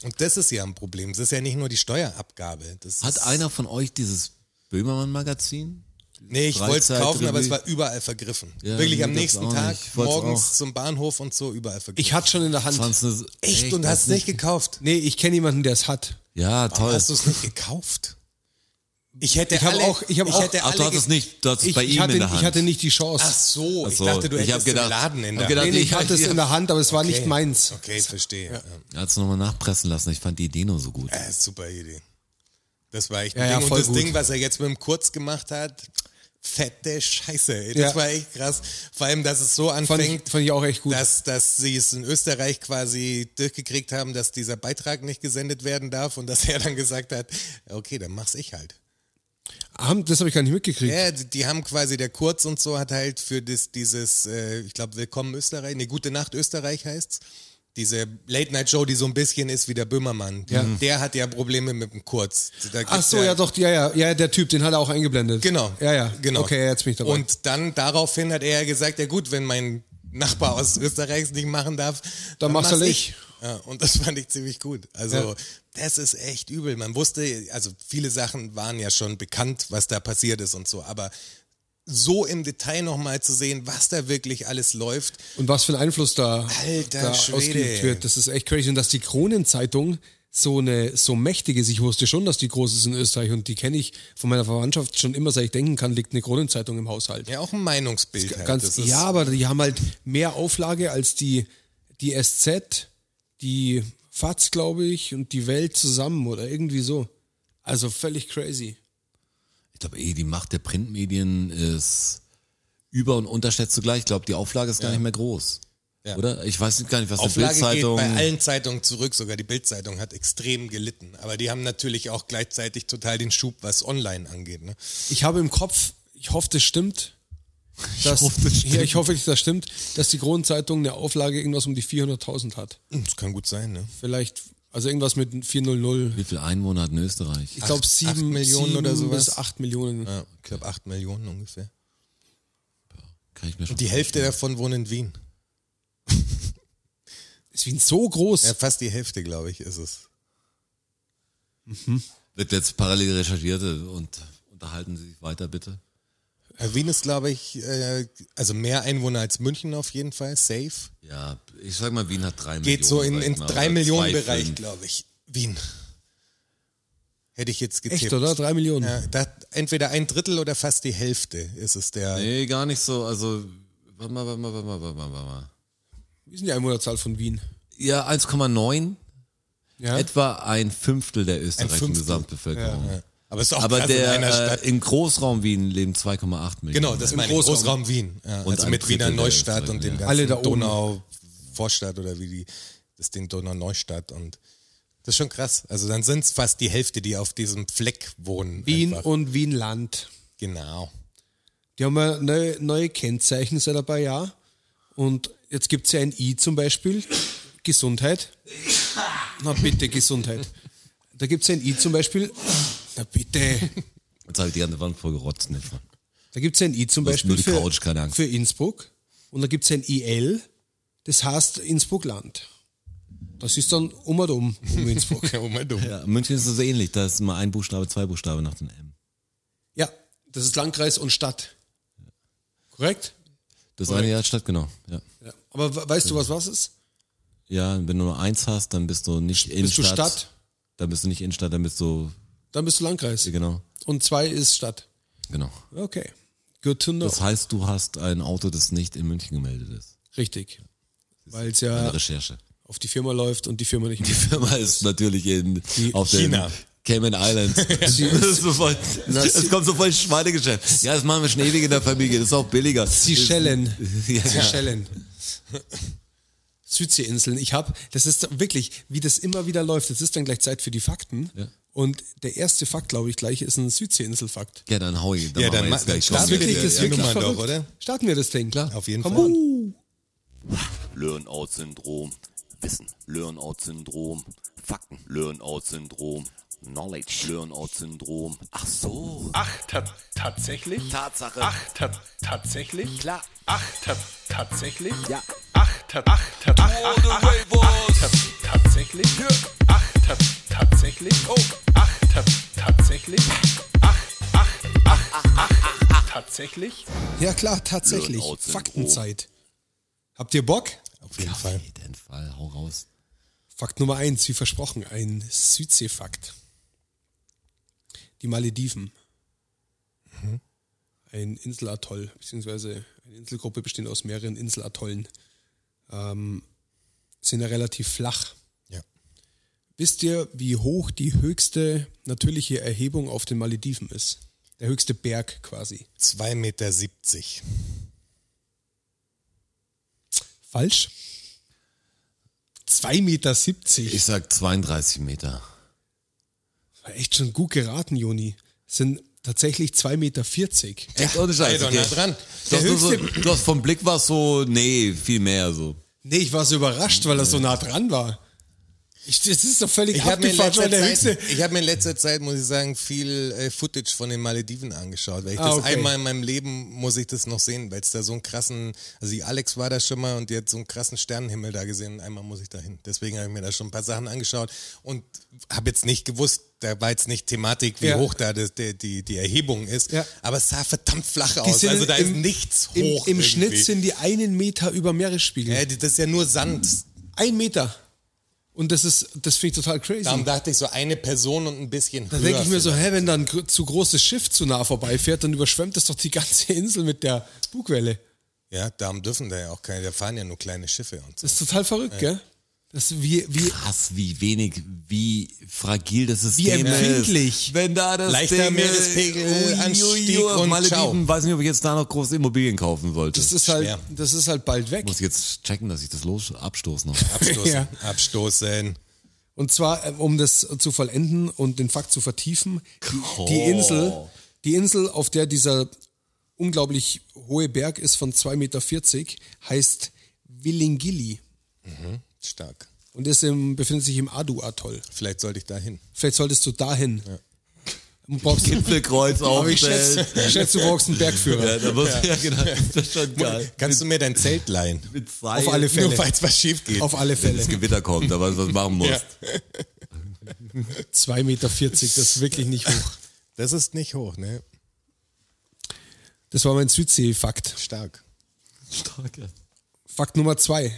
Speaker 3: Und das ist ja ein Problem. Es ist ja nicht nur die Steuerabgabe. Das
Speaker 2: Hat
Speaker 3: ist,
Speaker 2: einer von euch dieses Böhmermann-Magazin?
Speaker 3: Nee, ich wollte es
Speaker 2: Freizeit-
Speaker 3: kaufen, aber es
Speaker 2: Revue?
Speaker 3: war überall vergriffen.
Speaker 2: Ja,
Speaker 3: Wirklich
Speaker 2: nee,
Speaker 3: am
Speaker 2: das
Speaker 3: nächsten
Speaker 2: auch
Speaker 3: Tag,
Speaker 2: nicht. Ich wollt's auch.
Speaker 3: morgens zum Bahnhof und so, überall vergriffen.
Speaker 4: Ich hatte schon in der Hand.
Speaker 2: Fand's ne-
Speaker 3: Echt? und
Speaker 2: das
Speaker 3: hast es nicht gekauft?
Speaker 4: Nee, ich kenne jemanden, der es hat.
Speaker 2: Ja, toll.
Speaker 3: Hast du es nicht gekauft? Ich hätte
Speaker 4: Ich hab
Speaker 3: alle,
Speaker 4: auch- ich hab auch-
Speaker 3: hätte
Speaker 2: Ach, du
Speaker 3: alle
Speaker 2: hattest
Speaker 3: ge-
Speaker 2: nicht, du hattest
Speaker 4: Ich,
Speaker 2: bei
Speaker 4: ich,
Speaker 2: ihm
Speaker 4: hatte,
Speaker 2: in der Hand.
Speaker 4: ich hatte nicht die Chance.
Speaker 3: Ach so, ich
Speaker 2: so,
Speaker 3: dachte, du
Speaker 2: ich hab
Speaker 3: hättest den
Speaker 2: gedacht-
Speaker 3: Laden in
Speaker 2: hab
Speaker 3: der
Speaker 2: gedacht,
Speaker 4: nee,
Speaker 3: Hand.
Speaker 4: nee, ich
Speaker 2: ich-
Speaker 4: hatte es
Speaker 2: ich-
Speaker 4: in der Hand, aber es war nicht
Speaker 3: Okay.
Speaker 4: meins.
Speaker 3: Okay, verstehe. Ja.
Speaker 2: Er hat's nochmal nachpressen lassen. Ich fand die Idee nur so gut.
Speaker 3: Ja, super Idee. Das war echt
Speaker 4: Ja,
Speaker 3: ein
Speaker 4: ja,
Speaker 3: Ding.
Speaker 4: voll
Speaker 3: Und das
Speaker 4: gut.
Speaker 3: Ding, was er jetzt mit dem Kurz gemacht hat, fette Scheiße. Ey. Das
Speaker 4: Ja.
Speaker 3: war echt krass. Vor allem, dass es so
Speaker 4: Fand ich,
Speaker 3: anfängt,
Speaker 4: fand ich auch echt gut.
Speaker 3: dass, dass sie es in Österreich quasi durchgekriegt haben, dass dieser Beitrag nicht gesendet werden darf und dass er dann gesagt hat, okay, dann mach's ich halt.
Speaker 4: Haben- das habe ich gar nicht mitgekriegt.
Speaker 3: Ja, die, die haben quasi, der Kurz und so hat halt für das, dieses, äh, ich glaube, Willkommen Österreich, nee, Gute Nacht Österreich heißt's. Diese Late-Night-Show, die so ein bisschen ist wie der Böhmermann. Der hat ja Probleme mit dem Kurz. Da gibt's
Speaker 4: Ach so, ja, doch, ja, ja, ja, der Typ, den hat er auch eingeblendet.
Speaker 3: Genau.
Speaker 4: Ja, ja,
Speaker 3: Genau.
Speaker 4: Okay, ja, jetzt bin ich dabei.
Speaker 3: Und dann daraufhin hat er ja gesagt, ja gut, wenn mein Nachbar aus Österreich es nicht machen darf,
Speaker 4: Dann mach's halt ich.
Speaker 3: Ja, und das [LAUGHS] fand ich ziemlich gut. Also
Speaker 4: Ja.
Speaker 3: das ist echt übel. Man wusste, also viele Sachen waren ja schon bekannt, was da passiert ist und so, aber so im Detail nochmal zu sehen, was da wirklich alles läuft,
Speaker 4: Und was für ein Einfluss da,
Speaker 3: Alter
Speaker 4: da
Speaker 3: Schwede.
Speaker 4: ausgeübt wird. Das ist echt crazy. Und dass die Kronenzeitung so eine so mächtig ist. Ich wusste schon, dass die groß ist in Österreich und die kenne ich von meiner Verwandtschaft schon immer, seit ich denken kann, liegt eine Kronenzeitung im Haushalt.
Speaker 3: ja auch ein Meinungsbild. halt.
Speaker 4: Ganz,
Speaker 3: das ist,
Speaker 4: ja, aber die haben halt mehr Auflage als die, die SZ, die FAZ, glaube ich, und die Welt zusammen oder irgendwie so. Also völlig crazy.
Speaker 2: Ich glaube, eh, die Macht der Printmedien ist über- und unterschätzt zugleich. Ich glaube, die Auflage ist gar nicht mehr groß.
Speaker 3: Ja.
Speaker 2: Oder? Ich weiß gar nicht, was
Speaker 3: Auflage
Speaker 2: eine
Speaker 3: geht
Speaker 2: Bildzeitung.
Speaker 3: bei allen Zeitungen zurück, sogar die Bildzeitung hat extrem gelitten. Aber die haben natürlich auch gleichzeitig total den Schub, was online angeht. Ne?
Speaker 4: Ich habe im Kopf, ich hoffe, das stimmt. Dass, ich
Speaker 2: hoffe, das
Speaker 4: Ja, ich hoffe, das stimmt, dass die Kronenzeitung eine Auflage irgendwas um die 400.000 hat.
Speaker 3: Das kann gut sein, ne?
Speaker 4: Vielleicht, also irgendwas mit 400.
Speaker 2: Wie viele Einwohner hat in Österreich?
Speaker 4: Ich glaube,
Speaker 3: Acht-
Speaker 4: sieben
Speaker 3: acht Millionen
Speaker 4: sieben
Speaker 3: oder sowas?
Speaker 4: bis 8 Millionen.
Speaker 3: Ja, ich glaube 8 Millionen ungefähr.
Speaker 2: Kann ich mir schon
Speaker 3: Die Hälfte davon wohnt in Wien.
Speaker 4: Ist Wien so groß?
Speaker 3: Ja, fast die Hälfte, glaube ich, ist es.
Speaker 2: Wird jetzt parallel recherchiert und unterhalten Sie sich weiter, bitte.
Speaker 3: Äh, Wien ist, glaube ich, äh, also mehr Einwohner als München auf jeden Fall, safe.
Speaker 2: Ja, ich sag mal, Wien hat drei Millionen.
Speaker 3: Geht so in,
Speaker 2: sag ich
Speaker 3: in
Speaker 2: mal,
Speaker 3: 3
Speaker 2: oder zwei,
Speaker 3: Millionen Bereich,
Speaker 2: fünf.
Speaker 3: glaube ich. Wien. Hätte ich jetzt getippt.
Speaker 4: Echt, oder? 3 Millionen.
Speaker 3: Ja, da, entweder ein Drittel oder fast die Hälfte ist es der.
Speaker 2: Nee, gar nicht so. Also, warte mal, warte mal, warte mal, warte mal, warte mal.
Speaker 4: Wie ist denn die Einwohnerzahl von Wien?
Speaker 2: Ja, 1,9,
Speaker 4: Ja?
Speaker 2: etwa ein Fünftel der österreichischen
Speaker 3: Fünftel.
Speaker 2: Gesamtbevölkerung.
Speaker 3: Aber es ist auch
Speaker 2: Aber
Speaker 3: krass in einer
Speaker 2: der
Speaker 3: Stadt.
Speaker 2: äh, im Großraum Wien leben 2,8 Millionen.
Speaker 3: Genau, das
Speaker 2: Menschen.
Speaker 3: meine
Speaker 4: Großraum.
Speaker 3: Großraum, Großraum Wien. Ja,
Speaker 2: Und
Speaker 3: also
Speaker 2: ein
Speaker 3: mit
Speaker 2: Drittel
Speaker 3: Wiener
Speaker 2: der
Speaker 3: Neustadt
Speaker 2: Österreicher,
Speaker 3: und dem
Speaker 2: ja.
Speaker 3: ganzen
Speaker 4: Alle da oben.
Speaker 3: Donau-Vorstadt oder wie die, das den Donau-Neustadt und das ist schon krass. Also dann sind es fast die Hälfte, die auf diesem Fleck wohnen.
Speaker 4: Wien
Speaker 3: einfach.
Speaker 4: und Wienland.
Speaker 3: genau.
Speaker 4: Die haben ja neue, neue Kennzeichen seit ein paar Jahren. Und jetzt gibt es ja ein I zum Beispiel. Gesundheit. Na bitte, Gesundheit. Da gibt es ein I zum Beispiel. Na bitte.
Speaker 2: Jetzt habe ich die ganze Wand voll gerotzt. Ne?
Speaker 4: Da gibt es ein I zum
Speaker 2: Das ist nur
Speaker 4: Beispiel
Speaker 2: die
Speaker 4: für,
Speaker 2: Couch, keine Angst.
Speaker 4: für Innsbruck. Und da gibt es ein IL. Das heißt Innsbruck-Land. Das ist dann um und um, um Innsbruck.
Speaker 3: Ja, Oma,
Speaker 2: [LAUGHS]
Speaker 3: du.
Speaker 2: Ja, um. München ist es so ähnlich. Da ist immer ein Buchstabe, zwei Buchstabe nach dem M.
Speaker 4: ja, das ist Landkreis und Stadt. Korrekt?
Speaker 2: Das ist eine Jahr Stadt, genau. Ja.
Speaker 4: Ja. Aber we- weißt du, was was ist?
Speaker 2: ja, wenn du nur eins hast, dann bist du nicht Innenstadt.
Speaker 4: Bist du Stadt?
Speaker 2: Dann bist du nicht Innenstadt, dann bist du,
Speaker 4: Dann bist du Landkreis.
Speaker 2: genau,
Speaker 4: Und zwei ist Stadt.
Speaker 2: genau.
Speaker 4: Okay. Good to know.
Speaker 2: Das heißt, du hast ein Auto, das nicht in München gemeldet ist.
Speaker 4: Richtig. Weil es
Speaker 2: Eine
Speaker 4: ja
Speaker 2: Recherche.
Speaker 4: auf die Firma läuft und die
Speaker 2: [LAUGHS]
Speaker 4: Firma nicht.
Speaker 2: Die Firma ist natürlich in auf
Speaker 3: China.
Speaker 2: den Cayman Islands. [LAUGHS] das ist so voll, es kommt so voll Schweinegeschäft. Ja, das machen wir schon ewig in der Familie. Das ist auch billiger.
Speaker 4: Seychellen.
Speaker 2: [LAUGHS] Ja, ja.
Speaker 4: Seychellen. Südseeinseln. Ich habe, das ist wirklich, wie das immer wieder läuft. Es ist dann gleich Zeit für die Fakten.
Speaker 2: Ja.
Speaker 4: Und der erste Fakt, glaube ich, gleich ist ein Südseeinsel-Fakt.
Speaker 2: ja, dann hau ich. Dann
Speaker 3: Ja,
Speaker 2: machen
Speaker 3: dann
Speaker 2: wir
Speaker 3: ma-
Speaker 2: jetzt gleich
Speaker 3: dann
Speaker 2: Schluss.
Speaker 3: starten wir
Speaker 4: Wirklich,
Speaker 3: Genau. Ja,
Speaker 4: das ist
Speaker 3: ja,
Speaker 4: wirklich
Speaker 3: Nummer doch,
Speaker 4: verrückt.
Speaker 3: oder?
Speaker 4: Starten wir das Ding, klar.
Speaker 3: Auf jeden
Speaker 4: Komm,
Speaker 3: Fall.
Speaker 4: uh.
Speaker 5: Learn-out-Syndrom. Wissen. Learn-out-Syndrom. Fakten. Learn-out-Syndrom. Knowledge. Learn-out-Syndrom. Ach so.
Speaker 6: Ach, ta tatsächlich?
Speaker 5: Tatsache.
Speaker 6: Ach, ta tatsächlich?
Speaker 5: Klar.
Speaker 6: Ach, ta tatsächlich?
Speaker 5: Ja.
Speaker 6: Ach, ta ach, ta ach, ach, ach, ach, tats tatsächlich? Ach, tats tatsächlich? Oh, ach, tats tatsächlich? Ach, ach, ach, ach, ach, tatsächlich?
Speaker 4: Ja klar, tatsächlich.
Speaker 5: Learn-out-Syndrom.
Speaker 4: Faktenzeit.
Speaker 6: Oh.
Speaker 4: Habt ihr Bock?
Speaker 3: Auf jeden Fall.
Speaker 2: Auf jeden Fall, hau raus.
Speaker 4: Fakt Nummer eins, wie versprochen, ein Südsee-Fakt. Die Malediven. Ein Inselatoll, beziehungsweise eine Inselgruppe bestehend aus mehreren Inselatollen. Ähm, sind ja relativ flach.
Speaker 3: Ja.
Speaker 4: Wisst ihr, wie hoch die höchste natürliche Erhebung auf den Malediven ist? Der höchste Berg quasi.
Speaker 3: 2,70 Meter.
Speaker 4: Falsch? 2,70 Meter.
Speaker 2: Ich sag 32 Meter.
Speaker 4: War echt schon gut geraten, Joni. Es sind tatsächlich 2,40 Meter.
Speaker 2: Echt ohne Scheiß.
Speaker 3: Alter, nah dran.
Speaker 2: Du,
Speaker 4: Der
Speaker 2: hast nur so,
Speaker 4: höchste-
Speaker 2: du hast vom Blick war so, nee, viel mehr so.
Speaker 4: Nee, ich war so überrascht, weil er so nah dran war. Ich, das ist doch völlig
Speaker 3: Ich habe mir, in
Speaker 4: abgefahren. schon
Speaker 3: letzter
Speaker 4: Der höchste.
Speaker 3: Zeit- ich hab mir in letzter Zeit, muss ich sagen, viel äh, Footage von den Malediven angeschaut, weil ich
Speaker 4: Ah,
Speaker 3: das
Speaker 4: okay.
Speaker 3: einmal in meinem Leben muss ich das noch sehen, weil es da so einen krassen, also die Alex war da schon mal und die hat so einen krassen Sternenhimmel da gesehen und einmal muss ich da hin. Deswegen habe ich mir da schon ein paar Sachen angeschaut und habe jetzt nicht gewusst, da war jetzt nicht Thematik, wie
Speaker 4: Ja.
Speaker 3: hoch da das, die, die, die Erhebung ist,
Speaker 4: Ja.
Speaker 3: aber es sah verdammt flach
Speaker 4: Die
Speaker 3: aus,
Speaker 4: sind
Speaker 3: also da ist
Speaker 4: im-
Speaker 3: nichts
Speaker 4: im,
Speaker 3: hoch
Speaker 4: Im
Speaker 3: irgendwie. Äh,
Speaker 4: Schnitt sind die einen Meter über Meeresspiegel.
Speaker 3: ja, die- das ist ja nur Sand.
Speaker 4: Ein Meter. Und das ist, das finde ich total crazy.
Speaker 3: Darum dachte ich so eine Person und ein bisschen
Speaker 4: Da denke ich mir so, hä, wenn dann gr- zu großes Schiff zu nah vorbeifährt, dann überschwemmt das doch die ganze Insel mit der Bugwelle.
Speaker 3: Ja, darum dürfen da ja auch keine, da fahren ja nur kleine Schiffe
Speaker 4: [LAUGHS]
Speaker 3: und so.
Speaker 4: Das ist total verrückt, gell? Das ist wie, wie,
Speaker 2: Krass, wie wenig, wie fragil das System
Speaker 4: Wie empfindlich.
Speaker 2: ist. Wenn da das
Speaker 3: Leichter
Speaker 2: Ding,
Speaker 3: Meerespegel, Anstieg und
Speaker 2: Malediven,
Speaker 3: ciao.
Speaker 2: weiß nicht, ob ich jetzt da noch große Immobilien kaufen wollte.
Speaker 4: das ist halt,
Speaker 3: schwer.
Speaker 4: das ist halt bald weg.
Speaker 2: muss jetzt checken, dass ich das los abstoße noch.
Speaker 3: Abstoßen,
Speaker 4: Ja.
Speaker 3: abstoßen.
Speaker 4: Und zwar, äh, um das zu vollenden und den Fakt zu vertiefen, die,
Speaker 2: Oh.
Speaker 4: die Insel, die Insel, auf der dieser unglaublich hohe Berg ist von 2,40 Meter, heißt Willingili
Speaker 3: Stark.
Speaker 4: und ist im, befindet sich im Adu-Atoll.
Speaker 3: Vielleicht sollte ich da hin.
Speaker 4: Vielleicht solltest du dahin. Und
Speaker 2: [LAUGHS]
Speaker 4: brauchst,
Speaker 2: [LAUGHS] Gipfelkreuz
Speaker 4: aber ich
Speaker 2: aufstellen.
Speaker 4: schätze, ich schätze, du brauchst einen Bergführer.
Speaker 2: Ja, da muss, ja. genau, das ist schon geil.
Speaker 3: Kannst du mir dein Zelt leihen?
Speaker 2: Mit Seil,
Speaker 4: alle Fälle. [LAUGHS]
Speaker 3: Nur falls was schief geht.
Speaker 4: Auf alle
Speaker 2: wenn
Speaker 4: Fälle.
Speaker 2: das Gewitter kommt, da weißt du, was du machen musst.
Speaker 4: 2,40 Meter, das ist wirklich nicht hoch.
Speaker 3: Das ist nicht hoch, ne?
Speaker 4: Das war mein Südsee-Fakt.
Speaker 3: Stark.
Speaker 4: Fakt Nummer zwei.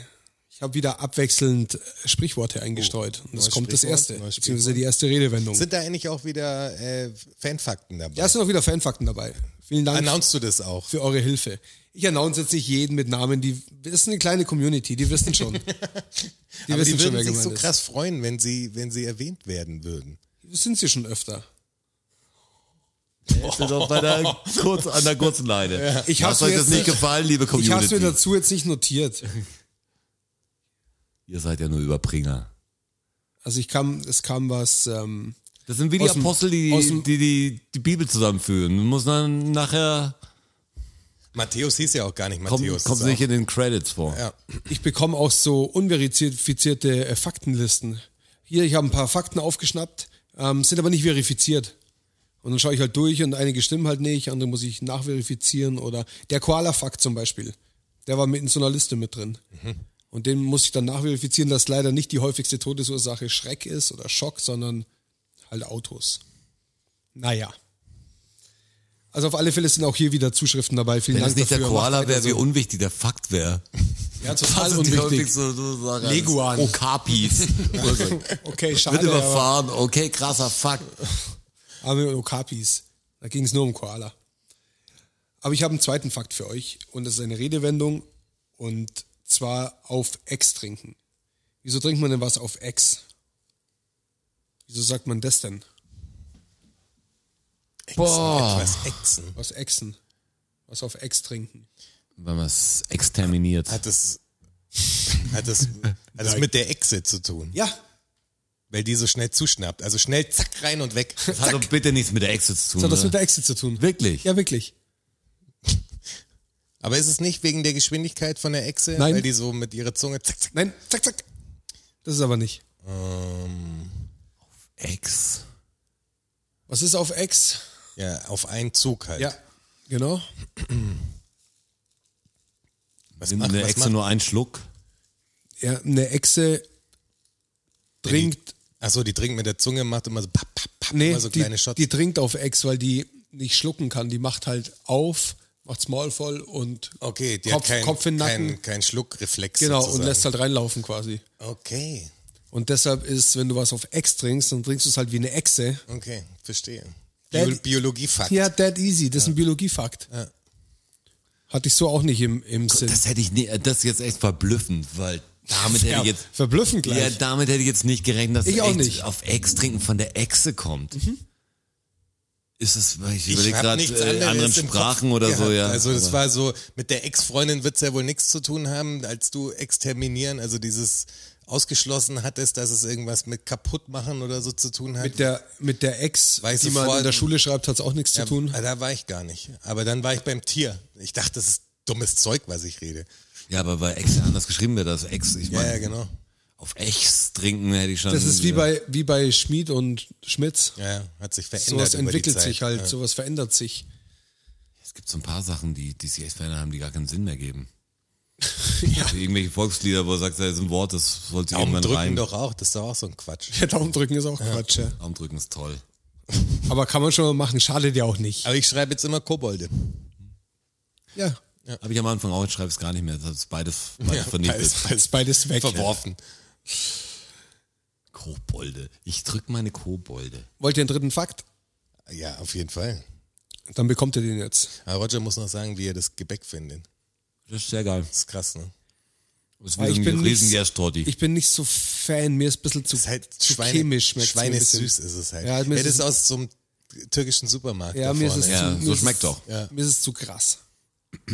Speaker 4: Ich habe wieder abwechselnd äh, Sprichworte eingestreut. Und es
Speaker 3: neues
Speaker 4: kommt das
Speaker 3: Sprichwort,
Speaker 4: erste,
Speaker 3: neues
Speaker 4: beziehungsweise die erste Redewendung.
Speaker 3: Sind da eigentlich auch wieder äh, Fanfakten dabei?
Speaker 4: Ja, es sind auch wieder Fanfakten dabei. Vielen Dank
Speaker 3: Announcest du das auch?
Speaker 4: für eure Hilfe. Ich announce jetzt nicht jeden mit Namen, die das ist eine kleine Community, die wissen
Speaker 3: [LAUGHS]
Speaker 4: schon. Die
Speaker 3: Aber die
Speaker 4: wissen schon,
Speaker 3: würden
Speaker 4: wer
Speaker 3: sich
Speaker 4: gemeint
Speaker 3: so
Speaker 4: ist.
Speaker 3: krass freuen, wenn sie, wenn sie erwähnt werden würden.
Speaker 4: Das sind sie schon öfter.
Speaker 2: Ich bin doch bei [LAUGHS] der, kurz, an der kurzen Leine.
Speaker 4: Ich
Speaker 2: Was
Speaker 4: hab's
Speaker 2: euch
Speaker 4: mir
Speaker 2: das
Speaker 4: jetzt
Speaker 2: nicht
Speaker 4: nicht-
Speaker 2: gefallen, liebe
Speaker 4: Ich habe es mir
Speaker 2: Community?
Speaker 4: dazu jetzt nicht notiert.
Speaker 2: Ihr seid ja nur Überbringer.
Speaker 4: Also ich kam, es kam was. Ähm,
Speaker 2: Das sind wie die
Speaker 4: Aus dem-
Speaker 2: Apostel, die
Speaker 4: aus
Speaker 2: die,
Speaker 4: dem-
Speaker 2: die, die die Bibel zusammenführen. Man muss dann nachher
Speaker 3: Matthäus hieß ja auch gar nicht
Speaker 2: kommt
Speaker 3: Matthäus.
Speaker 2: kommt
Speaker 3: das
Speaker 2: nicht in den Credits vor.
Speaker 3: auch- ja.
Speaker 4: ich bekomme auch so unverifizierte äh, Faktenlisten. Hier, ich habe ein paar Fakten aufgeschnappt, ähm, sind aber nicht verifiziert. Und dann schaue ich halt durch und einige stimmen halt nicht, andere muss ich nachverifizieren oder der Koala-Fakt zum Beispiel, der war mit in so einer Liste mit drin.
Speaker 2: Mhm.
Speaker 4: Und den muss ich dann nachverifizieren, dass leider nicht die häufigste Todesursache Schreck ist oder Schock, sondern halt Autos. Naja. Also auf alle Fälle sind auch hier wieder Zuschriften dabei. Vielen
Speaker 2: Wenn
Speaker 4: Dank
Speaker 2: es nicht der
Speaker 4: dafür.
Speaker 2: Koala
Speaker 4: Macht
Speaker 2: wäre,
Speaker 4: weiter
Speaker 2: wie
Speaker 4: so.
Speaker 2: unwichtig der Fakt wäre.
Speaker 4: Ja, total
Speaker 2: Was ist die
Speaker 4: unwichtig.
Speaker 2: häufigste Sache?
Speaker 4: Leguan. [LAUGHS]
Speaker 2: Okapis. [LAUGHS]
Speaker 4: Okay, schade.
Speaker 2: Wird
Speaker 4: aber-
Speaker 2: überfahren. Okay, krasser Fakt.
Speaker 4: Arme und Okapis. Da ging es nur um Koala. Aber ich habe einen zweiten Fakt für euch und das ist eine Redewendung und zwar auf Ex trinken. Wieso trinkt man denn was auf Ex? Wieso sagt man das denn?
Speaker 2: Boah.
Speaker 3: Etwas Echsen.
Speaker 4: Was Exen? Was auf Ex trinken?
Speaker 2: Wenn man es exterminiert.
Speaker 3: Hat das, hat das, hat
Speaker 4: [LAUGHS]
Speaker 3: das mit der Echse zu tun?
Speaker 4: Ja,
Speaker 3: Weil die so schnell zuschnappt. Also schnell zack rein
Speaker 4: [LAUGHS]
Speaker 3: und weg.
Speaker 2: Das hat doch bitte nichts mit der Exit zu
Speaker 4: das
Speaker 2: tun.
Speaker 4: hat das
Speaker 2: ne?
Speaker 4: mit der Exe zu tun.
Speaker 2: Wirklich?
Speaker 4: Ja, wirklich.
Speaker 3: Aber ist es nicht wegen der Geschwindigkeit von der Echse?
Speaker 4: Nein.
Speaker 3: Weil die so mit ihrer Zunge zack, zack.
Speaker 4: Nein, zack, zack. Das ist aber nicht.
Speaker 2: Ex.
Speaker 4: Was ist auf Ex?
Speaker 3: Ja, auf einen Zug halt.
Speaker 4: Ja, genau.
Speaker 3: Was
Speaker 2: Nimmt
Speaker 3: macht,
Speaker 2: eine
Speaker 3: was
Speaker 2: Exe
Speaker 3: macht,
Speaker 2: nur einen Schluck?
Speaker 4: Ja, eine Echse trinkt,
Speaker 3: Achso, die trinkt mit der Zunge, macht immer so, papp, papp, papp,
Speaker 4: nee,
Speaker 3: immer so kleine
Speaker 4: die,
Speaker 3: Shots.
Speaker 4: die trinkt auf Ex, weil die nicht schlucken kann. Die macht halt auf, macht's Maul voll und
Speaker 3: okay, die
Speaker 4: Kopf,
Speaker 3: hat keinen
Speaker 4: Kopf in den Nacken.
Speaker 3: Kein, kein Schluckreflex.
Speaker 4: genau,
Speaker 3: sozusagen.
Speaker 4: und lässt halt reinlaufen quasi.
Speaker 3: Okay,
Speaker 4: Und deshalb ist, wenn du was auf Ex trinkst, dann trinkst du es halt wie eine Echse.
Speaker 3: okay, verstehe.
Speaker 4: Der-
Speaker 3: Bio Biologiefakt.
Speaker 4: Ja, that easy. Das ist ein Biologiefakt.
Speaker 3: Ja.
Speaker 4: Hatte ich so auch nicht im, im Sinn.
Speaker 2: Das hätte ich nie, das ist jetzt echt verblüffend, weil damit hätte ich jetzt,
Speaker 4: verblüffend
Speaker 2: ja,
Speaker 4: gleich.
Speaker 2: damit hätte ich jetzt nicht gerechnet, dass
Speaker 4: Ich
Speaker 2: es
Speaker 4: auch
Speaker 2: echt
Speaker 4: nicht. Mhm.
Speaker 2: auf Ex trinken von der Echse kommt. Ist es, weil ich,
Speaker 3: Ich
Speaker 2: überlege
Speaker 3: hab
Speaker 2: gerade
Speaker 3: nichts
Speaker 2: äh,
Speaker 3: anderes
Speaker 2: anderen
Speaker 3: im Kopf
Speaker 2: Sprachen oder so,
Speaker 3: gehabt.
Speaker 2: ja.
Speaker 3: Also das
Speaker 2: Aber-
Speaker 3: war so, mit der Ex-Freundin wird's ja wohl nichts zu tun haben, als du exterminieren, also dieses ausgeschlossen hattest, dass es irgendwas mit kaputt machen oder so zu tun hat.
Speaker 4: Mit der, mit der Ex,
Speaker 3: Weiß
Speaker 4: die
Speaker 3: sofort-
Speaker 4: man in der Schule schreibt, hat es auch nichts
Speaker 3: ja, also-
Speaker 4: zu tun.
Speaker 3: Da war ich gar nicht. Aber dann war ich beim Tier. Ich dachte, das ist dummes Zeug, was ich rede.
Speaker 2: Ja, aber bei Ex anders geschrieben wird das Ex. Ich
Speaker 3: Ja,
Speaker 2: meine,
Speaker 3: ja, genau.
Speaker 2: auf Echs trinken hätte ich schon.
Speaker 4: Das ist wie bei, wie bei Schmied und Schmitz.
Speaker 3: Ja, ja, hat sich verändert.
Speaker 4: Sowas
Speaker 3: über die
Speaker 4: entwickelt
Speaker 3: Zeit.
Speaker 4: sich halt,
Speaker 3: Ja.
Speaker 4: sowas verändert sich.
Speaker 2: Es gibt so ein paar Sachen, die, die sich echt verändert haben, die gar keinen Sinn mehr
Speaker 4: [LAUGHS]
Speaker 2: geben. Also irgendwelche Volkslieder, wo er sagt, da ist ein Wort, das sollte sich
Speaker 3: Daumen
Speaker 2: irgendwann
Speaker 3: drücken
Speaker 2: rein.
Speaker 3: doch auch, das ist doch auch so
Speaker 4: [LAUGHS]
Speaker 3: ein Quatsch.
Speaker 4: Ja, Daumen drücken ist auch Quatsch. Ja.
Speaker 2: Daumen drücken ist toll.
Speaker 4: Aber kann man schon mal machen, schadet ja auch nicht.
Speaker 3: Aber ich schreibe jetzt immer Kobolde.
Speaker 4: Ja,
Speaker 2: Habe ich am Anfang auch, ich schreibe es gar nicht mehr. Das ist beides, beides vernichtet.
Speaker 3: beides-
Speaker 4: ist beides weg.
Speaker 3: Verworfen.
Speaker 2: Kobolde. Ich drück meine Kobolde.
Speaker 4: Wollt ihr einen dritten Fakt?
Speaker 3: Ja, auf jeden Fall.
Speaker 4: Dann bekommt ihr den jetzt.
Speaker 3: Aber Roger muss noch sagen, wie er das Gebäck findet.
Speaker 2: Das ist sehr geil.
Speaker 3: Das ist krass, ne?
Speaker 2: Das ist
Speaker 4: Aber ich
Speaker 2: wie so
Speaker 4: bin
Speaker 2: ein
Speaker 4: nicht-
Speaker 2: riesen
Speaker 4: Ich bin nicht so Fan, mir ist ein bisschen zu,
Speaker 3: ist halt
Speaker 4: zu
Speaker 3: Schweine,
Speaker 4: chemisch. schmeckt's mir ein
Speaker 3: Schweine
Speaker 4: bisschen.
Speaker 3: süß ist es halt.
Speaker 4: Ja,
Speaker 3: Ja,
Speaker 4: mir
Speaker 3: das
Speaker 4: ist es-
Speaker 3: ist aus so einem türkischen Supermarkt.
Speaker 4: Ja,
Speaker 3: da
Speaker 4: mir ist
Speaker 3: vorne.
Speaker 4: es
Speaker 2: Ja,
Speaker 4: zu,
Speaker 2: so
Speaker 4: mir ist
Speaker 2: schmeckt
Speaker 4: es-
Speaker 2: doch.
Speaker 4: Ja. Mir ist es zu
Speaker 3: [LAUGHS]
Speaker 4: krass.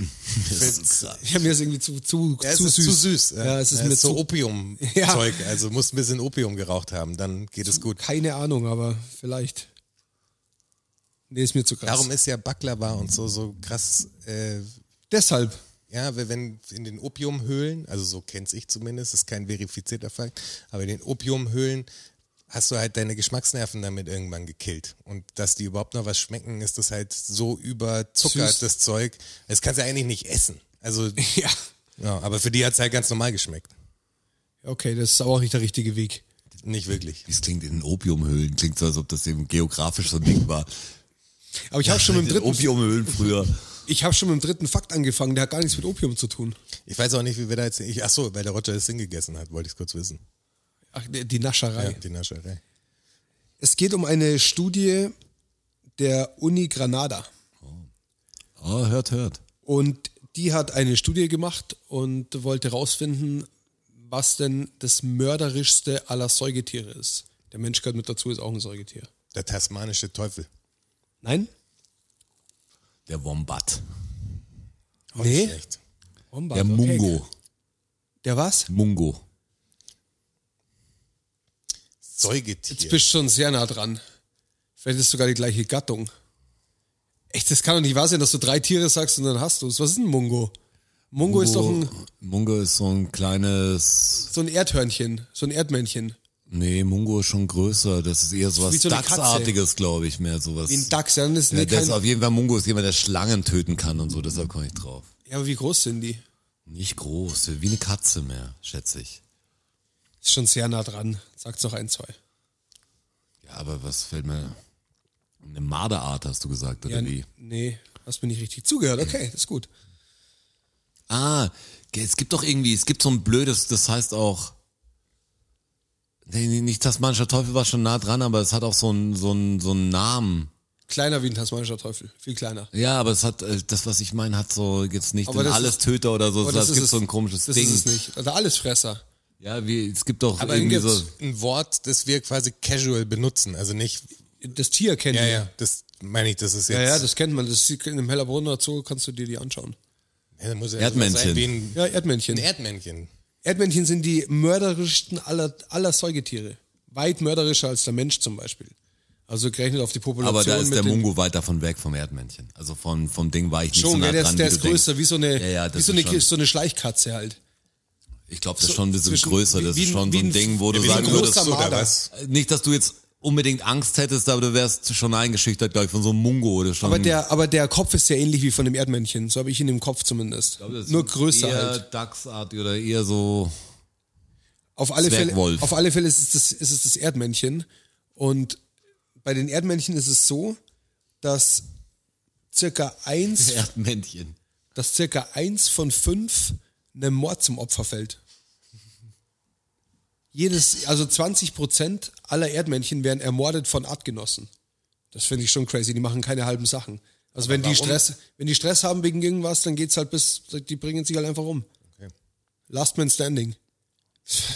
Speaker 3: Find's-
Speaker 4: Ja, mir ist irgendwie zu, zu,
Speaker 3: Ja, es
Speaker 4: zu
Speaker 3: ist
Speaker 4: süß.
Speaker 3: zu süß. Ja,
Speaker 4: Ja, es ist mir
Speaker 3: so
Speaker 4: zu,
Speaker 3: Opiumzeug.
Speaker 4: Ja.
Speaker 3: Also musst ein bisschen Opium geraucht haben, dann geht es gut.
Speaker 4: keine Ahnung, aber vielleicht. Nee, ist mir zu krass.
Speaker 3: Darum ist ja Baklava und so so krass. Äh,
Speaker 4: Deshalb.
Speaker 3: ja, weil wenn in den Opiumhöhlen, also so kenn's ich zumindest, ist kein verifizierter Fakt, aber in den Opiumhöhlen hast du halt deine Geschmacksnerven damit irgendwann gekillt. Und dass die überhaupt noch was schmecken, ist das halt so überzuckert,
Speaker 4: Süß.
Speaker 3: das Zeug. Das kannst du eigentlich nicht essen.
Speaker 4: [LAUGHS]
Speaker 3: Also
Speaker 4: Ja.
Speaker 3: [LAUGHS] Ja, aber für die hat's halt ganz normal geschmeckt.
Speaker 4: Okay, das ist aber auch nicht der richtige Weg.
Speaker 3: Nicht wirklich.
Speaker 2: Das klingt in den Opiumhöhlen. Klingt so, als ob das eben geografisch so ein Ding war.
Speaker 4: Aber ich habe schon, mit
Speaker 2: In
Speaker 3: [LAUGHS]
Speaker 4: dem
Speaker 2: den
Speaker 4: dritten-
Speaker 2: Opiumhöhlen früher.
Speaker 4: ich hab schon mit dem dritten Fakt angefangen, der hat gar nichts mit Opium zu tun.
Speaker 3: Ich weiß auch nicht, wie wir da jetzt. Ich, ach so, weil der Roger das hingegessen hat, wollte ich kurz wissen.
Speaker 4: Ach, die die Nascherei.
Speaker 3: Ja, die Nascherei.
Speaker 4: Es geht um eine Studie der Uni Granada.
Speaker 2: Oh, hört, hört.
Speaker 4: Und die hat eine Studie gemacht und wollte herausfinden, was denn das mörderischste aller Säugetiere ist. Der Mensch gehört mit dazu, ist auch ein Säugetier.
Speaker 3: Der tasmanische Teufel.
Speaker 4: Nein?
Speaker 2: Der Wombat.
Speaker 3: Auch
Speaker 4: Nee.
Speaker 3: nicht schlecht.
Speaker 4: Wombat,
Speaker 2: Oh, Der
Speaker 4: okay.
Speaker 2: Mungo.
Speaker 4: Der was?
Speaker 2: Mungo.
Speaker 4: Jetzt
Speaker 3: Säugetier.
Speaker 4: bist du schon sehr nah dran. Vielleicht ist sogar die gleiche Gattung. Echt, das kann doch nicht wahr sein, dass du drei Tiere sagst und dann hast du es. Was ist ein Mungo? Mungo ist doch ein,
Speaker 2: Mungo ist so ein kleines.
Speaker 4: so ein Erdhörnchen, so ein Erdmännchen.
Speaker 2: Nee, Mungo ist schon größer. Das ist eher sowas
Speaker 4: Wie so eine
Speaker 2: Dachsartiges, glaube ich, mehr sowas.
Speaker 4: Wie ein Dachs. Ja, dann ist
Speaker 2: Ja,
Speaker 4: ja,
Speaker 2: das
Speaker 4: kein,
Speaker 2: ist auf jeden Fall Mungo ist jemand, der Schlangen töten kann und so, deshalb komme ich drauf.
Speaker 4: ja, aber wie groß sind die?
Speaker 2: Nicht groß, wie eine Katze mehr, schätze ich.
Speaker 4: Ist schon sehr nah dran. Sag's noch ein, zwei.
Speaker 2: Ja, aber was fällt mir. Eine Marderart hast du gesagt, oder
Speaker 4: Ja,
Speaker 2: wie?
Speaker 4: nee, hast mir nicht richtig zugehört. Okay, ist gut.
Speaker 2: Ah, ge- es gibt doch irgendwie, es gibt so ein blödes, das heißt auch. Nee, nee, nicht Tasmanischer Teufel war schon nah dran, aber es hat auch so einen so einen, so einen Namen.
Speaker 4: Kleiner wie ein tasmanischer Teufel, viel kleiner.
Speaker 2: Ja, aber es hat, äh, das, was ich meine, hat so jetzt nicht
Speaker 4: Aber
Speaker 2: den
Speaker 4: das ist-
Speaker 2: Alles-Töter oder so,
Speaker 4: Aber
Speaker 2: sondern es gibt
Speaker 4: es.
Speaker 2: so ein komisches
Speaker 4: das
Speaker 2: Ding.
Speaker 4: ist es nicht. Also Allesfresser.
Speaker 2: Ja, wie, es gibt doch
Speaker 4: Aber
Speaker 2: irgendwie
Speaker 4: den gibt's.
Speaker 2: so.
Speaker 3: Ein Wort, das wir quasi casual benutzen. Also nicht.
Speaker 4: Das Tier kennen
Speaker 3: Ja,
Speaker 4: wir.
Speaker 3: ja. Das meine ich, das ist jetzt.
Speaker 4: ja, ja, das kennt man. Das sieht im Hellerbrunner Zoo kannst du dir die anschauen.
Speaker 3: Ja, muss ja
Speaker 2: Erdmännchen.
Speaker 3: so Sein wie ein,
Speaker 4: Ja, Erdmännchen.
Speaker 3: ein Erdmännchen.
Speaker 4: Erdmännchen sind die mörderischsten aller, aller Säugetiere. Weit mörderischer als der Mensch zum Beispiel. Also gerechnet auf die Population.
Speaker 2: Aber da ist
Speaker 4: mit
Speaker 2: der
Speaker 4: den-
Speaker 2: Mungo weit davon weg vom Erdmännchen. Also von, vom Ding war ich nicht so
Speaker 4: Schon,
Speaker 2: nah
Speaker 4: ja, der
Speaker 2: dran,
Speaker 4: ist, der
Speaker 2: wie
Speaker 4: ist
Speaker 2: du
Speaker 4: größer,
Speaker 2: denkst.
Speaker 4: wie so eine,
Speaker 2: Ja, ja, das
Speaker 4: wie so
Speaker 2: ist
Speaker 4: eine,
Speaker 2: schon-
Speaker 4: so eine Schleichkatze halt.
Speaker 2: Ich glaube, das ist schon ein bisschen
Speaker 4: zwischen-
Speaker 2: größer.
Speaker 4: wie-
Speaker 2: Das
Speaker 4: wie
Speaker 2: ist
Speaker 4: ein-
Speaker 2: schon
Speaker 4: wie
Speaker 2: so ein
Speaker 4: ein-
Speaker 2: Ding, wo du
Speaker 4: wie
Speaker 3: ein
Speaker 2: sagen würdest,
Speaker 4: großer
Speaker 3: oder
Speaker 4: Marder.
Speaker 3: was?
Speaker 2: nicht, dass du jetzt unbedingt Angst hättest, aber du wärst schon eingeschüchtert, glaube ich, von so einem Mungo oder schon.
Speaker 4: Aber der, aber der Kopf ist ja ähnlich wie von dem Erdmännchen. So habe ich ihn im Kopf zumindest.
Speaker 2: Das ist
Speaker 4: Nur größer
Speaker 2: eher [LAUGHS]
Speaker 4: halt.
Speaker 2: Dachsart oder eher so.
Speaker 4: Auf alle, Fälle,
Speaker 2: Zwergwolf.
Speaker 4: auf alle Fälle ist es, das, ist es das Erdmännchen. Und bei den Erdmännchen ist es so, dass circa
Speaker 2: [LAUGHS]
Speaker 4: eins,
Speaker 2: Erdmännchen.
Speaker 4: dass circa eins von fünf einem Mord zum Opfer fällt. Jedes, also 20 Prozent aller Erdmännchen werden ermordet von Artgenossen. Das finde ich schon crazy. Die machen keine halben Sachen. Also wenn die, Stress, wenn die Stress haben wegen irgendwas, dann geht's halt bis, die bringen sich halt einfach um. Last Man Standing.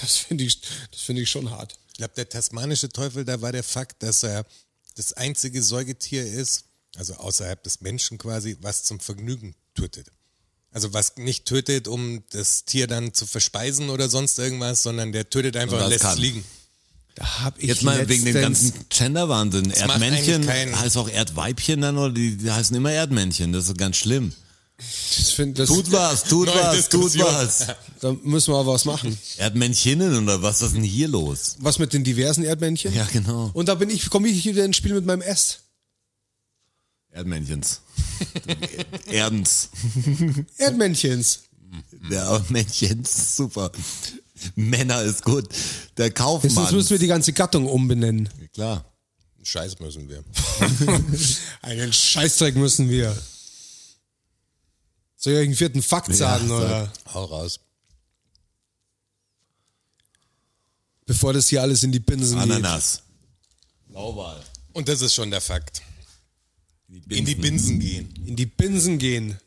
Speaker 4: Das finde ich, das finde ich schon hart.
Speaker 3: Ich glaube, der tasmanische Teufel, da war der Fakt, dass er das einzige Säugetier ist, also außerhalb des Menschen quasi, was zum Vergnügen tötet. Also was nicht tötet, um das Tier dann zu verspeisen oder sonst irgendwas, sondern der tötet einfach und,
Speaker 2: das
Speaker 3: lässt es
Speaker 2: kann.
Speaker 3: liegen.
Speaker 4: Da hab ich
Speaker 2: Jetzt mal wegen dem
Speaker 4: letztens-
Speaker 2: ganzen Genderwahnsinn.
Speaker 3: macht
Speaker 2: Erdmännchen
Speaker 3: eigentlich keinen-
Speaker 2: heißt auch Erdweibchen dann oder die, die heißen immer Erdmännchen. Das ist ganz schlimm.
Speaker 4: Das find, das,
Speaker 3: [LAUGHS]
Speaker 2: Tut was, tut
Speaker 3: Neue
Speaker 2: was, tut
Speaker 3: Diskussion.
Speaker 2: was.
Speaker 4: Da müssen wir aber was machen.
Speaker 2: Erdmännschinnen oder was? Was ist denn hier los?
Speaker 4: Was mit den diversen Erdmännchen?
Speaker 2: Ja, genau.
Speaker 4: Und da bin ich, komme ich wieder ins Spiel mit
Speaker 2: [LAUGHS]
Speaker 4: meinem S.
Speaker 2: Erdmännchens. Erdens.
Speaker 4: Erdmännchens.
Speaker 2: Ja, aber Männchens ist super. Männer ist gut. Der
Speaker 4: Sonst
Speaker 2: Kaufmann.
Speaker 4: müssen wir die ganze
Speaker 2: [LAUGHS]
Speaker 4: Gattung umbenennen.
Speaker 2: Klar.
Speaker 3: Scheiß müssen wir.
Speaker 4: Einen Scheißdreck müssen wir. Soll ich euch einen vierten Fakt sagen,
Speaker 2: sag.
Speaker 4: oder?
Speaker 3: Hau raus.
Speaker 4: Bevor das hier alles in die Binsen
Speaker 2: Ananas. Blauwal.
Speaker 3: Und das ist schon der Fakt. In
Speaker 2: In
Speaker 3: die Binsen gehen.
Speaker 4: geht. In die Binsen gehen.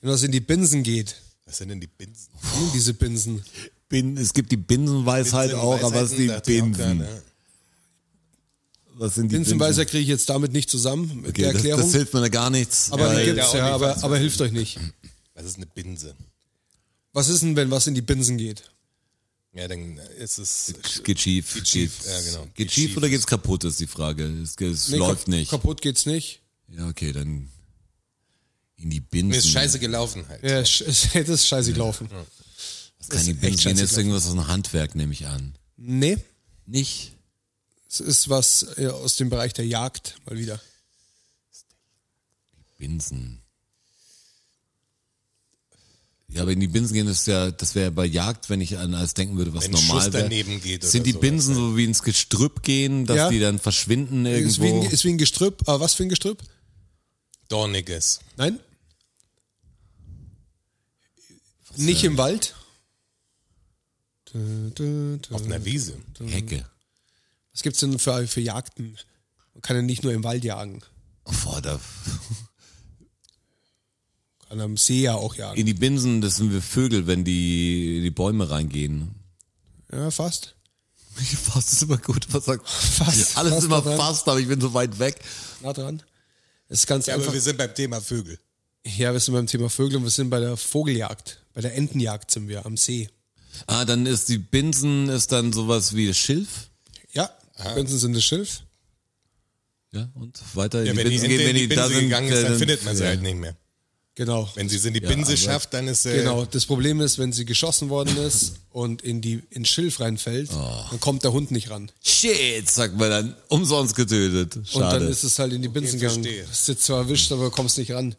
Speaker 4: Wenn das in die Binsen geht.
Speaker 3: Was sind denn die Binsen?
Speaker 4: Nimm diese Binsen.
Speaker 2: Bin, es gibt die Binsenweisheit
Speaker 3: Binsen,
Speaker 2: Halt auch, aber was sind die
Speaker 3: Weisheiten, dachte ich auch
Speaker 2: Binsen?
Speaker 3: gerade, ne? ja.
Speaker 2: Was sind die
Speaker 4: Binsenweiser kriege ich jetzt damit nicht zusammen mit
Speaker 2: Okay,
Speaker 4: der Erklärung.
Speaker 2: Das, das hilft mir da gar nichts.
Speaker 4: aber die
Speaker 2: weil-
Speaker 4: gibt's,
Speaker 3: Ja,
Speaker 4: ja,
Speaker 3: auch nicht
Speaker 4: aber,
Speaker 3: ganz
Speaker 4: aber hilft euch nicht.
Speaker 3: Was ist eine Binse?
Speaker 4: Was ist denn, wenn was in die Binsen geht?
Speaker 3: Ja, dann ist es
Speaker 2: Geht schief.
Speaker 3: Geht schief, ja, genau.
Speaker 2: Geht, geht
Speaker 3: Geht
Speaker 2: schief
Speaker 3: schief.
Speaker 2: oder geht's kaputt, ist die Frage. Es, es
Speaker 4: Nee,
Speaker 2: läuft
Speaker 4: kap-
Speaker 2: nicht.
Speaker 4: Kaputt geht's nicht.
Speaker 2: Ja, okay, dann in die Binsen.
Speaker 3: mir ist scheiße gelaufen halt.
Speaker 4: Ja, sch- [LAUGHS] es hätte es scheiße gelaufen.
Speaker 2: Das kann die
Speaker 4: echt
Speaker 2: Binsen
Speaker 4: scheiße
Speaker 2: jetzt irgendwas aus dem Handwerk, nehme ich an.
Speaker 4: Nee,
Speaker 2: Nicht?
Speaker 4: es ist was äh, aus dem Bereich der Jagd mal wieder.
Speaker 2: Binsen. Ja, aber in die Binsen gehen, das, ist ja, das wäre ja bei Jagd, wenn ich an alles denken würde, was
Speaker 3: Wenn Schuss
Speaker 2: normal wäre.
Speaker 3: daneben geht oder
Speaker 2: Sind die
Speaker 3: sowas,
Speaker 2: Binsen so wie ins Gestrüpp gehen, dass
Speaker 4: Ja.
Speaker 2: die dann verschwinden
Speaker 4: Ist wie,
Speaker 2: irgendwo?
Speaker 4: ein, ist wie ein Gestrüpp. Aber was für ein Gestrüpp?
Speaker 3: Dorniges.
Speaker 4: Nein? Nicht im Wald? Dö, dö, dö.
Speaker 3: Auf einer Wiese.
Speaker 2: Hecke.
Speaker 4: Was gibt's denn für, für Jagden? Man kann ja nicht nur im Wald jagen.
Speaker 2: Oh, boah, da,
Speaker 4: Kann am See ja auch jagen.
Speaker 2: in die Binsen, das sind wir Vögel, wenn die in die Bäume reingehen.
Speaker 4: Ja, fast.
Speaker 2: Fast ist immer gut, was sagt.
Speaker 4: Fast,
Speaker 2: Alles
Speaker 4: fast
Speaker 2: immer
Speaker 4: dabei.
Speaker 2: fast, aber ich bin so weit weg.
Speaker 4: Nah dran. Das ist ganz
Speaker 3: Ja,
Speaker 4: einfach.
Speaker 3: aber wir sind beim Thema Vögel.
Speaker 4: ja, wir sind beim Thema Vögel und wir sind bei der Vogeljagd. Bei der Entenjagd sind wir am See.
Speaker 2: Ah, dann ist die Binsen ist dann sowas wie das Schilf.
Speaker 4: Ja,
Speaker 3: Ah.
Speaker 4: Binsen sind das Schilf.
Speaker 2: Ja, und weiter in
Speaker 3: Ja,
Speaker 2: die
Speaker 3: wenn die
Speaker 2: Binsen
Speaker 3: Ente
Speaker 2: gehen,
Speaker 3: in
Speaker 2: wenn
Speaker 3: die
Speaker 2: da
Speaker 3: Binse
Speaker 2: sind,
Speaker 3: gegangen ist,
Speaker 2: äh,
Speaker 3: dann findet man sie
Speaker 2: ja.
Speaker 3: halt nicht mehr.
Speaker 4: Genau.
Speaker 3: Wenn sie es in die
Speaker 2: Ja,
Speaker 3: Binse
Speaker 2: aber-
Speaker 3: schafft, dann ist äh,
Speaker 4: Genau, das Problem ist, wenn sie geschossen worden ist [LAUGHS] und in die ins Schilf reinfällt,
Speaker 2: Ah.
Speaker 4: dann kommt der Hund nicht ran.
Speaker 2: Shit, sagt man dann, umsonst getötet.
Speaker 4: Und
Speaker 2: Schade.
Speaker 4: dann ist es halt in die Binsen gegangen.
Speaker 3: verstehe.
Speaker 4: Hast du zwar erwischt, aber kommst nicht ran.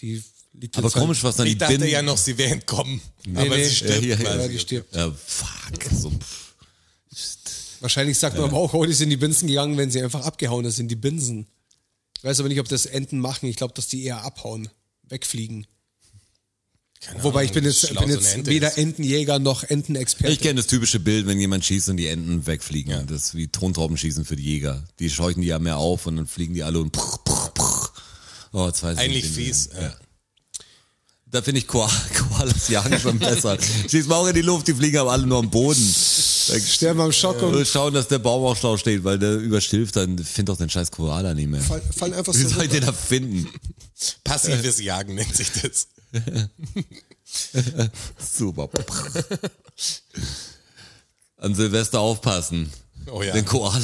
Speaker 4: Die liegt
Speaker 2: aber
Speaker 4: jetzt halt-
Speaker 2: komisch, was dann
Speaker 3: Ich
Speaker 2: die
Speaker 3: dachte
Speaker 2: Binsen.
Speaker 3: ja noch, sie wäre entkommen. aber
Speaker 4: nee.
Speaker 3: sie stirbt
Speaker 2: Ja, ja,
Speaker 3: quasi.
Speaker 4: Ja, die stirbt.
Speaker 2: Ja, fuck. So, pff.
Speaker 4: Wahrscheinlich sagt man aber auch, oh, die ist in die Binsen gegangen, wenn sie einfach abgehauen ist in die Binsen. Ich weiß aber nicht, ob das Enten machen. Ich glaube, dass die eher abhauen, wegfliegen. Wobei ich bin
Speaker 3: wie
Speaker 4: jetzt,
Speaker 3: schlau
Speaker 4: bin
Speaker 3: so eine
Speaker 4: jetzt
Speaker 3: Ah, Ente
Speaker 4: weder
Speaker 3: ist.
Speaker 4: Entenjäger noch Entenexperte.
Speaker 2: Ich kenne das typische Bild, wenn jemand schießt und die Enten wegfliegen. Das ist wie Tontaubenschießen für die Jäger. Die scheuchen die ja mehr auf und dann fliegen die alle und prr, prr, prr. Oh, jetzt weiß ich
Speaker 3: Eigentlich
Speaker 2: nicht, wen wir-
Speaker 3: fies. äh, Ja.
Speaker 2: Da finde ich Koal Koalas jagen schon besser. Schieß mal auch in die Luft, die fliegen aber alle nur am Boden. Da
Speaker 4: Sterben am Schock und
Speaker 2: will schauen, dass der Baum auch schlau steht, weil der überstilft, dann find doch den scheiß Koala nicht mehr.
Speaker 4: fall- fallen einfach
Speaker 2: Wie
Speaker 4: so.
Speaker 2: soll ich
Speaker 4: runter.
Speaker 2: den da finden? [LAUGHS]
Speaker 3: Passives Jagen nennt sich das.
Speaker 2: Super. An Silvester aufpassen.
Speaker 3: Oh ja.
Speaker 2: Den Koalas.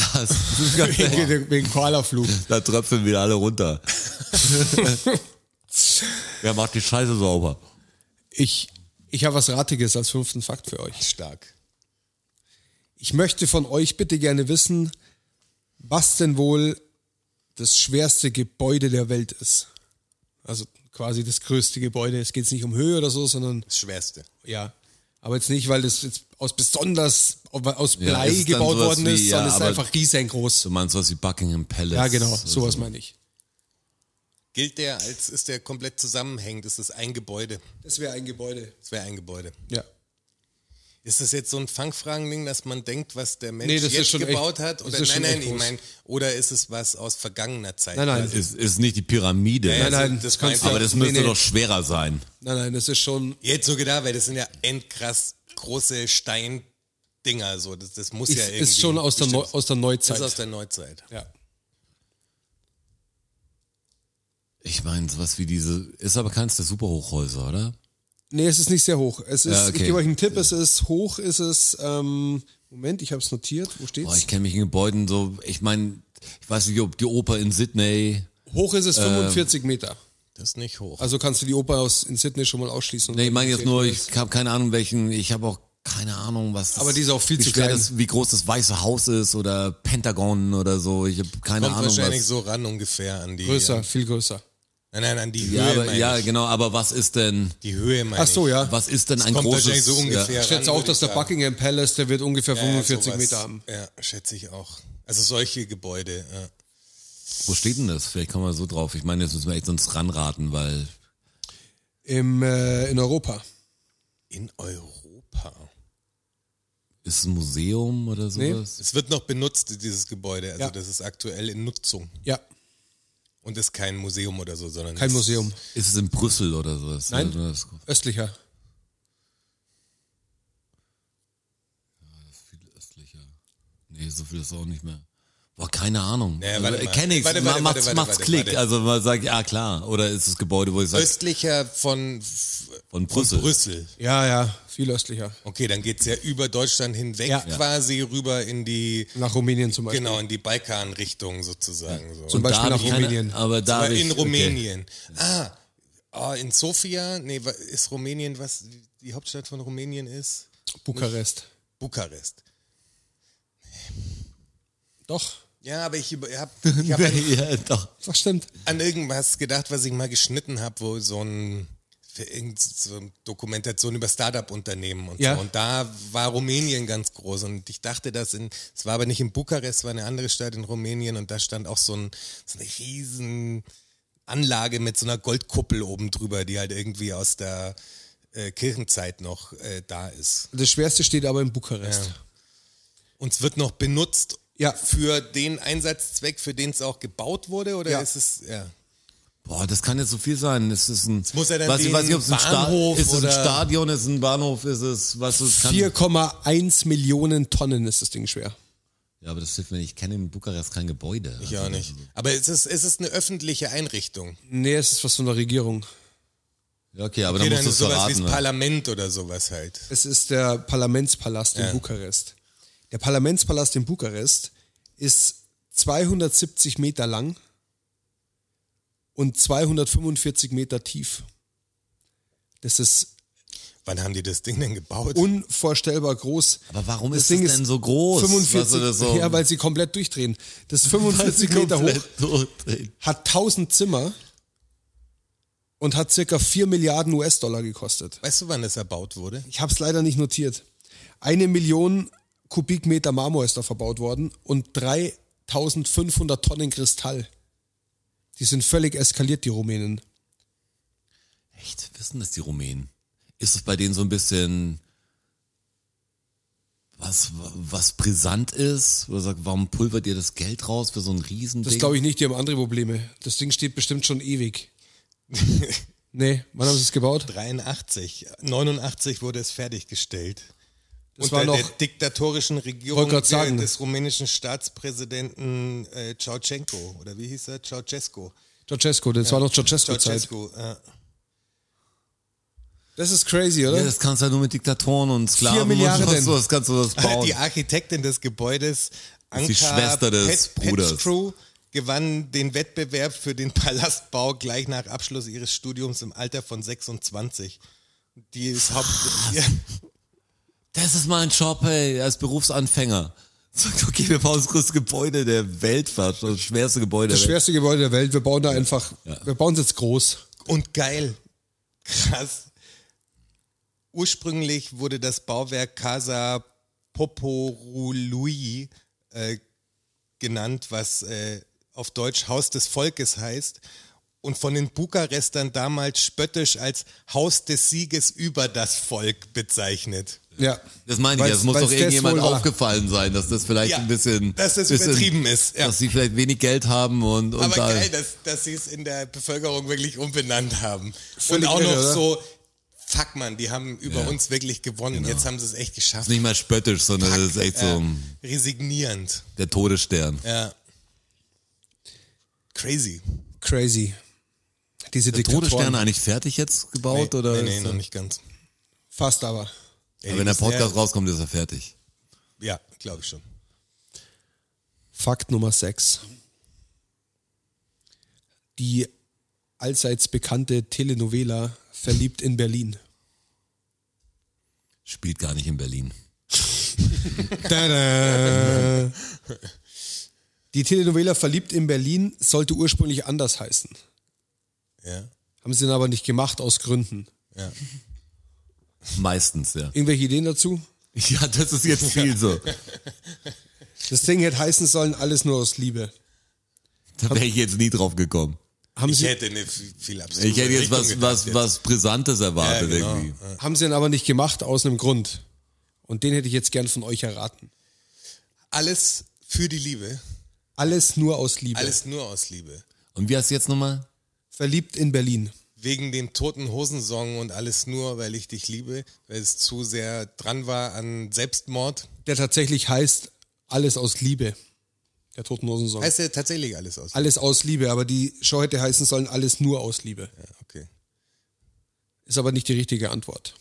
Speaker 4: [LAUGHS] Wegen, wegen Koalaflug.
Speaker 2: Da tröpfeln wieder alle runter. Wer macht die Scheiße sauber?
Speaker 4: Ich, ich habe was Ratiges als fünften Fakt für euch.
Speaker 3: Stark.
Speaker 4: Ich möchte von euch bitte gerne wissen, was denn wohl das schwerste Gebäude der Welt ist. Also quasi das größte Gebäude. Es geht nicht um Höhe oder so, sondern
Speaker 3: Das Schwerste.
Speaker 4: ja, Aber jetzt nicht, weil das jetzt aus besonders aus
Speaker 2: Ja,
Speaker 4: Blei
Speaker 2: ist dann
Speaker 4: gebaut
Speaker 2: sowas
Speaker 4: worden
Speaker 2: wie-
Speaker 4: ist,
Speaker 2: ja,
Speaker 4: sondern es ist
Speaker 2: aber-
Speaker 4: einfach riesengroß.
Speaker 2: Du meinst was wie Buckingham Palace.
Speaker 4: Ja, genau,
Speaker 2: Oder
Speaker 4: sowas
Speaker 2: so.
Speaker 4: meine ich.
Speaker 3: Gilt der als, ist der komplett zusammenhängend? Ist das ein Gebäude?
Speaker 4: Das wäre ein Gebäude.
Speaker 3: Das wäre ein Gebäude.
Speaker 4: Ja.
Speaker 3: Ist das jetzt so ein Fangfragen-Ding, dass man denkt, was der Mensch
Speaker 4: Nee, das ist
Speaker 3: jetzt
Speaker 4: schon
Speaker 3: gebaut
Speaker 4: echt-
Speaker 3: hat?
Speaker 4: das
Speaker 3: Oder,
Speaker 4: ist schon
Speaker 3: nein, nein,
Speaker 4: echt
Speaker 3: ich
Speaker 4: groß.
Speaker 3: meine, oder ist es was aus vergangener Zeit?
Speaker 4: Nein, nein.
Speaker 3: quasi?
Speaker 2: Ist, ist nicht die Pyramide.
Speaker 3: Ja, ja,
Speaker 4: Nein, nein,
Speaker 3: das
Speaker 4: das
Speaker 3: war
Speaker 4: kannst du.
Speaker 3: einfach-
Speaker 2: Aber das müsste
Speaker 4: nee, nee.
Speaker 2: doch schwerer sein.
Speaker 4: Nein, nein, das ist schon.
Speaker 3: Äh, Jetzt so gedacht, weil das sind ja endkrass große Steindinger. So. Das, das muss ja
Speaker 4: Ist,
Speaker 3: irgendwie.
Speaker 4: ist schon aus der, Neu
Speaker 3: bestimmt-
Speaker 4: aus der Neuzeit.
Speaker 3: Das ist aus der Neuzeit.
Speaker 4: ja.
Speaker 2: Ich meine, sowas wie diese. Ist aber keins der Superhochhäuser, oder?
Speaker 4: Nee, es ist nicht sehr hoch. Es ist,
Speaker 2: Ja,
Speaker 4: Ich
Speaker 2: okay.
Speaker 4: gebe euch einen Tipp, es ist hoch, ist es. Ähm, Moment, ich habe es notiert. Wo steht's?
Speaker 2: Boah, ich kenne mich in Gebäuden so. Ich meine, ich weiß nicht, ob die Oper in Sydney.
Speaker 4: hoch ist
Speaker 2: Ähm.
Speaker 4: es 45 Meter.
Speaker 3: Das ist nicht hoch.
Speaker 4: Also kannst du die Oper aus, in Sydney schon mal ausschließen.
Speaker 2: Nee, ich meine jetzt nur, ich habe keine Ahnung, welchen. Ich habe auch keine Ahnung, was. Das,
Speaker 4: Aber die ist auch viel
Speaker 2: wie
Speaker 4: zu
Speaker 2: schwer
Speaker 4: klein.
Speaker 2: Das, wie groß das Weiße Haus ist oder Pentagon oder so. Ich habe keine
Speaker 3: Kommt
Speaker 2: Ahnung,
Speaker 3: wahrscheinlich
Speaker 2: was.
Speaker 3: so ran ungefähr an die.
Speaker 4: Größer, viel größer.
Speaker 3: Nein, nein, an die
Speaker 2: ja,
Speaker 3: Höhe.
Speaker 2: aber,
Speaker 3: meine
Speaker 2: ja,
Speaker 3: ich.
Speaker 2: genau. Aber was ist denn?
Speaker 3: Die Höhe meine
Speaker 4: Ach so,
Speaker 3: ich.
Speaker 4: ja.
Speaker 2: Was ist denn ein
Speaker 3: Kommt wahrscheinlich
Speaker 2: großes?
Speaker 3: so ungefähr.
Speaker 4: Ich schätze
Speaker 3: ran,
Speaker 4: auch,
Speaker 3: würde
Speaker 4: dass
Speaker 3: ich
Speaker 4: der
Speaker 3: sagen.
Speaker 4: Buckingham Palace, der wird ungefähr
Speaker 3: Ja,
Speaker 4: 45
Speaker 3: sowas.
Speaker 4: Meter haben.
Speaker 3: Ja, schätze ich auch. Also solche Gebäude. Ja.
Speaker 2: Wo steht denn das? Vielleicht kommen wir so drauf. Ich meine, jetzt müssen wir echt sonst ranraten, weil
Speaker 4: Im, äh, in Europa.
Speaker 3: äh, In Europa.
Speaker 2: ist es ein Museum oder sowas?
Speaker 3: Es wird noch benutzt, dieses Gebäude. Also
Speaker 4: Ja.
Speaker 3: das ist aktuell in Nutzung.
Speaker 4: Ja,
Speaker 3: Und ist kein Museum oder so, sondern
Speaker 4: kein
Speaker 3: es-
Speaker 4: Museum.
Speaker 2: Ist es in Brüssel oder sowas?
Speaker 4: Nein.
Speaker 2: Oder das-
Speaker 4: Östlicher.
Speaker 2: viel östlicher. Nee, so viel ist auch nicht mehr. Boah, keine Ahnung. Also, äh,
Speaker 3: Naja, warte mal.
Speaker 2: Kenn ich's.
Speaker 3: Warte,
Speaker 2: Ma-
Speaker 3: warte,
Speaker 2: macht's,
Speaker 3: warte,
Speaker 2: macht's
Speaker 3: warte,
Speaker 2: Klick.
Speaker 3: warte.
Speaker 2: Also man sagt, ja klar. Oder ist das Gebäude, wo ich sage,
Speaker 3: Östlicher von, f-
Speaker 2: Von Brüssel.
Speaker 3: Brüssel.
Speaker 4: Ja, ja, viel östlicher.
Speaker 3: Okay, dann geht's ja über Deutschland hinweg
Speaker 4: Ja.
Speaker 3: quasi rüber in die,
Speaker 4: Nach Rumänien zum Beispiel.
Speaker 3: genau, in die Balkanrichtung sozusagen. So.
Speaker 4: Zum Beispiel nach Rumänien.
Speaker 2: aber da
Speaker 3: Aber
Speaker 2: hab ich,
Speaker 3: in
Speaker 2: okay. [LAUGHS]
Speaker 3: Rumänien. Ah, ah, in Sofia, nee, wa- ist Rumänien, was die Hauptstadt von Rumänien ist?
Speaker 4: Bukarest.
Speaker 3: Bukarest.
Speaker 4: Doch,
Speaker 3: Ja, aber ich habe hab, ich
Speaker 4: [LAUGHS]
Speaker 3: hab an,
Speaker 2: ja, doch.
Speaker 4: das stimmt.
Speaker 3: an irgendwas gedacht, was ich mal geschnitten habe, wo so ein für irgend so eine Dokumentation über Startup-Unternehmen und
Speaker 4: Ja.
Speaker 3: so. Und da war Rumänien ganz groß. Und ich dachte, dass in, es war aber nicht in Bukarest, es war eine andere Stadt in Rumänien und da stand auch so, ein, so eine riesen Anlage mit so einer Goldkuppel oben drüber, die halt irgendwie aus der äh, Kirchenzeit noch äh, da ist.
Speaker 4: Das Schwerste steht aber in Bukarest.
Speaker 3: Und es wird noch benutzt
Speaker 4: Ja.
Speaker 3: für den Einsatzzweck, für den es auch gebaut wurde? Oder
Speaker 4: Ja.
Speaker 3: ist es, ja.
Speaker 2: Boah, das kann jetzt so viel sein. Es ist ein,
Speaker 3: muss ja dann
Speaker 2: weiß, ich
Speaker 3: den
Speaker 2: weiß nicht, ob es ein, Sta
Speaker 3: Bahnhof
Speaker 2: ist es ein
Speaker 3: oder-
Speaker 2: Stadion ist, ein Bahnhof ist es, was es kann.
Speaker 4: 4,1 Millionen Tonnen ist das Ding schwer.
Speaker 2: Ja, aber das hilft mir nicht. Ich kenne in Bukarest kein Gebäude. Also
Speaker 3: Ich
Speaker 4: Also,
Speaker 3: auch nicht. Aber es ist, es ist eine öffentliche Einrichtung.
Speaker 4: Nee, es ist was von der Regierung.
Speaker 2: Ja, okay, aber
Speaker 3: Okay,
Speaker 2: dann musst
Speaker 3: dann
Speaker 2: du es
Speaker 3: ist sowas wie
Speaker 2: verraten.
Speaker 3: das
Speaker 2: ne?
Speaker 3: Parlament oder sowas halt.
Speaker 4: Es ist der Parlamentspalast in Bukarest. Der Parlamentspalast in Bukarest ist 270 Meter lang und 245 Meter tief. Das ist
Speaker 3: Wann haben die das Ding denn gebaut?
Speaker 4: unvorstellbar groß.
Speaker 2: Aber warum
Speaker 4: das
Speaker 2: ist
Speaker 4: Ding
Speaker 2: es denn so groß?
Speaker 4: 45,
Speaker 2: Weißt du, das
Speaker 3: [LAUGHS]
Speaker 2: so- [LAUGHS]
Speaker 4: Ja, weil sie komplett durchdrehen. Das ist
Speaker 2: Weil sie
Speaker 4: 45 Meter hoch.
Speaker 2: komplett durchdrehen.
Speaker 4: hat 1000 Zimmer und hat circa 4 Milliarden US-Dollar gekostet.
Speaker 3: weißt du, wann das erbaut wurde?
Speaker 4: Ich habe es leider nicht notiert. Eine Million Kubikmeter Marmor ist da verbaut worden und 3500 Tonnen Kristall. Die sind völlig eskaliert, die Rumänen.
Speaker 2: Echt? Wissen das die Rumänen? Ist es bei denen so ein bisschen was, was brisant ist? Oder sagt, warum pulvert ihr das Geld raus für so ein Riesending?
Speaker 4: Das glaube ich nicht, die haben andere Probleme. Das Ding steht bestimmt schon ewig. nee, wann haben sie es gebaut?
Speaker 3: 83. 89 wurde es fertiggestellt.
Speaker 4: Das
Speaker 3: Unter
Speaker 4: war noch,
Speaker 3: der diktatorischen Regierung
Speaker 4: Wollte grad sagen.
Speaker 3: des rumänischen Staatspräsidenten äh, Ceausescu. Oder wie hieß er? Ceausescu.
Speaker 4: Ceausescu, das war noch Ceausescu-Zeit.
Speaker 3: Ceausescu. Ja.
Speaker 4: Das ist crazy,
Speaker 3: ne?
Speaker 4: oder?
Speaker 2: Ja, das kannst du ja nur mit Diktatoren und Sklaven
Speaker 4: Vier Milliarden.
Speaker 2: und was, was kannst du das bauen.
Speaker 3: [LAUGHS] Die Architektin des Gebäudes, Anka
Speaker 2: die Schwester des Bruders.
Speaker 3: Petstrew, gewann den Wettbewerb für den [LAUGHS] Palastbau gleich nach Abschluss ihres Studiums im Alter von 26. Die ist Haupt... Ja,
Speaker 2: Das ist mein Job, ey, als Berufsanfänger. [LAUGHS] Sagt, okay, wir bauen das größte Gebäude der Welt fast, das schwerste Gebäude
Speaker 4: Das
Speaker 2: der Welt.
Speaker 4: schwerste Gebäude der Welt. Wir bauen da einfach, wir bauen es jetzt groß.
Speaker 3: und geil. Krass. ursprünglich wurde das Bauwerk Casa Poporului äh, genannt, was äh, auf Deutsch Haus des Volkes heißt und von den Bukarestern damals spöttisch als Haus des Sieges über das Volk bezeichnet.
Speaker 4: Ja.
Speaker 2: Das meine ich,
Speaker 3: Weil's-
Speaker 2: ja. es muss
Speaker 3: weil's
Speaker 2: doch
Speaker 3: das
Speaker 2: irgendjemand
Speaker 3: wohl war.
Speaker 2: aufgefallen sein, dass das vielleicht
Speaker 3: Ja,
Speaker 2: ein bisschen,
Speaker 3: dass das
Speaker 2: bisschen
Speaker 3: übertrieben ist, ja.
Speaker 2: dass sie vielleicht wenig Geld haben und, und
Speaker 3: Aber
Speaker 2: da,
Speaker 3: geil, dass, dass sie es in der Bevölkerung wirklich umbenannt haben.
Speaker 4: Völlig
Speaker 3: und auch
Speaker 4: irre,
Speaker 3: noch
Speaker 4: oder?
Speaker 3: so, fuck man, die haben über uns wirklich gewonnen. Jetzt haben sie es echt geschafft.
Speaker 2: nicht mal spöttisch, sondern das ist echt so
Speaker 3: Resignierend.
Speaker 2: der Todesstern.
Speaker 3: Ja. Crazy.
Speaker 4: Crazy. Diese
Speaker 2: Der Todesstern
Speaker 4: Diktatoren.
Speaker 2: eigentlich fertig jetzt gebaut
Speaker 3: nee,
Speaker 2: oder?
Speaker 3: nee, nee,
Speaker 2: ist
Speaker 3: noch
Speaker 2: er-
Speaker 3: nicht ganz.
Speaker 4: Fast aber.
Speaker 3: Ey,
Speaker 2: Aber
Speaker 3: die
Speaker 2: wenn der
Speaker 3: müssen
Speaker 2: Podcast
Speaker 3: ja,
Speaker 2: rauskommt, ist er fertig.
Speaker 3: Ja, glaube ich schon.
Speaker 4: Fakt Nummer 6. Die allseits bekannte Telenovela Verliebt in Berlin.
Speaker 2: Spielt gar nicht in Berlin. [LAUGHS]
Speaker 4: Die Telenovela Verliebt in Berlin sollte ursprünglich anders heißen.
Speaker 3: Ja.
Speaker 4: Haben sie dann aber nicht gemacht aus Gründen.
Speaker 3: Ja.
Speaker 2: Meistens, ja.
Speaker 4: Irgendwelche Ideen dazu?
Speaker 2: Ja, das ist jetzt viel so.
Speaker 4: Das Ding hätte heißen sollen, alles nur aus Liebe.
Speaker 2: [LAUGHS] Da wäre ich jetzt nie drauf gekommen.
Speaker 4: Haben
Speaker 3: Ich
Speaker 4: sie,
Speaker 3: hätte eine viel viel abstruse
Speaker 2: Ich hätte jetzt
Speaker 3: Richtung
Speaker 2: was,
Speaker 3: gedacht
Speaker 2: was,
Speaker 3: jetzt.
Speaker 2: was Brisantes erwartet
Speaker 3: Ja, genau.
Speaker 2: irgendwie.
Speaker 4: haben sie dann aber nicht gemacht aus einem Grund. Und den hätte ich jetzt gern von euch erraten.
Speaker 3: Alles für die Liebe.
Speaker 4: Alles nur aus Liebe.
Speaker 3: Alles nur aus Liebe.
Speaker 2: Und wie heißt jetzt nochmal?
Speaker 4: Verliebt in Berlin.
Speaker 3: Wegen dem toten Hosensong und alles nur, weil ich dich liebe, weil es zu sehr dran war an Selbstmord.
Speaker 4: Der tatsächlich heißt Alles aus Liebe. Der Totenhosen-Song.
Speaker 3: Heißt ja tatsächlich alles aus.
Speaker 4: Alles aus Liebe, aber die Show hätte heißen sollen Alles nur aus Liebe.
Speaker 3: Ja, okay.
Speaker 4: Ist aber nicht die richtige Antwort.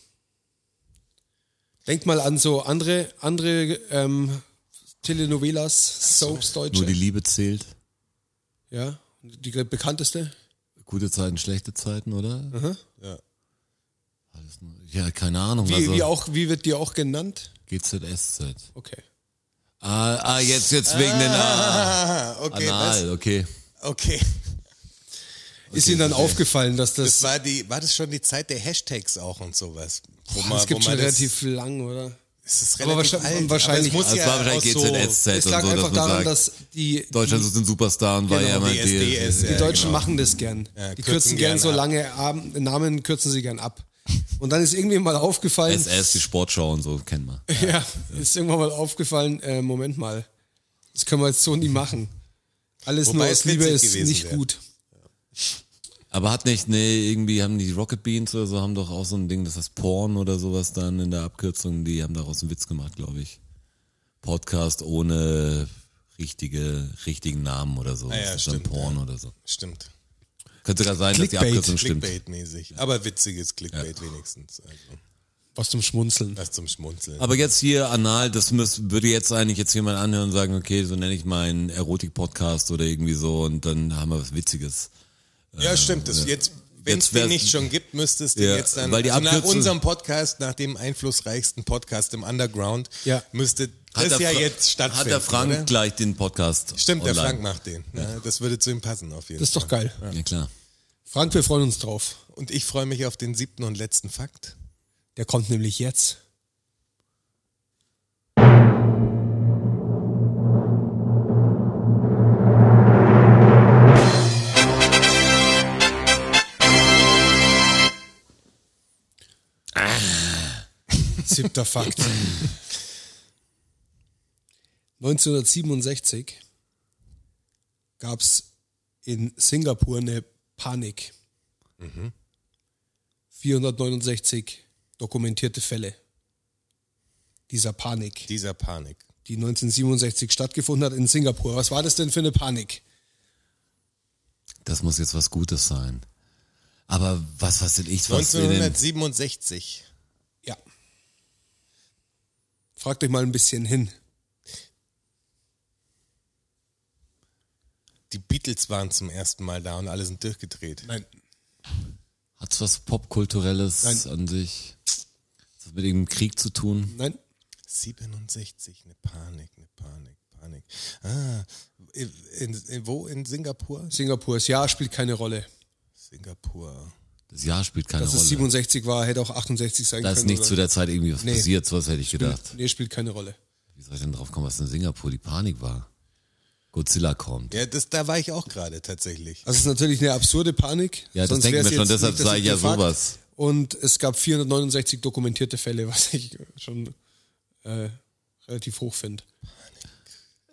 Speaker 4: Denkt mal an so andere, andere ähm, Telenovelas, Soaps, Deutsche.
Speaker 2: Nur die Liebe zählt.
Speaker 4: ja, die bekannteste.
Speaker 2: Gute Zeiten, schlechte Zeiten, oder?
Speaker 3: Ja.
Speaker 2: Alles nur- Ja, keine Ahnung.
Speaker 4: Wie,
Speaker 2: also,
Speaker 4: wie, auch, wie wird die auch genannt?
Speaker 2: GZSZ.
Speaker 4: Okay.
Speaker 2: Ah, ah jetzt, jetzt wegen den ah,
Speaker 3: Ah, okay, was?
Speaker 2: Anal, okay.
Speaker 3: Okay.
Speaker 4: Ist Ihnen dann aufgefallen, dass das, Ah,
Speaker 3: Das war die, war das schon die Zeit der Hashtags auch und sowas? Wo
Speaker 4: das gibt schon
Speaker 3: das-
Speaker 4: relativ lang, oder?
Speaker 3: Es ist
Speaker 4: Aber
Speaker 3: relativ
Speaker 4: wahrscheinlich-
Speaker 3: alt,
Speaker 4: wahrscheinlich-
Speaker 3: aber es muss
Speaker 2: Also,
Speaker 3: ja
Speaker 2: es war wahrscheinlich
Speaker 3: auch so,
Speaker 2: GZSZ
Speaker 4: Es lag
Speaker 2: und so,
Speaker 4: einfach
Speaker 2: dass man
Speaker 4: daran,
Speaker 2: sagt,
Speaker 4: dass die,
Speaker 2: Deutschland sucht den Superstar und war
Speaker 4: Genau,
Speaker 2: ja immer die,
Speaker 3: DSDS,
Speaker 4: Die
Speaker 3: Ja, genau.
Speaker 4: Deutschen machen das gern.
Speaker 3: Ja,
Speaker 4: die
Speaker 3: kürzen
Speaker 4: kürzen gern,
Speaker 3: gern
Speaker 4: so
Speaker 3: ab.
Speaker 4: lange Ab- Namen, kürzen sie gern ab. Und dann ist irgendwie mal aufgefallen,
Speaker 2: SS,
Speaker 4: [LAUGHS]
Speaker 2: die Sportschau und so, kennen wir.
Speaker 4: ja, ist irgendwann mal aufgefallen, äh, Moment mal, das können wir jetzt so nie machen. Alles
Speaker 3: Wobei
Speaker 4: nur
Speaker 3: es
Speaker 4: aus Liebe
Speaker 3: witzig
Speaker 4: ist
Speaker 3: gewesen
Speaker 4: nicht
Speaker 3: wäre.
Speaker 4: gut.
Speaker 2: Aber hat nicht, nee, irgendwie haben die Rocket Beans oder so, haben doch auch so ein Ding, das heißt Porn oder sowas dann in der Abkürzung, die haben daraus einen Witz gemacht, glaube ich. Podcast ohne richtige, richtigen Namen oder so.
Speaker 3: ja,
Speaker 2: das ist
Speaker 3: stimmt,
Speaker 2: dann Porn oder so.
Speaker 3: Stimmt.
Speaker 2: Könnte sogar sein, dass die
Speaker 4: Clickbait,
Speaker 2: Abkürzung stimmt.
Speaker 3: Clickbait-mäßig. Aber witziges Clickbait wenigstens. Also,
Speaker 4: Was zum Schmunzeln.
Speaker 3: das zum Schmunzeln.
Speaker 2: Aber jetzt hier anal, das müß, würde jetzt eigentlich jetzt jemand anhören und sagen, okay, so nenne ich meinen Erotik-Podcast oder irgendwie so und dann haben wir was Witziges.
Speaker 3: ja, stimmt. Das jetzt, wenn es
Speaker 2: Jetzt wär's-
Speaker 3: den nicht schon gibt, müsste es den
Speaker 2: Ja,
Speaker 3: jetzt dann.
Speaker 2: weil die
Speaker 3: also nach
Speaker 2: Abkürzung-
Speaker 3: unserem Podcast, nach dem einflussreichsten Podcast im Underground,
Speaker 4: Ja.
Speaker 3: müsste
Speaker 2: Hat
Speaker 3: das
Speaker 2: der
Speaker 3: ja
Speaker 2: Fra-
Speaker 3: jetzt stattfinden.
Speaker 2: Hat der Frank
Speaker 3: oder?
Speaker 2: gleich den Podcast
Speaker 3: Stimmt, der
Speaker 2: online.
Speaker 3: Frank macht den. Ja, das würde zu ihm passen auf jeden
Speaker 4: Das ist doch
Speaker 3: Fall.
Speaker 4: geil.
Speaker 2: Ja, klar.
Speaker 4: Frank, wir freuen uns drauf.
Speaker 3: Und ich freue mich auf den siebten und letzten Fakt.
Speaker 4: Der kommt nämlich jetzt. Siebter Fakt. 1967 gab es in Singapur eine Panik. 469 dokumentierte Fälle dieser Panik,
Speaker 3: Dieser Panik.
Speaker 4: die 1967 stattgefunden hat in Singapur. Was war das denn für eine Panik?
Speaker 2: Das muss jetzt was Gutes sein. Aber was, was denn ich, was wir denn?
Speaker 3: 1967.
Speaker 4: Ja. Fragt euch mal ein bisschen hin.
Speaker 3: Die Beatles waren zum ersten Mal da und alle sind durchgedreht.
Speaker 4: Nein.
Speaker 2: Hat's was Popkulturelles
Speaker 4: Nein.
Speaker 2: an sich? Hat's was mit irgendeinem Krieg zu tun?
Speaker 4: Nein?
Speaker 3: 67, eine ne Panik, eine Panik, Panik. Ah, in, in, wo in Singapur?
Speaker 4: Singapur, das Jahr spielt keine Rolle.
Speaker 3: Singapur.
Speaker 2: Das Jahr spielt keine
Speaker 4: Dass es
Speaker 2: Rolle.
Speaker 4: 67 war, hätte auch 68 sein
Speaker 2: Da
Speaker 4: können.
Speaker 2: ist nicht
Speaker 4: oder?
Speaker 2: zu der Zeit irgendwie was
Speaker 4: Nee.
Speaker 2: passiert, sowas hätte ich gedacht.
Speaker 4: Nee, spielt keine Rolle.
Speaker 2: Wie soll ich denn drauf kommen, was in Singapur die Panik war? Godzilla kommt.
Speaker 3: Ja, das, da war ich auch gerade tatsächlich.
Speaker 4: Also es ist natürlich eine absurde Panik.
Speaker 2: Ja, das
Speaker 4: sonst
Speaker 2: denken
Speaker 4: wär's
Speaker 2: wir schon,
Speaker 4: jetzt
Speaker 2: deshalb
Speaker 4: nicht, dass
Speaker 2: sei
Speaker 4: ich
Speaker 2: ja
Speaker 4: gefragt.
Speaker 2: sowas.
Speaker 4: Und es gab 469 dokumentierte Fälle, [LAUGHS] was ich schon äh, relativ hoch finde.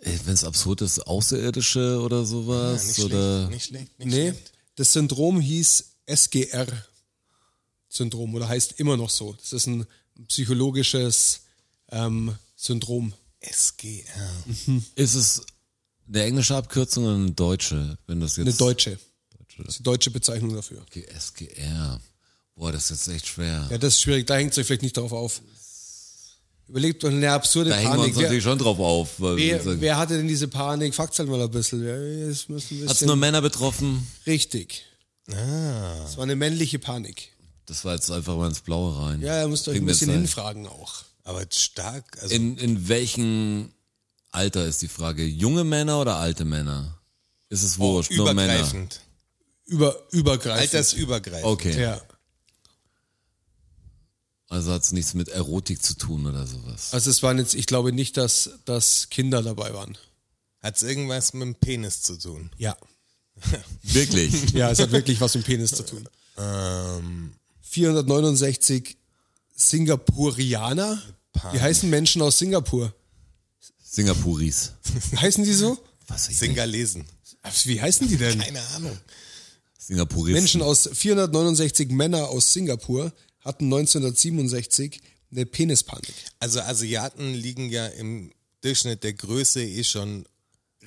Speaker 2: Wenn es absurd ist, Außerirdische oder sowas?
Speaker 3: nicht
Speaker 2: oder
Speaker 3: schlecht, nicht schlecht, nicht
Speaker 4: Nee,
Speaker 3: schlecht.
Speaker 4: das Syndrom hieß SGR-Syndrom oder heißt immer noch so. Das ist ein psychologisches ähm, Syndrom.
Speaker 3: SGR.
Speaker 2: Ist es eine englische Abkürzung oder eine deutsche? Wenn das jetzt
Speaker 4: Eine deutsche. Das ist die deutsche Bezeichnung dafür.
Speaker 2: Okay, SGR. Boah, das ist jetzt echt schwer.
Speaker 4: Ja, das ist schwierig. Da hängt es euch vielleicht nicht drauf auf. Überlegt euch eine absurde
Speaker 2: da hängen wir
Speaker 4: Panik.
Speaker 2: uns natürlich schon drauf auf. weil wir
Speaker 4: wer, wer,
Speaker 2: sagen,
Speaker 4: wer hatte denn diese Panik? Facts halt mal ein bisschen. Ja, es müssen ein
Speaker 2: Hat's
Speaker 4: bisschen
Speaker 2: nur Männer betroffen?
Speaker 4: richtig. Es war eine männliche Panik.
Speaker 2: Das war jetzt einfach mal ins Blaue rein.
Speaker 4: Ja, ihr müsst euch
Speaker 2: Bringt
Speaker 4: ein
Speaker 2: mir jetzt
Speaker 4: bisschen
Speaker 2: ein.
Speaker 4: hinfragen auch.
Speaker 3: Aber stark, also
Speaker 2: In, in welchem Alter ist die Frage? Junge Männer oder alte Männer? Ist es
Speaker 4: Oh,
Speaker 2: wurscht, nur Männer.
Speaker 3: übergreifend.
Speaker 4: Über, übergreifend.
Speaker 3: Altersübergreifend.
Speaker 2: Okay.
Speaker 4: ja.
Speaker 2: Also hat's nichts mit Erotik zu tun oder sowas.
Speaker 4: Also es waren jetzt, ich glaube nicht, dass, dass Kinder dabei waren.
Speaker 3: Hat es irgendwas mit dem Penis zu tun?
Speaker 4: Ja.
Speaker 2: Wirklich?
Speaker 4: [LAUGHS] Ja, es hat wirklich was mit Penis zu tun.
Speaker 3: Ähm,
Speaker 4: 469 Singapurianer. Die heißen Menschen aus Singapur.
Speaker 2: Singapuris.
Speaker 4: Heißen die so?
Speaker 2: Was ich nicht.
Speaker 3: Singalesen.
Speaker 4: Wie heißen die denn?
Speaker 3: Keine Ahnung.
Speaker 2: Singapuristen.
Speaker 4: Menschen aus 469 Männer aus Singapur hatten 1967 eine Penispanik.
Speaker 3: Also Asiaten liegen ja im Durchschnitt der Größe eh schon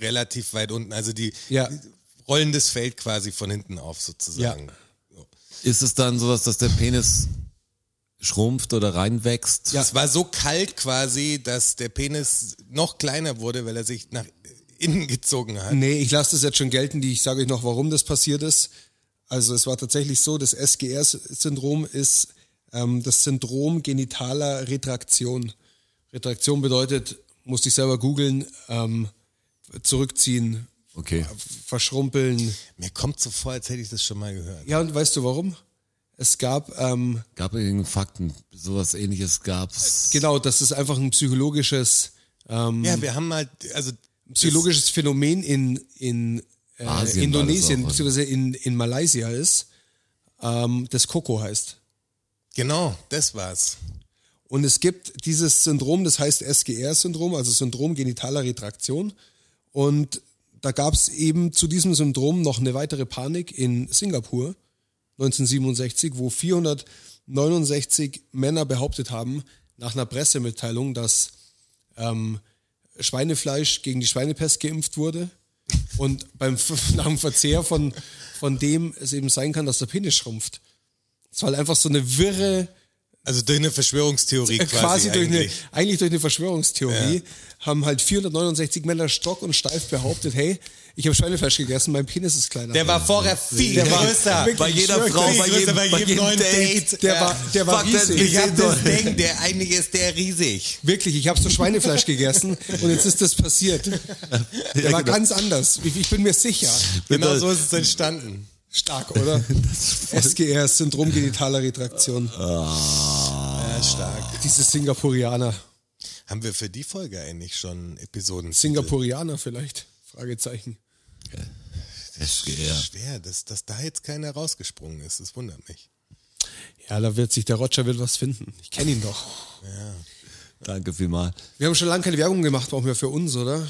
Speaker 3: relativ weit unten. Also die
Speaker 4: Ja.
Speaker 3: rollendes Feld quasi von hinten auf sozusagen.
Speaker 2: Ist es dann sowas, dass der Penis schrumpft oder reinwächst?
Speaker 3: Es war so kalt quasi, dass der Penis noch kleiner wurde, weil er sich nach innen gezogen hat.
Speaker 4: Nee, ich lasse das jetzt schon gelten. Die, ich sage euch noch, warum das passiert ist. Also es war tatsächlich so, das SGR-Syndrom ist ähm, das Syndrom genitaler Retraktion. Retraktion bedeutet, musste ich selber googeln, ähm, zurückziehen,
Speaker 2: Okay.
Speaker 4: verschrumpeln.
Speaker 3: Mir kommt so vor, als hätte ich das schon mal gehört.
Speaker 4: Ja, und weißt du warum? Es gab ähm,
Speaker 2: Gab irgendeinen Fakten, sowas ähnliches gab's.
Speaker 4: Genau, das ist einfach ein psychologisches, ähm,
Speaker 3: Ja, wir haben halt, also
Speaker 4: psychologisches Phänomen in, in äh,
Speaker 2: Asien
Speaker 4: Indonesien,
Speaker 2: war das auch, oder?
Speaker 4: beziehungsweise in, in Malaysia ist, ähm, das Koko heißt.
Speaker 3: genau, das war's.
Speaker 4: Und es gibt dieses Syndrom, das heißt SGR-Syndrom, also Syndrom genitaler Retraktion. Und da gab es eben zu diesem Syndrom noch eine weitere Panik in Singapur 1967, wo 469 Männer behauptet haben, nach einer Pressemitteilung, dass ähm, Schweinefleisch gegen die Schweinepest geimpft wurde. Und beim, [LAUGHS] nach dem Verzehr von, von dem es eben sein kann, dass der Penis schrumpft. Es war halt einfach so eine wirre,
Speaker 3: Also durch eine Verschwörungstheorie
Speaker 4: äh,
Speaker 3: quasi.
Speaker 4: quasi durch eine,
Speaker 3: eigentlich.
Speaker 4: eigentlich durch eine Verschwörungstheorie, haben halt 469 Männer stock und steif behauptet, hey, ich habe Schweinefleisch gegessen, mein Penis ist kleiner.
Speaker 3: Der war vorher viel
Speaker 4: Der war
Speaker 3: größer.
Speaker 4: wirklich
Speaker 2: Bei jeder
Speaker 4: schwör-
Speaker 2: Frau,
Speaker 3: viel
Speaker 2: bei
Speaker 3: größer
Speaker 2: jedem, bei jedem
Speaker 3: neuen Date.
Speaker 2: Date.
Speaker 4: der
Speaker 3: Ja.
Speaker 4: war, der war
Speaker 2: Fuck, das
Speaker 4: riesig.
Speaker 2: ist-
Speaker 3: Ich hab
Speaker 2: Sehen
Speaker 3: das
Speaker 2: soll.
Speaker 4: [LAUGHS]
Speaker 3: Ding, der eigentlich ist der riesig.
Speaker 4: Wirklich, ich habe so Schweinefleisch gegessen und jetzt ist das
Speaker 3: [LAUGHS]
Speaker 4: passiert. Der war ganz anders. Ich, ich bin mir sicher.
Speaker 3: Genau so ist es entstanden.
Speaker 4: Stark,
Speaker 3: [LAUGHS]
Speaker 4: oder? SGR, Syndrom genitaler Retraktion.
Speaker 3: Ah. Ja, stark.
Speaker 4: Diese Singapurianer.
Speaker 3: Haben wir für die Folge eigentlich schon Episoden?
Speaker 4: Singapurianer vielleicht? Fragezeichen.
Speaker 2: SGR.
Speaker 3: Schwer, dass, dass da jetzt keiner rausgesprungen ist. Das wundert mich.
Speaker 4: Ja, da wird sich, der Roger wird was finden. Ich kenne ihn doch.
Speaker 2: Danke vielmals.
Speaker 4: Wir haben schon lange keine Werbung gemacht, auch mehr für uns, oder?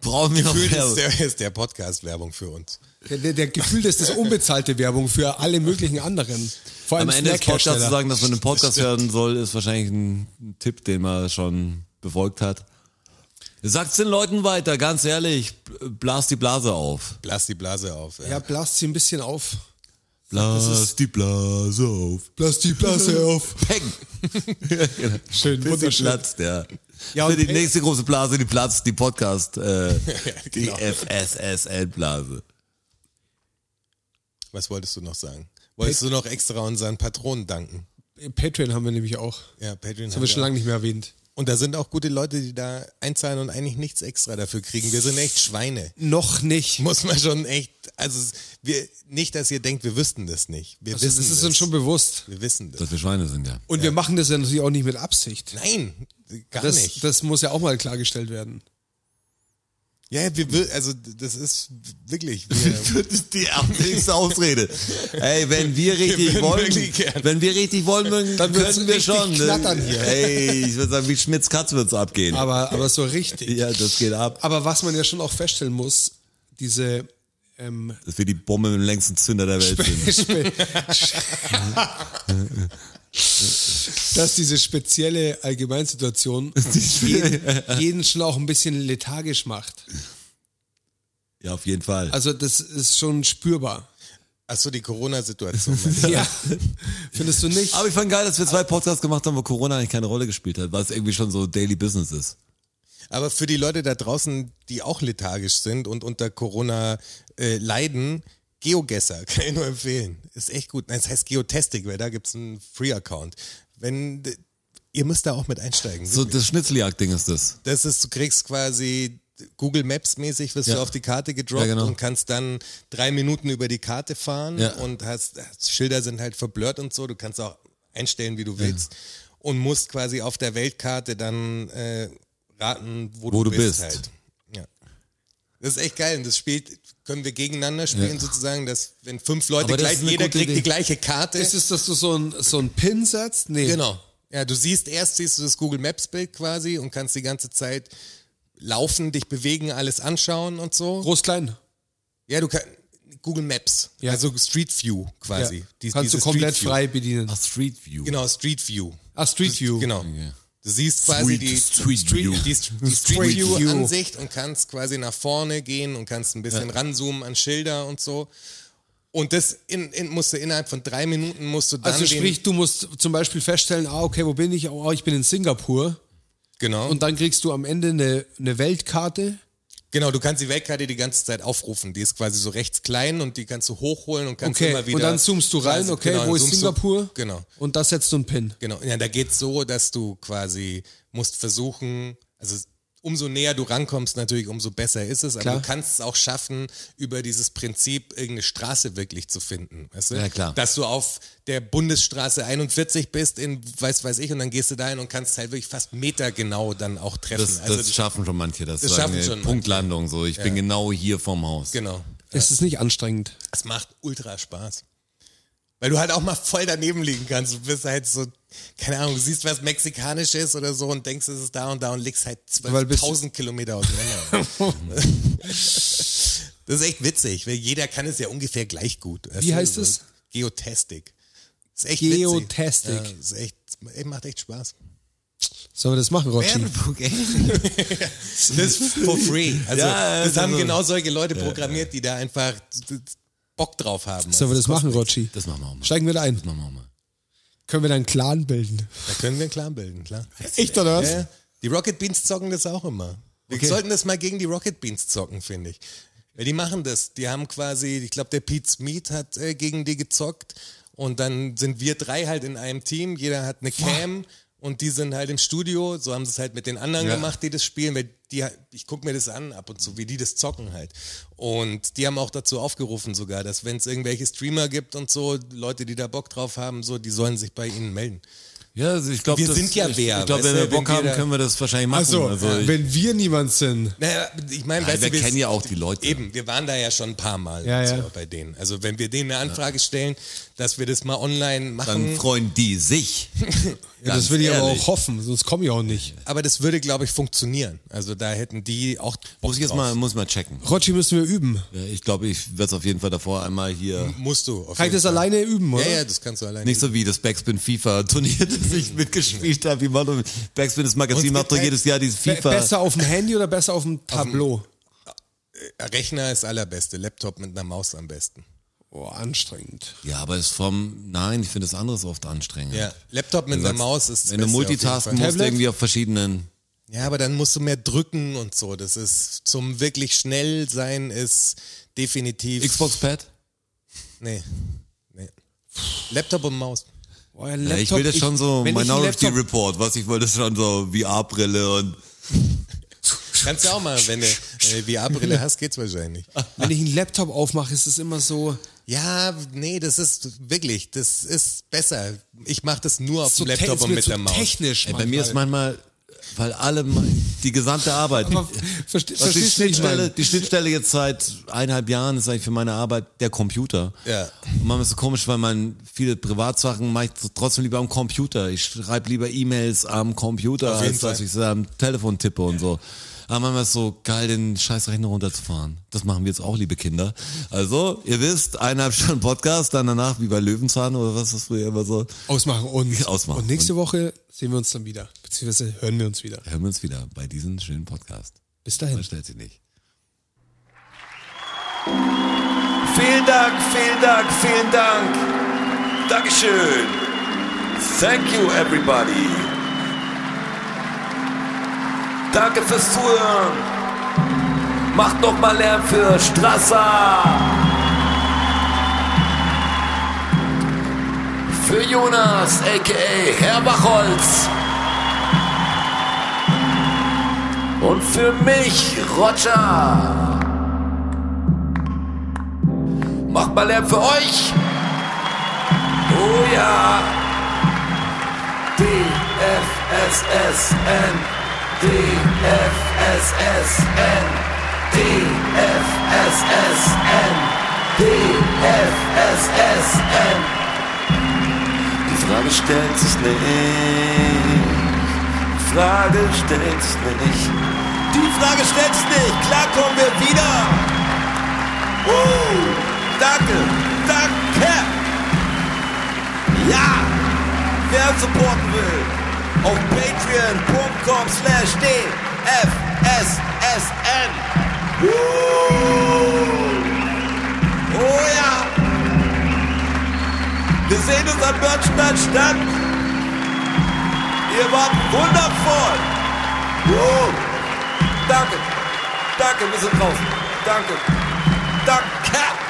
Speaker 2: Brauchen wir noch
Speaker 3: Gefühlt ist
Speaker 2: mehr?
Speaker 3: der, ist der Podcast Werbung für uns.
Speaker 4: Der, der, der Gefühl, das ist unbezahlte Werbung für alle möglichen anderen. Vor allem
Speaker 2: Am Ende des Podcasts zu
Speaker 4: Snackhersteller.
Speaker 2: sagen, dass man einen Podcast hören soll, ist wahrscheinlich ein ein Tipp, den man schon befolgt hat. Sagt's den Leuten weiter, ganz ehrlich. Blas die Blase auf.
Speaker 3: Blas die Blase auf. Ja.
Speaker 4: Ja, blast sie ein bisschen auf.
Speaker 2: Blas die Blase auf.
Speaker 4: Blast die Blase auf.
Speaker 2: [LAUGHS] Peng.
Speaker 4: Schön,
Speaker 2: Bis sie
Speaker 4: wunderschön.
Speaker 2: platzt, ja.
Speaker 4: Ja,
Speaker 2: Für
Speaker 4: und
Speaker 2: die
Speaker 4: Peng-
Speaker 2: nächste große Blase, die platzt, die Podcast,
Speaker 4: [LAUGHS]
Speaker 2: äh, die
Speaker 4: genau.
Speaker 2: FSSL-Blase.
Speaker 3: Was wolltest du noch sagen? Wolltest du noch extra unseren Patronen danken?
Speaker 4: Patreon haben wir nämlich auch.
Speaker 3: Ja, Patreon
Speaker 4: Das haben wir schon lange nicht mehr erwähnt.
Speaker 3: Und da sind auch gute Leute, die da einzahlen und eigentlich nichts extra dafür kriegen. Wir sind echt Schweine.
Speaker 4: Noch nicht.
Speaker 3: [LAUGHS] Muss man schon echt, also es- wir, nicht, dass ihr denkt, wir wüssten das nicht. Wir
Speaker 4: Also, das
Speaker 3: wissen
Speaker 4: ist
Speaker 3: das.
Speaker 4: uns schon bewusst.
Speaker 3: wir wissen das.
Speaker 2: Dass wir Schweine sind, ja.
Speaker 4: Und wir machen das ja natürlich auch nicht mit Absicht.
Speaker 3: Nein, gar
Speaker 4: Das,
Speaker 3: nicht.
Speaker 4: das muss ja auch mal klargestellt werden.
Speaker 3: ja, ja, wir, wir, also das ist wirklich,
Speaker 4: [LAUGHS]
Speaker 3: wir,
Speaker 2: Das ist [LAUGHS] die ärmlichste Ausrede. Ey, wenn wir richtig
Speaker 3: würden
Speaker 2: wollen,
Speaker 3: wirklich gern.
Speaker 2: wenn wir richtig wollen, würden,
Speaker 4: Dann wird's
Speaker 2: können wir
Speaker 4: richtig
Speaker 2: schon. ne?
Speaker 4: knattern hier.
Speaker 2: Ey, ich würde sagen, wie Schmitz Katz wird's abgehen.
Speaker 4: Aber, aber so richtig.
Speaker 2: ja, das geht ab.
Speaker 4: Aber was man ja schon auch feststellen muss, diese ähm,
Speaker 2: Dass wir die Bombe mit dem längsten Zünder der Welt sind.
Speaker 4: Spe- dass diese spezielle Allgemeinsituation jeden, jeden schon auch ein bisschen lethargisch macht.
Speaker 2: Ja, auf jeden Fall.
Speaker 4: Also das ist schon spürbar.
Speaker 3: achso, die Corona-Situation.
Speaker 4: Ja. Findest du nicht?
Speaker 2: aber ich fand geil, dass wir zwei Podcasts gemacht haben, wo Corona eigentlich keine Rolle gespielt hat, weil es irgendwie schon so Daily Business ist.
Speaker 3: Aber für die Leute da draußen, die auch lethargisch sind und unter Corona äh, leiden, Geogesser [LAUGHS] kann ich nur empfehlen. Ist echt gut. Nein, es heißt Geotastic, weil da gibt's einen Free-Account. Wenn d- ihr müsst da auch mit einsteigen.
Speaker 2: So
Speaker 3: wirklich.
Speaker 2: das Schnitzeljagd-Ding ist das.
Speaker 3: das ist, du kriegst quasi Google Maps mäßig, wirst
Speaker 2: Ja.
Speaker 3: du auf die Karte gedroppt
Speaker 2: Ja, genau.
Speaker 3: und kannst dann drei Minuten über die Karte fahren
Speaker 2: Ja.
Speaker 3: und hast Schilder sind halt verblurrt und so. Du kannst auch einstellen, wie du willst und musst quasi auf der Weltkarte dann äh, raten, wo,
Speaker 2: Wo
Speaker 3: du
Speaker 2: du bist.
Speaker 3: bist. Halt. Ja. Das ist echt geil und das spielt können wir gegeneinander spielen sozusagen, dass wenn fünf Leute
Speaker 2: Aber das
Speaker 3: gleich,
Speaker 2: ist eine
Speaker 3: jeder
Speaker 2: gute
Speaker 3: kriegt
Speaker 2: Idee.
Speaker 3: die gleiche Karte.
Speaker 4: Ist es, dass du so ein, so ein Pin setzt? Nee.
Speaker 3: Genau. Ja, du siehst erst siehst du das Google Maps Bild quasi und kannst die ganze Zeit laufen, dich bewegen, alles anschauen und so.
Speaker 4: Groß, klein.
Speaker 3: Ja, du kannst Google Maps,
Speaker 4: Ja.
Speaker 3: also Street View quasi.
Speaker 4: Ja.
Speaker 3: Dies-
Speaker 4: Kannst
Speaker 3: diese
Speaker 4: du komplett
Speaker 3: Street View.
Speaker 4: frei bedienen.
Speaker 2: Ach, Street View.
Speaker 3: Genau, Street View.
Speaker 4: Ah, Street View.
Speaker 3: Genau. Du siehst quasi
Speaker 2: Street,
Speaker 3: die
Speaker 2: Street View.
Speaker 3: die, die Street
Speaker 4: Street View.
Speaker 3: View Ansicht und kannst quasi nach vorne gehen und kannst ein bisschen ranzoomen an Schilder und so. Und das in, in, musst du innerhalb von drei Minuten musst du dann
Speaker 4: Also sprich, du musst zum Beispiel feststellen, ah, okay, wo bin ich? Oh, ich bin in Singapur.
Speaker 3: den, genau
Speaker 4: Und dann kriegst du am Ende eine, eine Weltkarte.
Speaker 3: Genau, du kannst die Weltkarte die ganze Zeit aufrufen. Die ist quasi so rechts klein und die kannst du hochholen und kannst
Speaker 4: Okay,
Speaker 3: immer wieder.
Speaker 4: und dann zoomst du rein,
Speaker 3: quasi-
Speaker 4: okay,
Speaker 3: genau,
Speaker 4: wo
Speaker 3: dann
Speaker 4: ist
Speaker 3: zoomst
Speaker 4: Singapur?
Speaker 3: Du, genau,
Speaker 4: Und da setzt du einen Pin.
Speaker 3: genau. Ja, da geht's so, dass du quasi musst versuchen, also umso näher du rankommst, natürlich umso besser ist es, aber
Speaker 4: Klar.
Speaker 3: du kannst es auch schaffen, über dieses Prinzip irgendeine Straße wirklich zu finden. Weißt du?
Speaker 2: Ja, klar.
Speaker 3: Dass du auf der Bundesstraße 41 bist in weiß weiß ich und dann gehst du dahin und kannst halt wirklich fast metergenau dann auch treffen.
Speaker 2: Das,
Speaker 3: also
Speaker 2: das schaffen schon manche. Das,
Speaker 3: das
Speaker 2: ist
Speaker 3: schaffen
Speaker 2: eine
Speaker 3: schon manche.
Speaker 2: Punktlandung. So, ich bin genau hier vom Haus.
Speaker 3: genau.
Speaker 4: Es ist nicht anstrengend.
Speaker 3: Es macht ultra Spaß. Weil du halt auch mal voll daneben liegen kannst. Du bist halt so, keine Ahnung, du siehst was Mexikanisches oder so und denkst, es ist da und da und legst halt
Speaker 4: Weil bist du-
Speaker 3: 12.000 Kilometer auseinander.
Speaker 4: [LAUGHS]
Speaker 3: das ist echt witzig, weil jeder kann es ja ungefähr gleich gut. Das
Speaker 4: Wie
Speaker 3: ist
Speaker 4: heißt
Speaker 3: so
Speaker 4: es?
Speaker 3: Geotastic. Ist echt
Speaker 4: Geotastic.
Speaker 3: Witzig. Ja, ist echt, ey, macht echt Spaß.
Speaker 4: Sollen wir das machen, Rotschi? [LAUGHS]
Speaker 3: Das ist for free. Also,
Speaker 2: Ja,
Speaker 3: das
Speaker 2: ja,
Speaker 3: haben
Speaker 2: so-
Speaker 3: genau solche Leute programmiert, die da einfach Bock drauf haben.
Speaker 4: Sollen wir das machen,
Speaker 3: kostet
Speaker 4: Rotschi?
Speaker 2: Das machen wir auch mal.
Speaker 4: Steigen wir da ein.
Speaker 2: Das machen wir auch mal.
Speaker 4: Können wir dann einen Clan bilden?
Speaker 3: nichts. Da können wir einen Clan bilden, klar.
Speaker 4: Echt oder was?
Speaker 3: Ja, die Rocket Beans zocken das auch immer. Wir sollten das mal gegen die Rocket Beans zocken, finde ich. Weil die machen das. Die haben quasi, ich glaube, der Pete Smith hat äh, gegen die gezockt und dann sind wir drei halt in einem Team. Jeder hat eine Cam und die sind halt im Studio. So haben sie es halt mit den anderen gemacht, die das spielen. Weil die, ich gucke mir das an ab und zu, wie die das zocken halt. Und die haben auch dazu aufgerufen sogar, dass wenn es irgendwelche Streamer gibt und so, Leute, die da Bock drauf haben, so, die sollen sich bei ihnen melden.
Speaker 2: Ja, also ich glaube,
Speaker 3: Wir sind ja
Speaker 2: ich,
Speaker 3: wer,
Speaker 2: Ich glaube, wenn wir
Speaker 3: weißt du,
Speaker 2: Bock
Speaker 3: wenn wir
Speaker 2: haben,
Speaker 3: da-
Speaker 2: können wir das wahrscheinlich machen.
Speaker 4: Also,
Speaker 2: ich-
Speaker 4: wenn wir niemand sind.
Speaker 3: Naja, ich meine,
Speaker 2: Nein,
Speaker 3: weißt
Speaker 2: wir
Speaker 3: du,
Speaker 2: kennen ja auch die Leute.
Speaker 3: Eben, wir waren da ja schon ein paar Mal
Speaker 4: Ja,
Speaker 3: und so
Speaker 4: ja.
Speaker 3: bei denen. Also wenn wir denen eine Anfrage stellen, dass wir das mal online machen,
Speaker 2: dann freuen die
Speaker 3: [LAUGHS]
Speaker 2: sich.
Speaker 4: Ja, das
Speaker 2: Ganz
Speaker 4: will ich aber
Speaker 2: ehrlich.
Speaker 4: auch hoffen, sonst komme ich auch nicht.
Speaker 3: aber das würde, glaube ich, funktionieren. Also da hätten die auch
Speaker 2: Muss ich jetzt
Speaker 3: drauf.
Speaker 2: mal, muss mal checken.
Speaker 4: Rotschi müssen wir üben.
Speaker 2: Ja, Ich glaube, ich werde es auf jeden Fall davor einmal hier.
Speaker 3: musst du. Auf
Speaker 4: Kann ich
Speaker 3: jeden
Speaker 4: das alleine üben,
Speaker 3: Fall.
Speaker 4: oder?
Speaker 3: Ja, ja, das kannst du alleine.
Speaker 2: Nicht so wie das Backspin FIFA Turnier, [LAUGHS] das ich mitgespielt habe. Wie man- Backspin das Magazin
Speaker 3: Uns
Speaker 2: macht doch
Speaker 3: gefällt-
Speaker 2: jedes Jahr dieses
Speaker 4: Be-
Speaker 2: FIFA.
Speaker 4: Besser auf dem Handy oder besser auf dem Tableau?
Speaker 3: Rechner ist allerbeste, Laptop mit einer Maus am besten.
Speaker 4: Oh, anstrengend.
Speaker 2: Ja, aber ist vom nein, ich finde das andere ist oft anstrengend.
Speaker 3: Ja, Laptop mit
Speaker 2: Du
Speaker 3: einer
Speaker 2: sagst,
Speaker 3: Maus ist das
Speaker 2: Wenn du
Speaker 3: Beste auf jeden
Speaker 2: multitasken
Speaker 3: Fall.
Speaker 2: musst,
Speaker 4: Tablet?
Speaker 2: irgendwie auf verschiedenen.
Speaker 3: Ja, aber dann musst du mehr drücken und so. Das ist zum wirklich schnell sein ist definitiv
Speaker 2: Xbox Pad?
Speaker 3: Nee. nee. Laptop und Maus.
Speaker 4: Euer
Speaker 2: Ja,
Speaker 4: Laptop,
Speaker 2: ich will das schon so
Speaker 4: wenn ich einen
Speaker 2: Minority
Speaker 4: Laptop-
Speaker 2: Report, was ich wollte schon so VR-Brille und
Speaker 3: Kannst du auch mal, wenn du äh, VR-Brille hast, geht's wahrscheinlich.
Speaker 4: Wenn ich einen Laptop aufmache, ist es immer so,
Speaker 3: Ja, nee, das ist wirklich, das ist besser. Ich mache das nur auf
Speaker 4: so
Speaker 3: dem
Speaker 4: te-
Speaker 3: Laptop
Speaker 4: ist
Speaker 3: und
Speaker 4: mir
Speaker 3: mit
Speaker 4: zu
Speaker 3: der Maus.
Speaker 4: technisch.
Speaker 2: Ey, bei mir ist manchmal, weil alle, me- die gesamte Arbeit,
Speaker 4: Aber verste-
Speaker 2: was die,
Speaker 4: verstehst du, was ich
Speaker 2: Schnittstelle,
Speaker 4: meine?
Speaker 2: die Schnittstelle jetzt seit eineinhalb Jahren ist eigentlich für meine Arbeit der Computer.
Speaker 3: Ja.
Speaker 2: Und manchmal ist es komisch, weil man viele Privatsachen mache ich trotzdem lieber am Computer. Ich schreibe lieber E-Mails am Computer,
Speaker 3: jeden
Speaker 2: als dass
Speaker 3: Fall.
Speaker 2: ich sie am Telefon tippe und so. Aber manchmal ist es so geil, den scheiß Rechner runterzufahren. Das machen wir jetzt auch, liebe Kinder. Also, ihr wisst, eineinhalb Stunden Podcast, dann danach wie bei Löwenzahn oder was das früher immer so.
Speaker 4: Ausmachen
Speaker 2: [LAUGHS]
Speaker 4: und,
Speaker 2: Ausmachen.
Speaker 4: und nächste Woche sehen wir uns dann wieder. Beziehungsweise hören wir uns wieder.
Speaker 2: Hören wir uns wieder bei diesem schönen Podcast.
Speaker 4: Bis dahin.
Speaker 2: Man stellt sie nicht.
Speaker 1: Vielen Dank, vielen Dank, vielen Dank. Dankeschön. Thank you, everybody. Danke fürs Zuhören. Macht noch mal Lärm für Strasser. Für Jonas, a.k.a. Herr Bachholz. Und für mich, Roger. Macht mal Lärm für euch. Oh ja. DFSSN. DFSSN. DFSSN. DFSSN. Die Frage stellt sich nicht. Die Frage stellt sich nicht. Die Frage stellt sich nicht. Klar kommen wir wieder. Uh, danke, danke. Ja, wer uns supporten will, auf patreon.com slash dfssn. Uh, oh ja. Wir sehen uns am Börnstadt statt. Ihr wart wundervoll. Uh, danke, danke, wir sind draußen. Danke. Danke.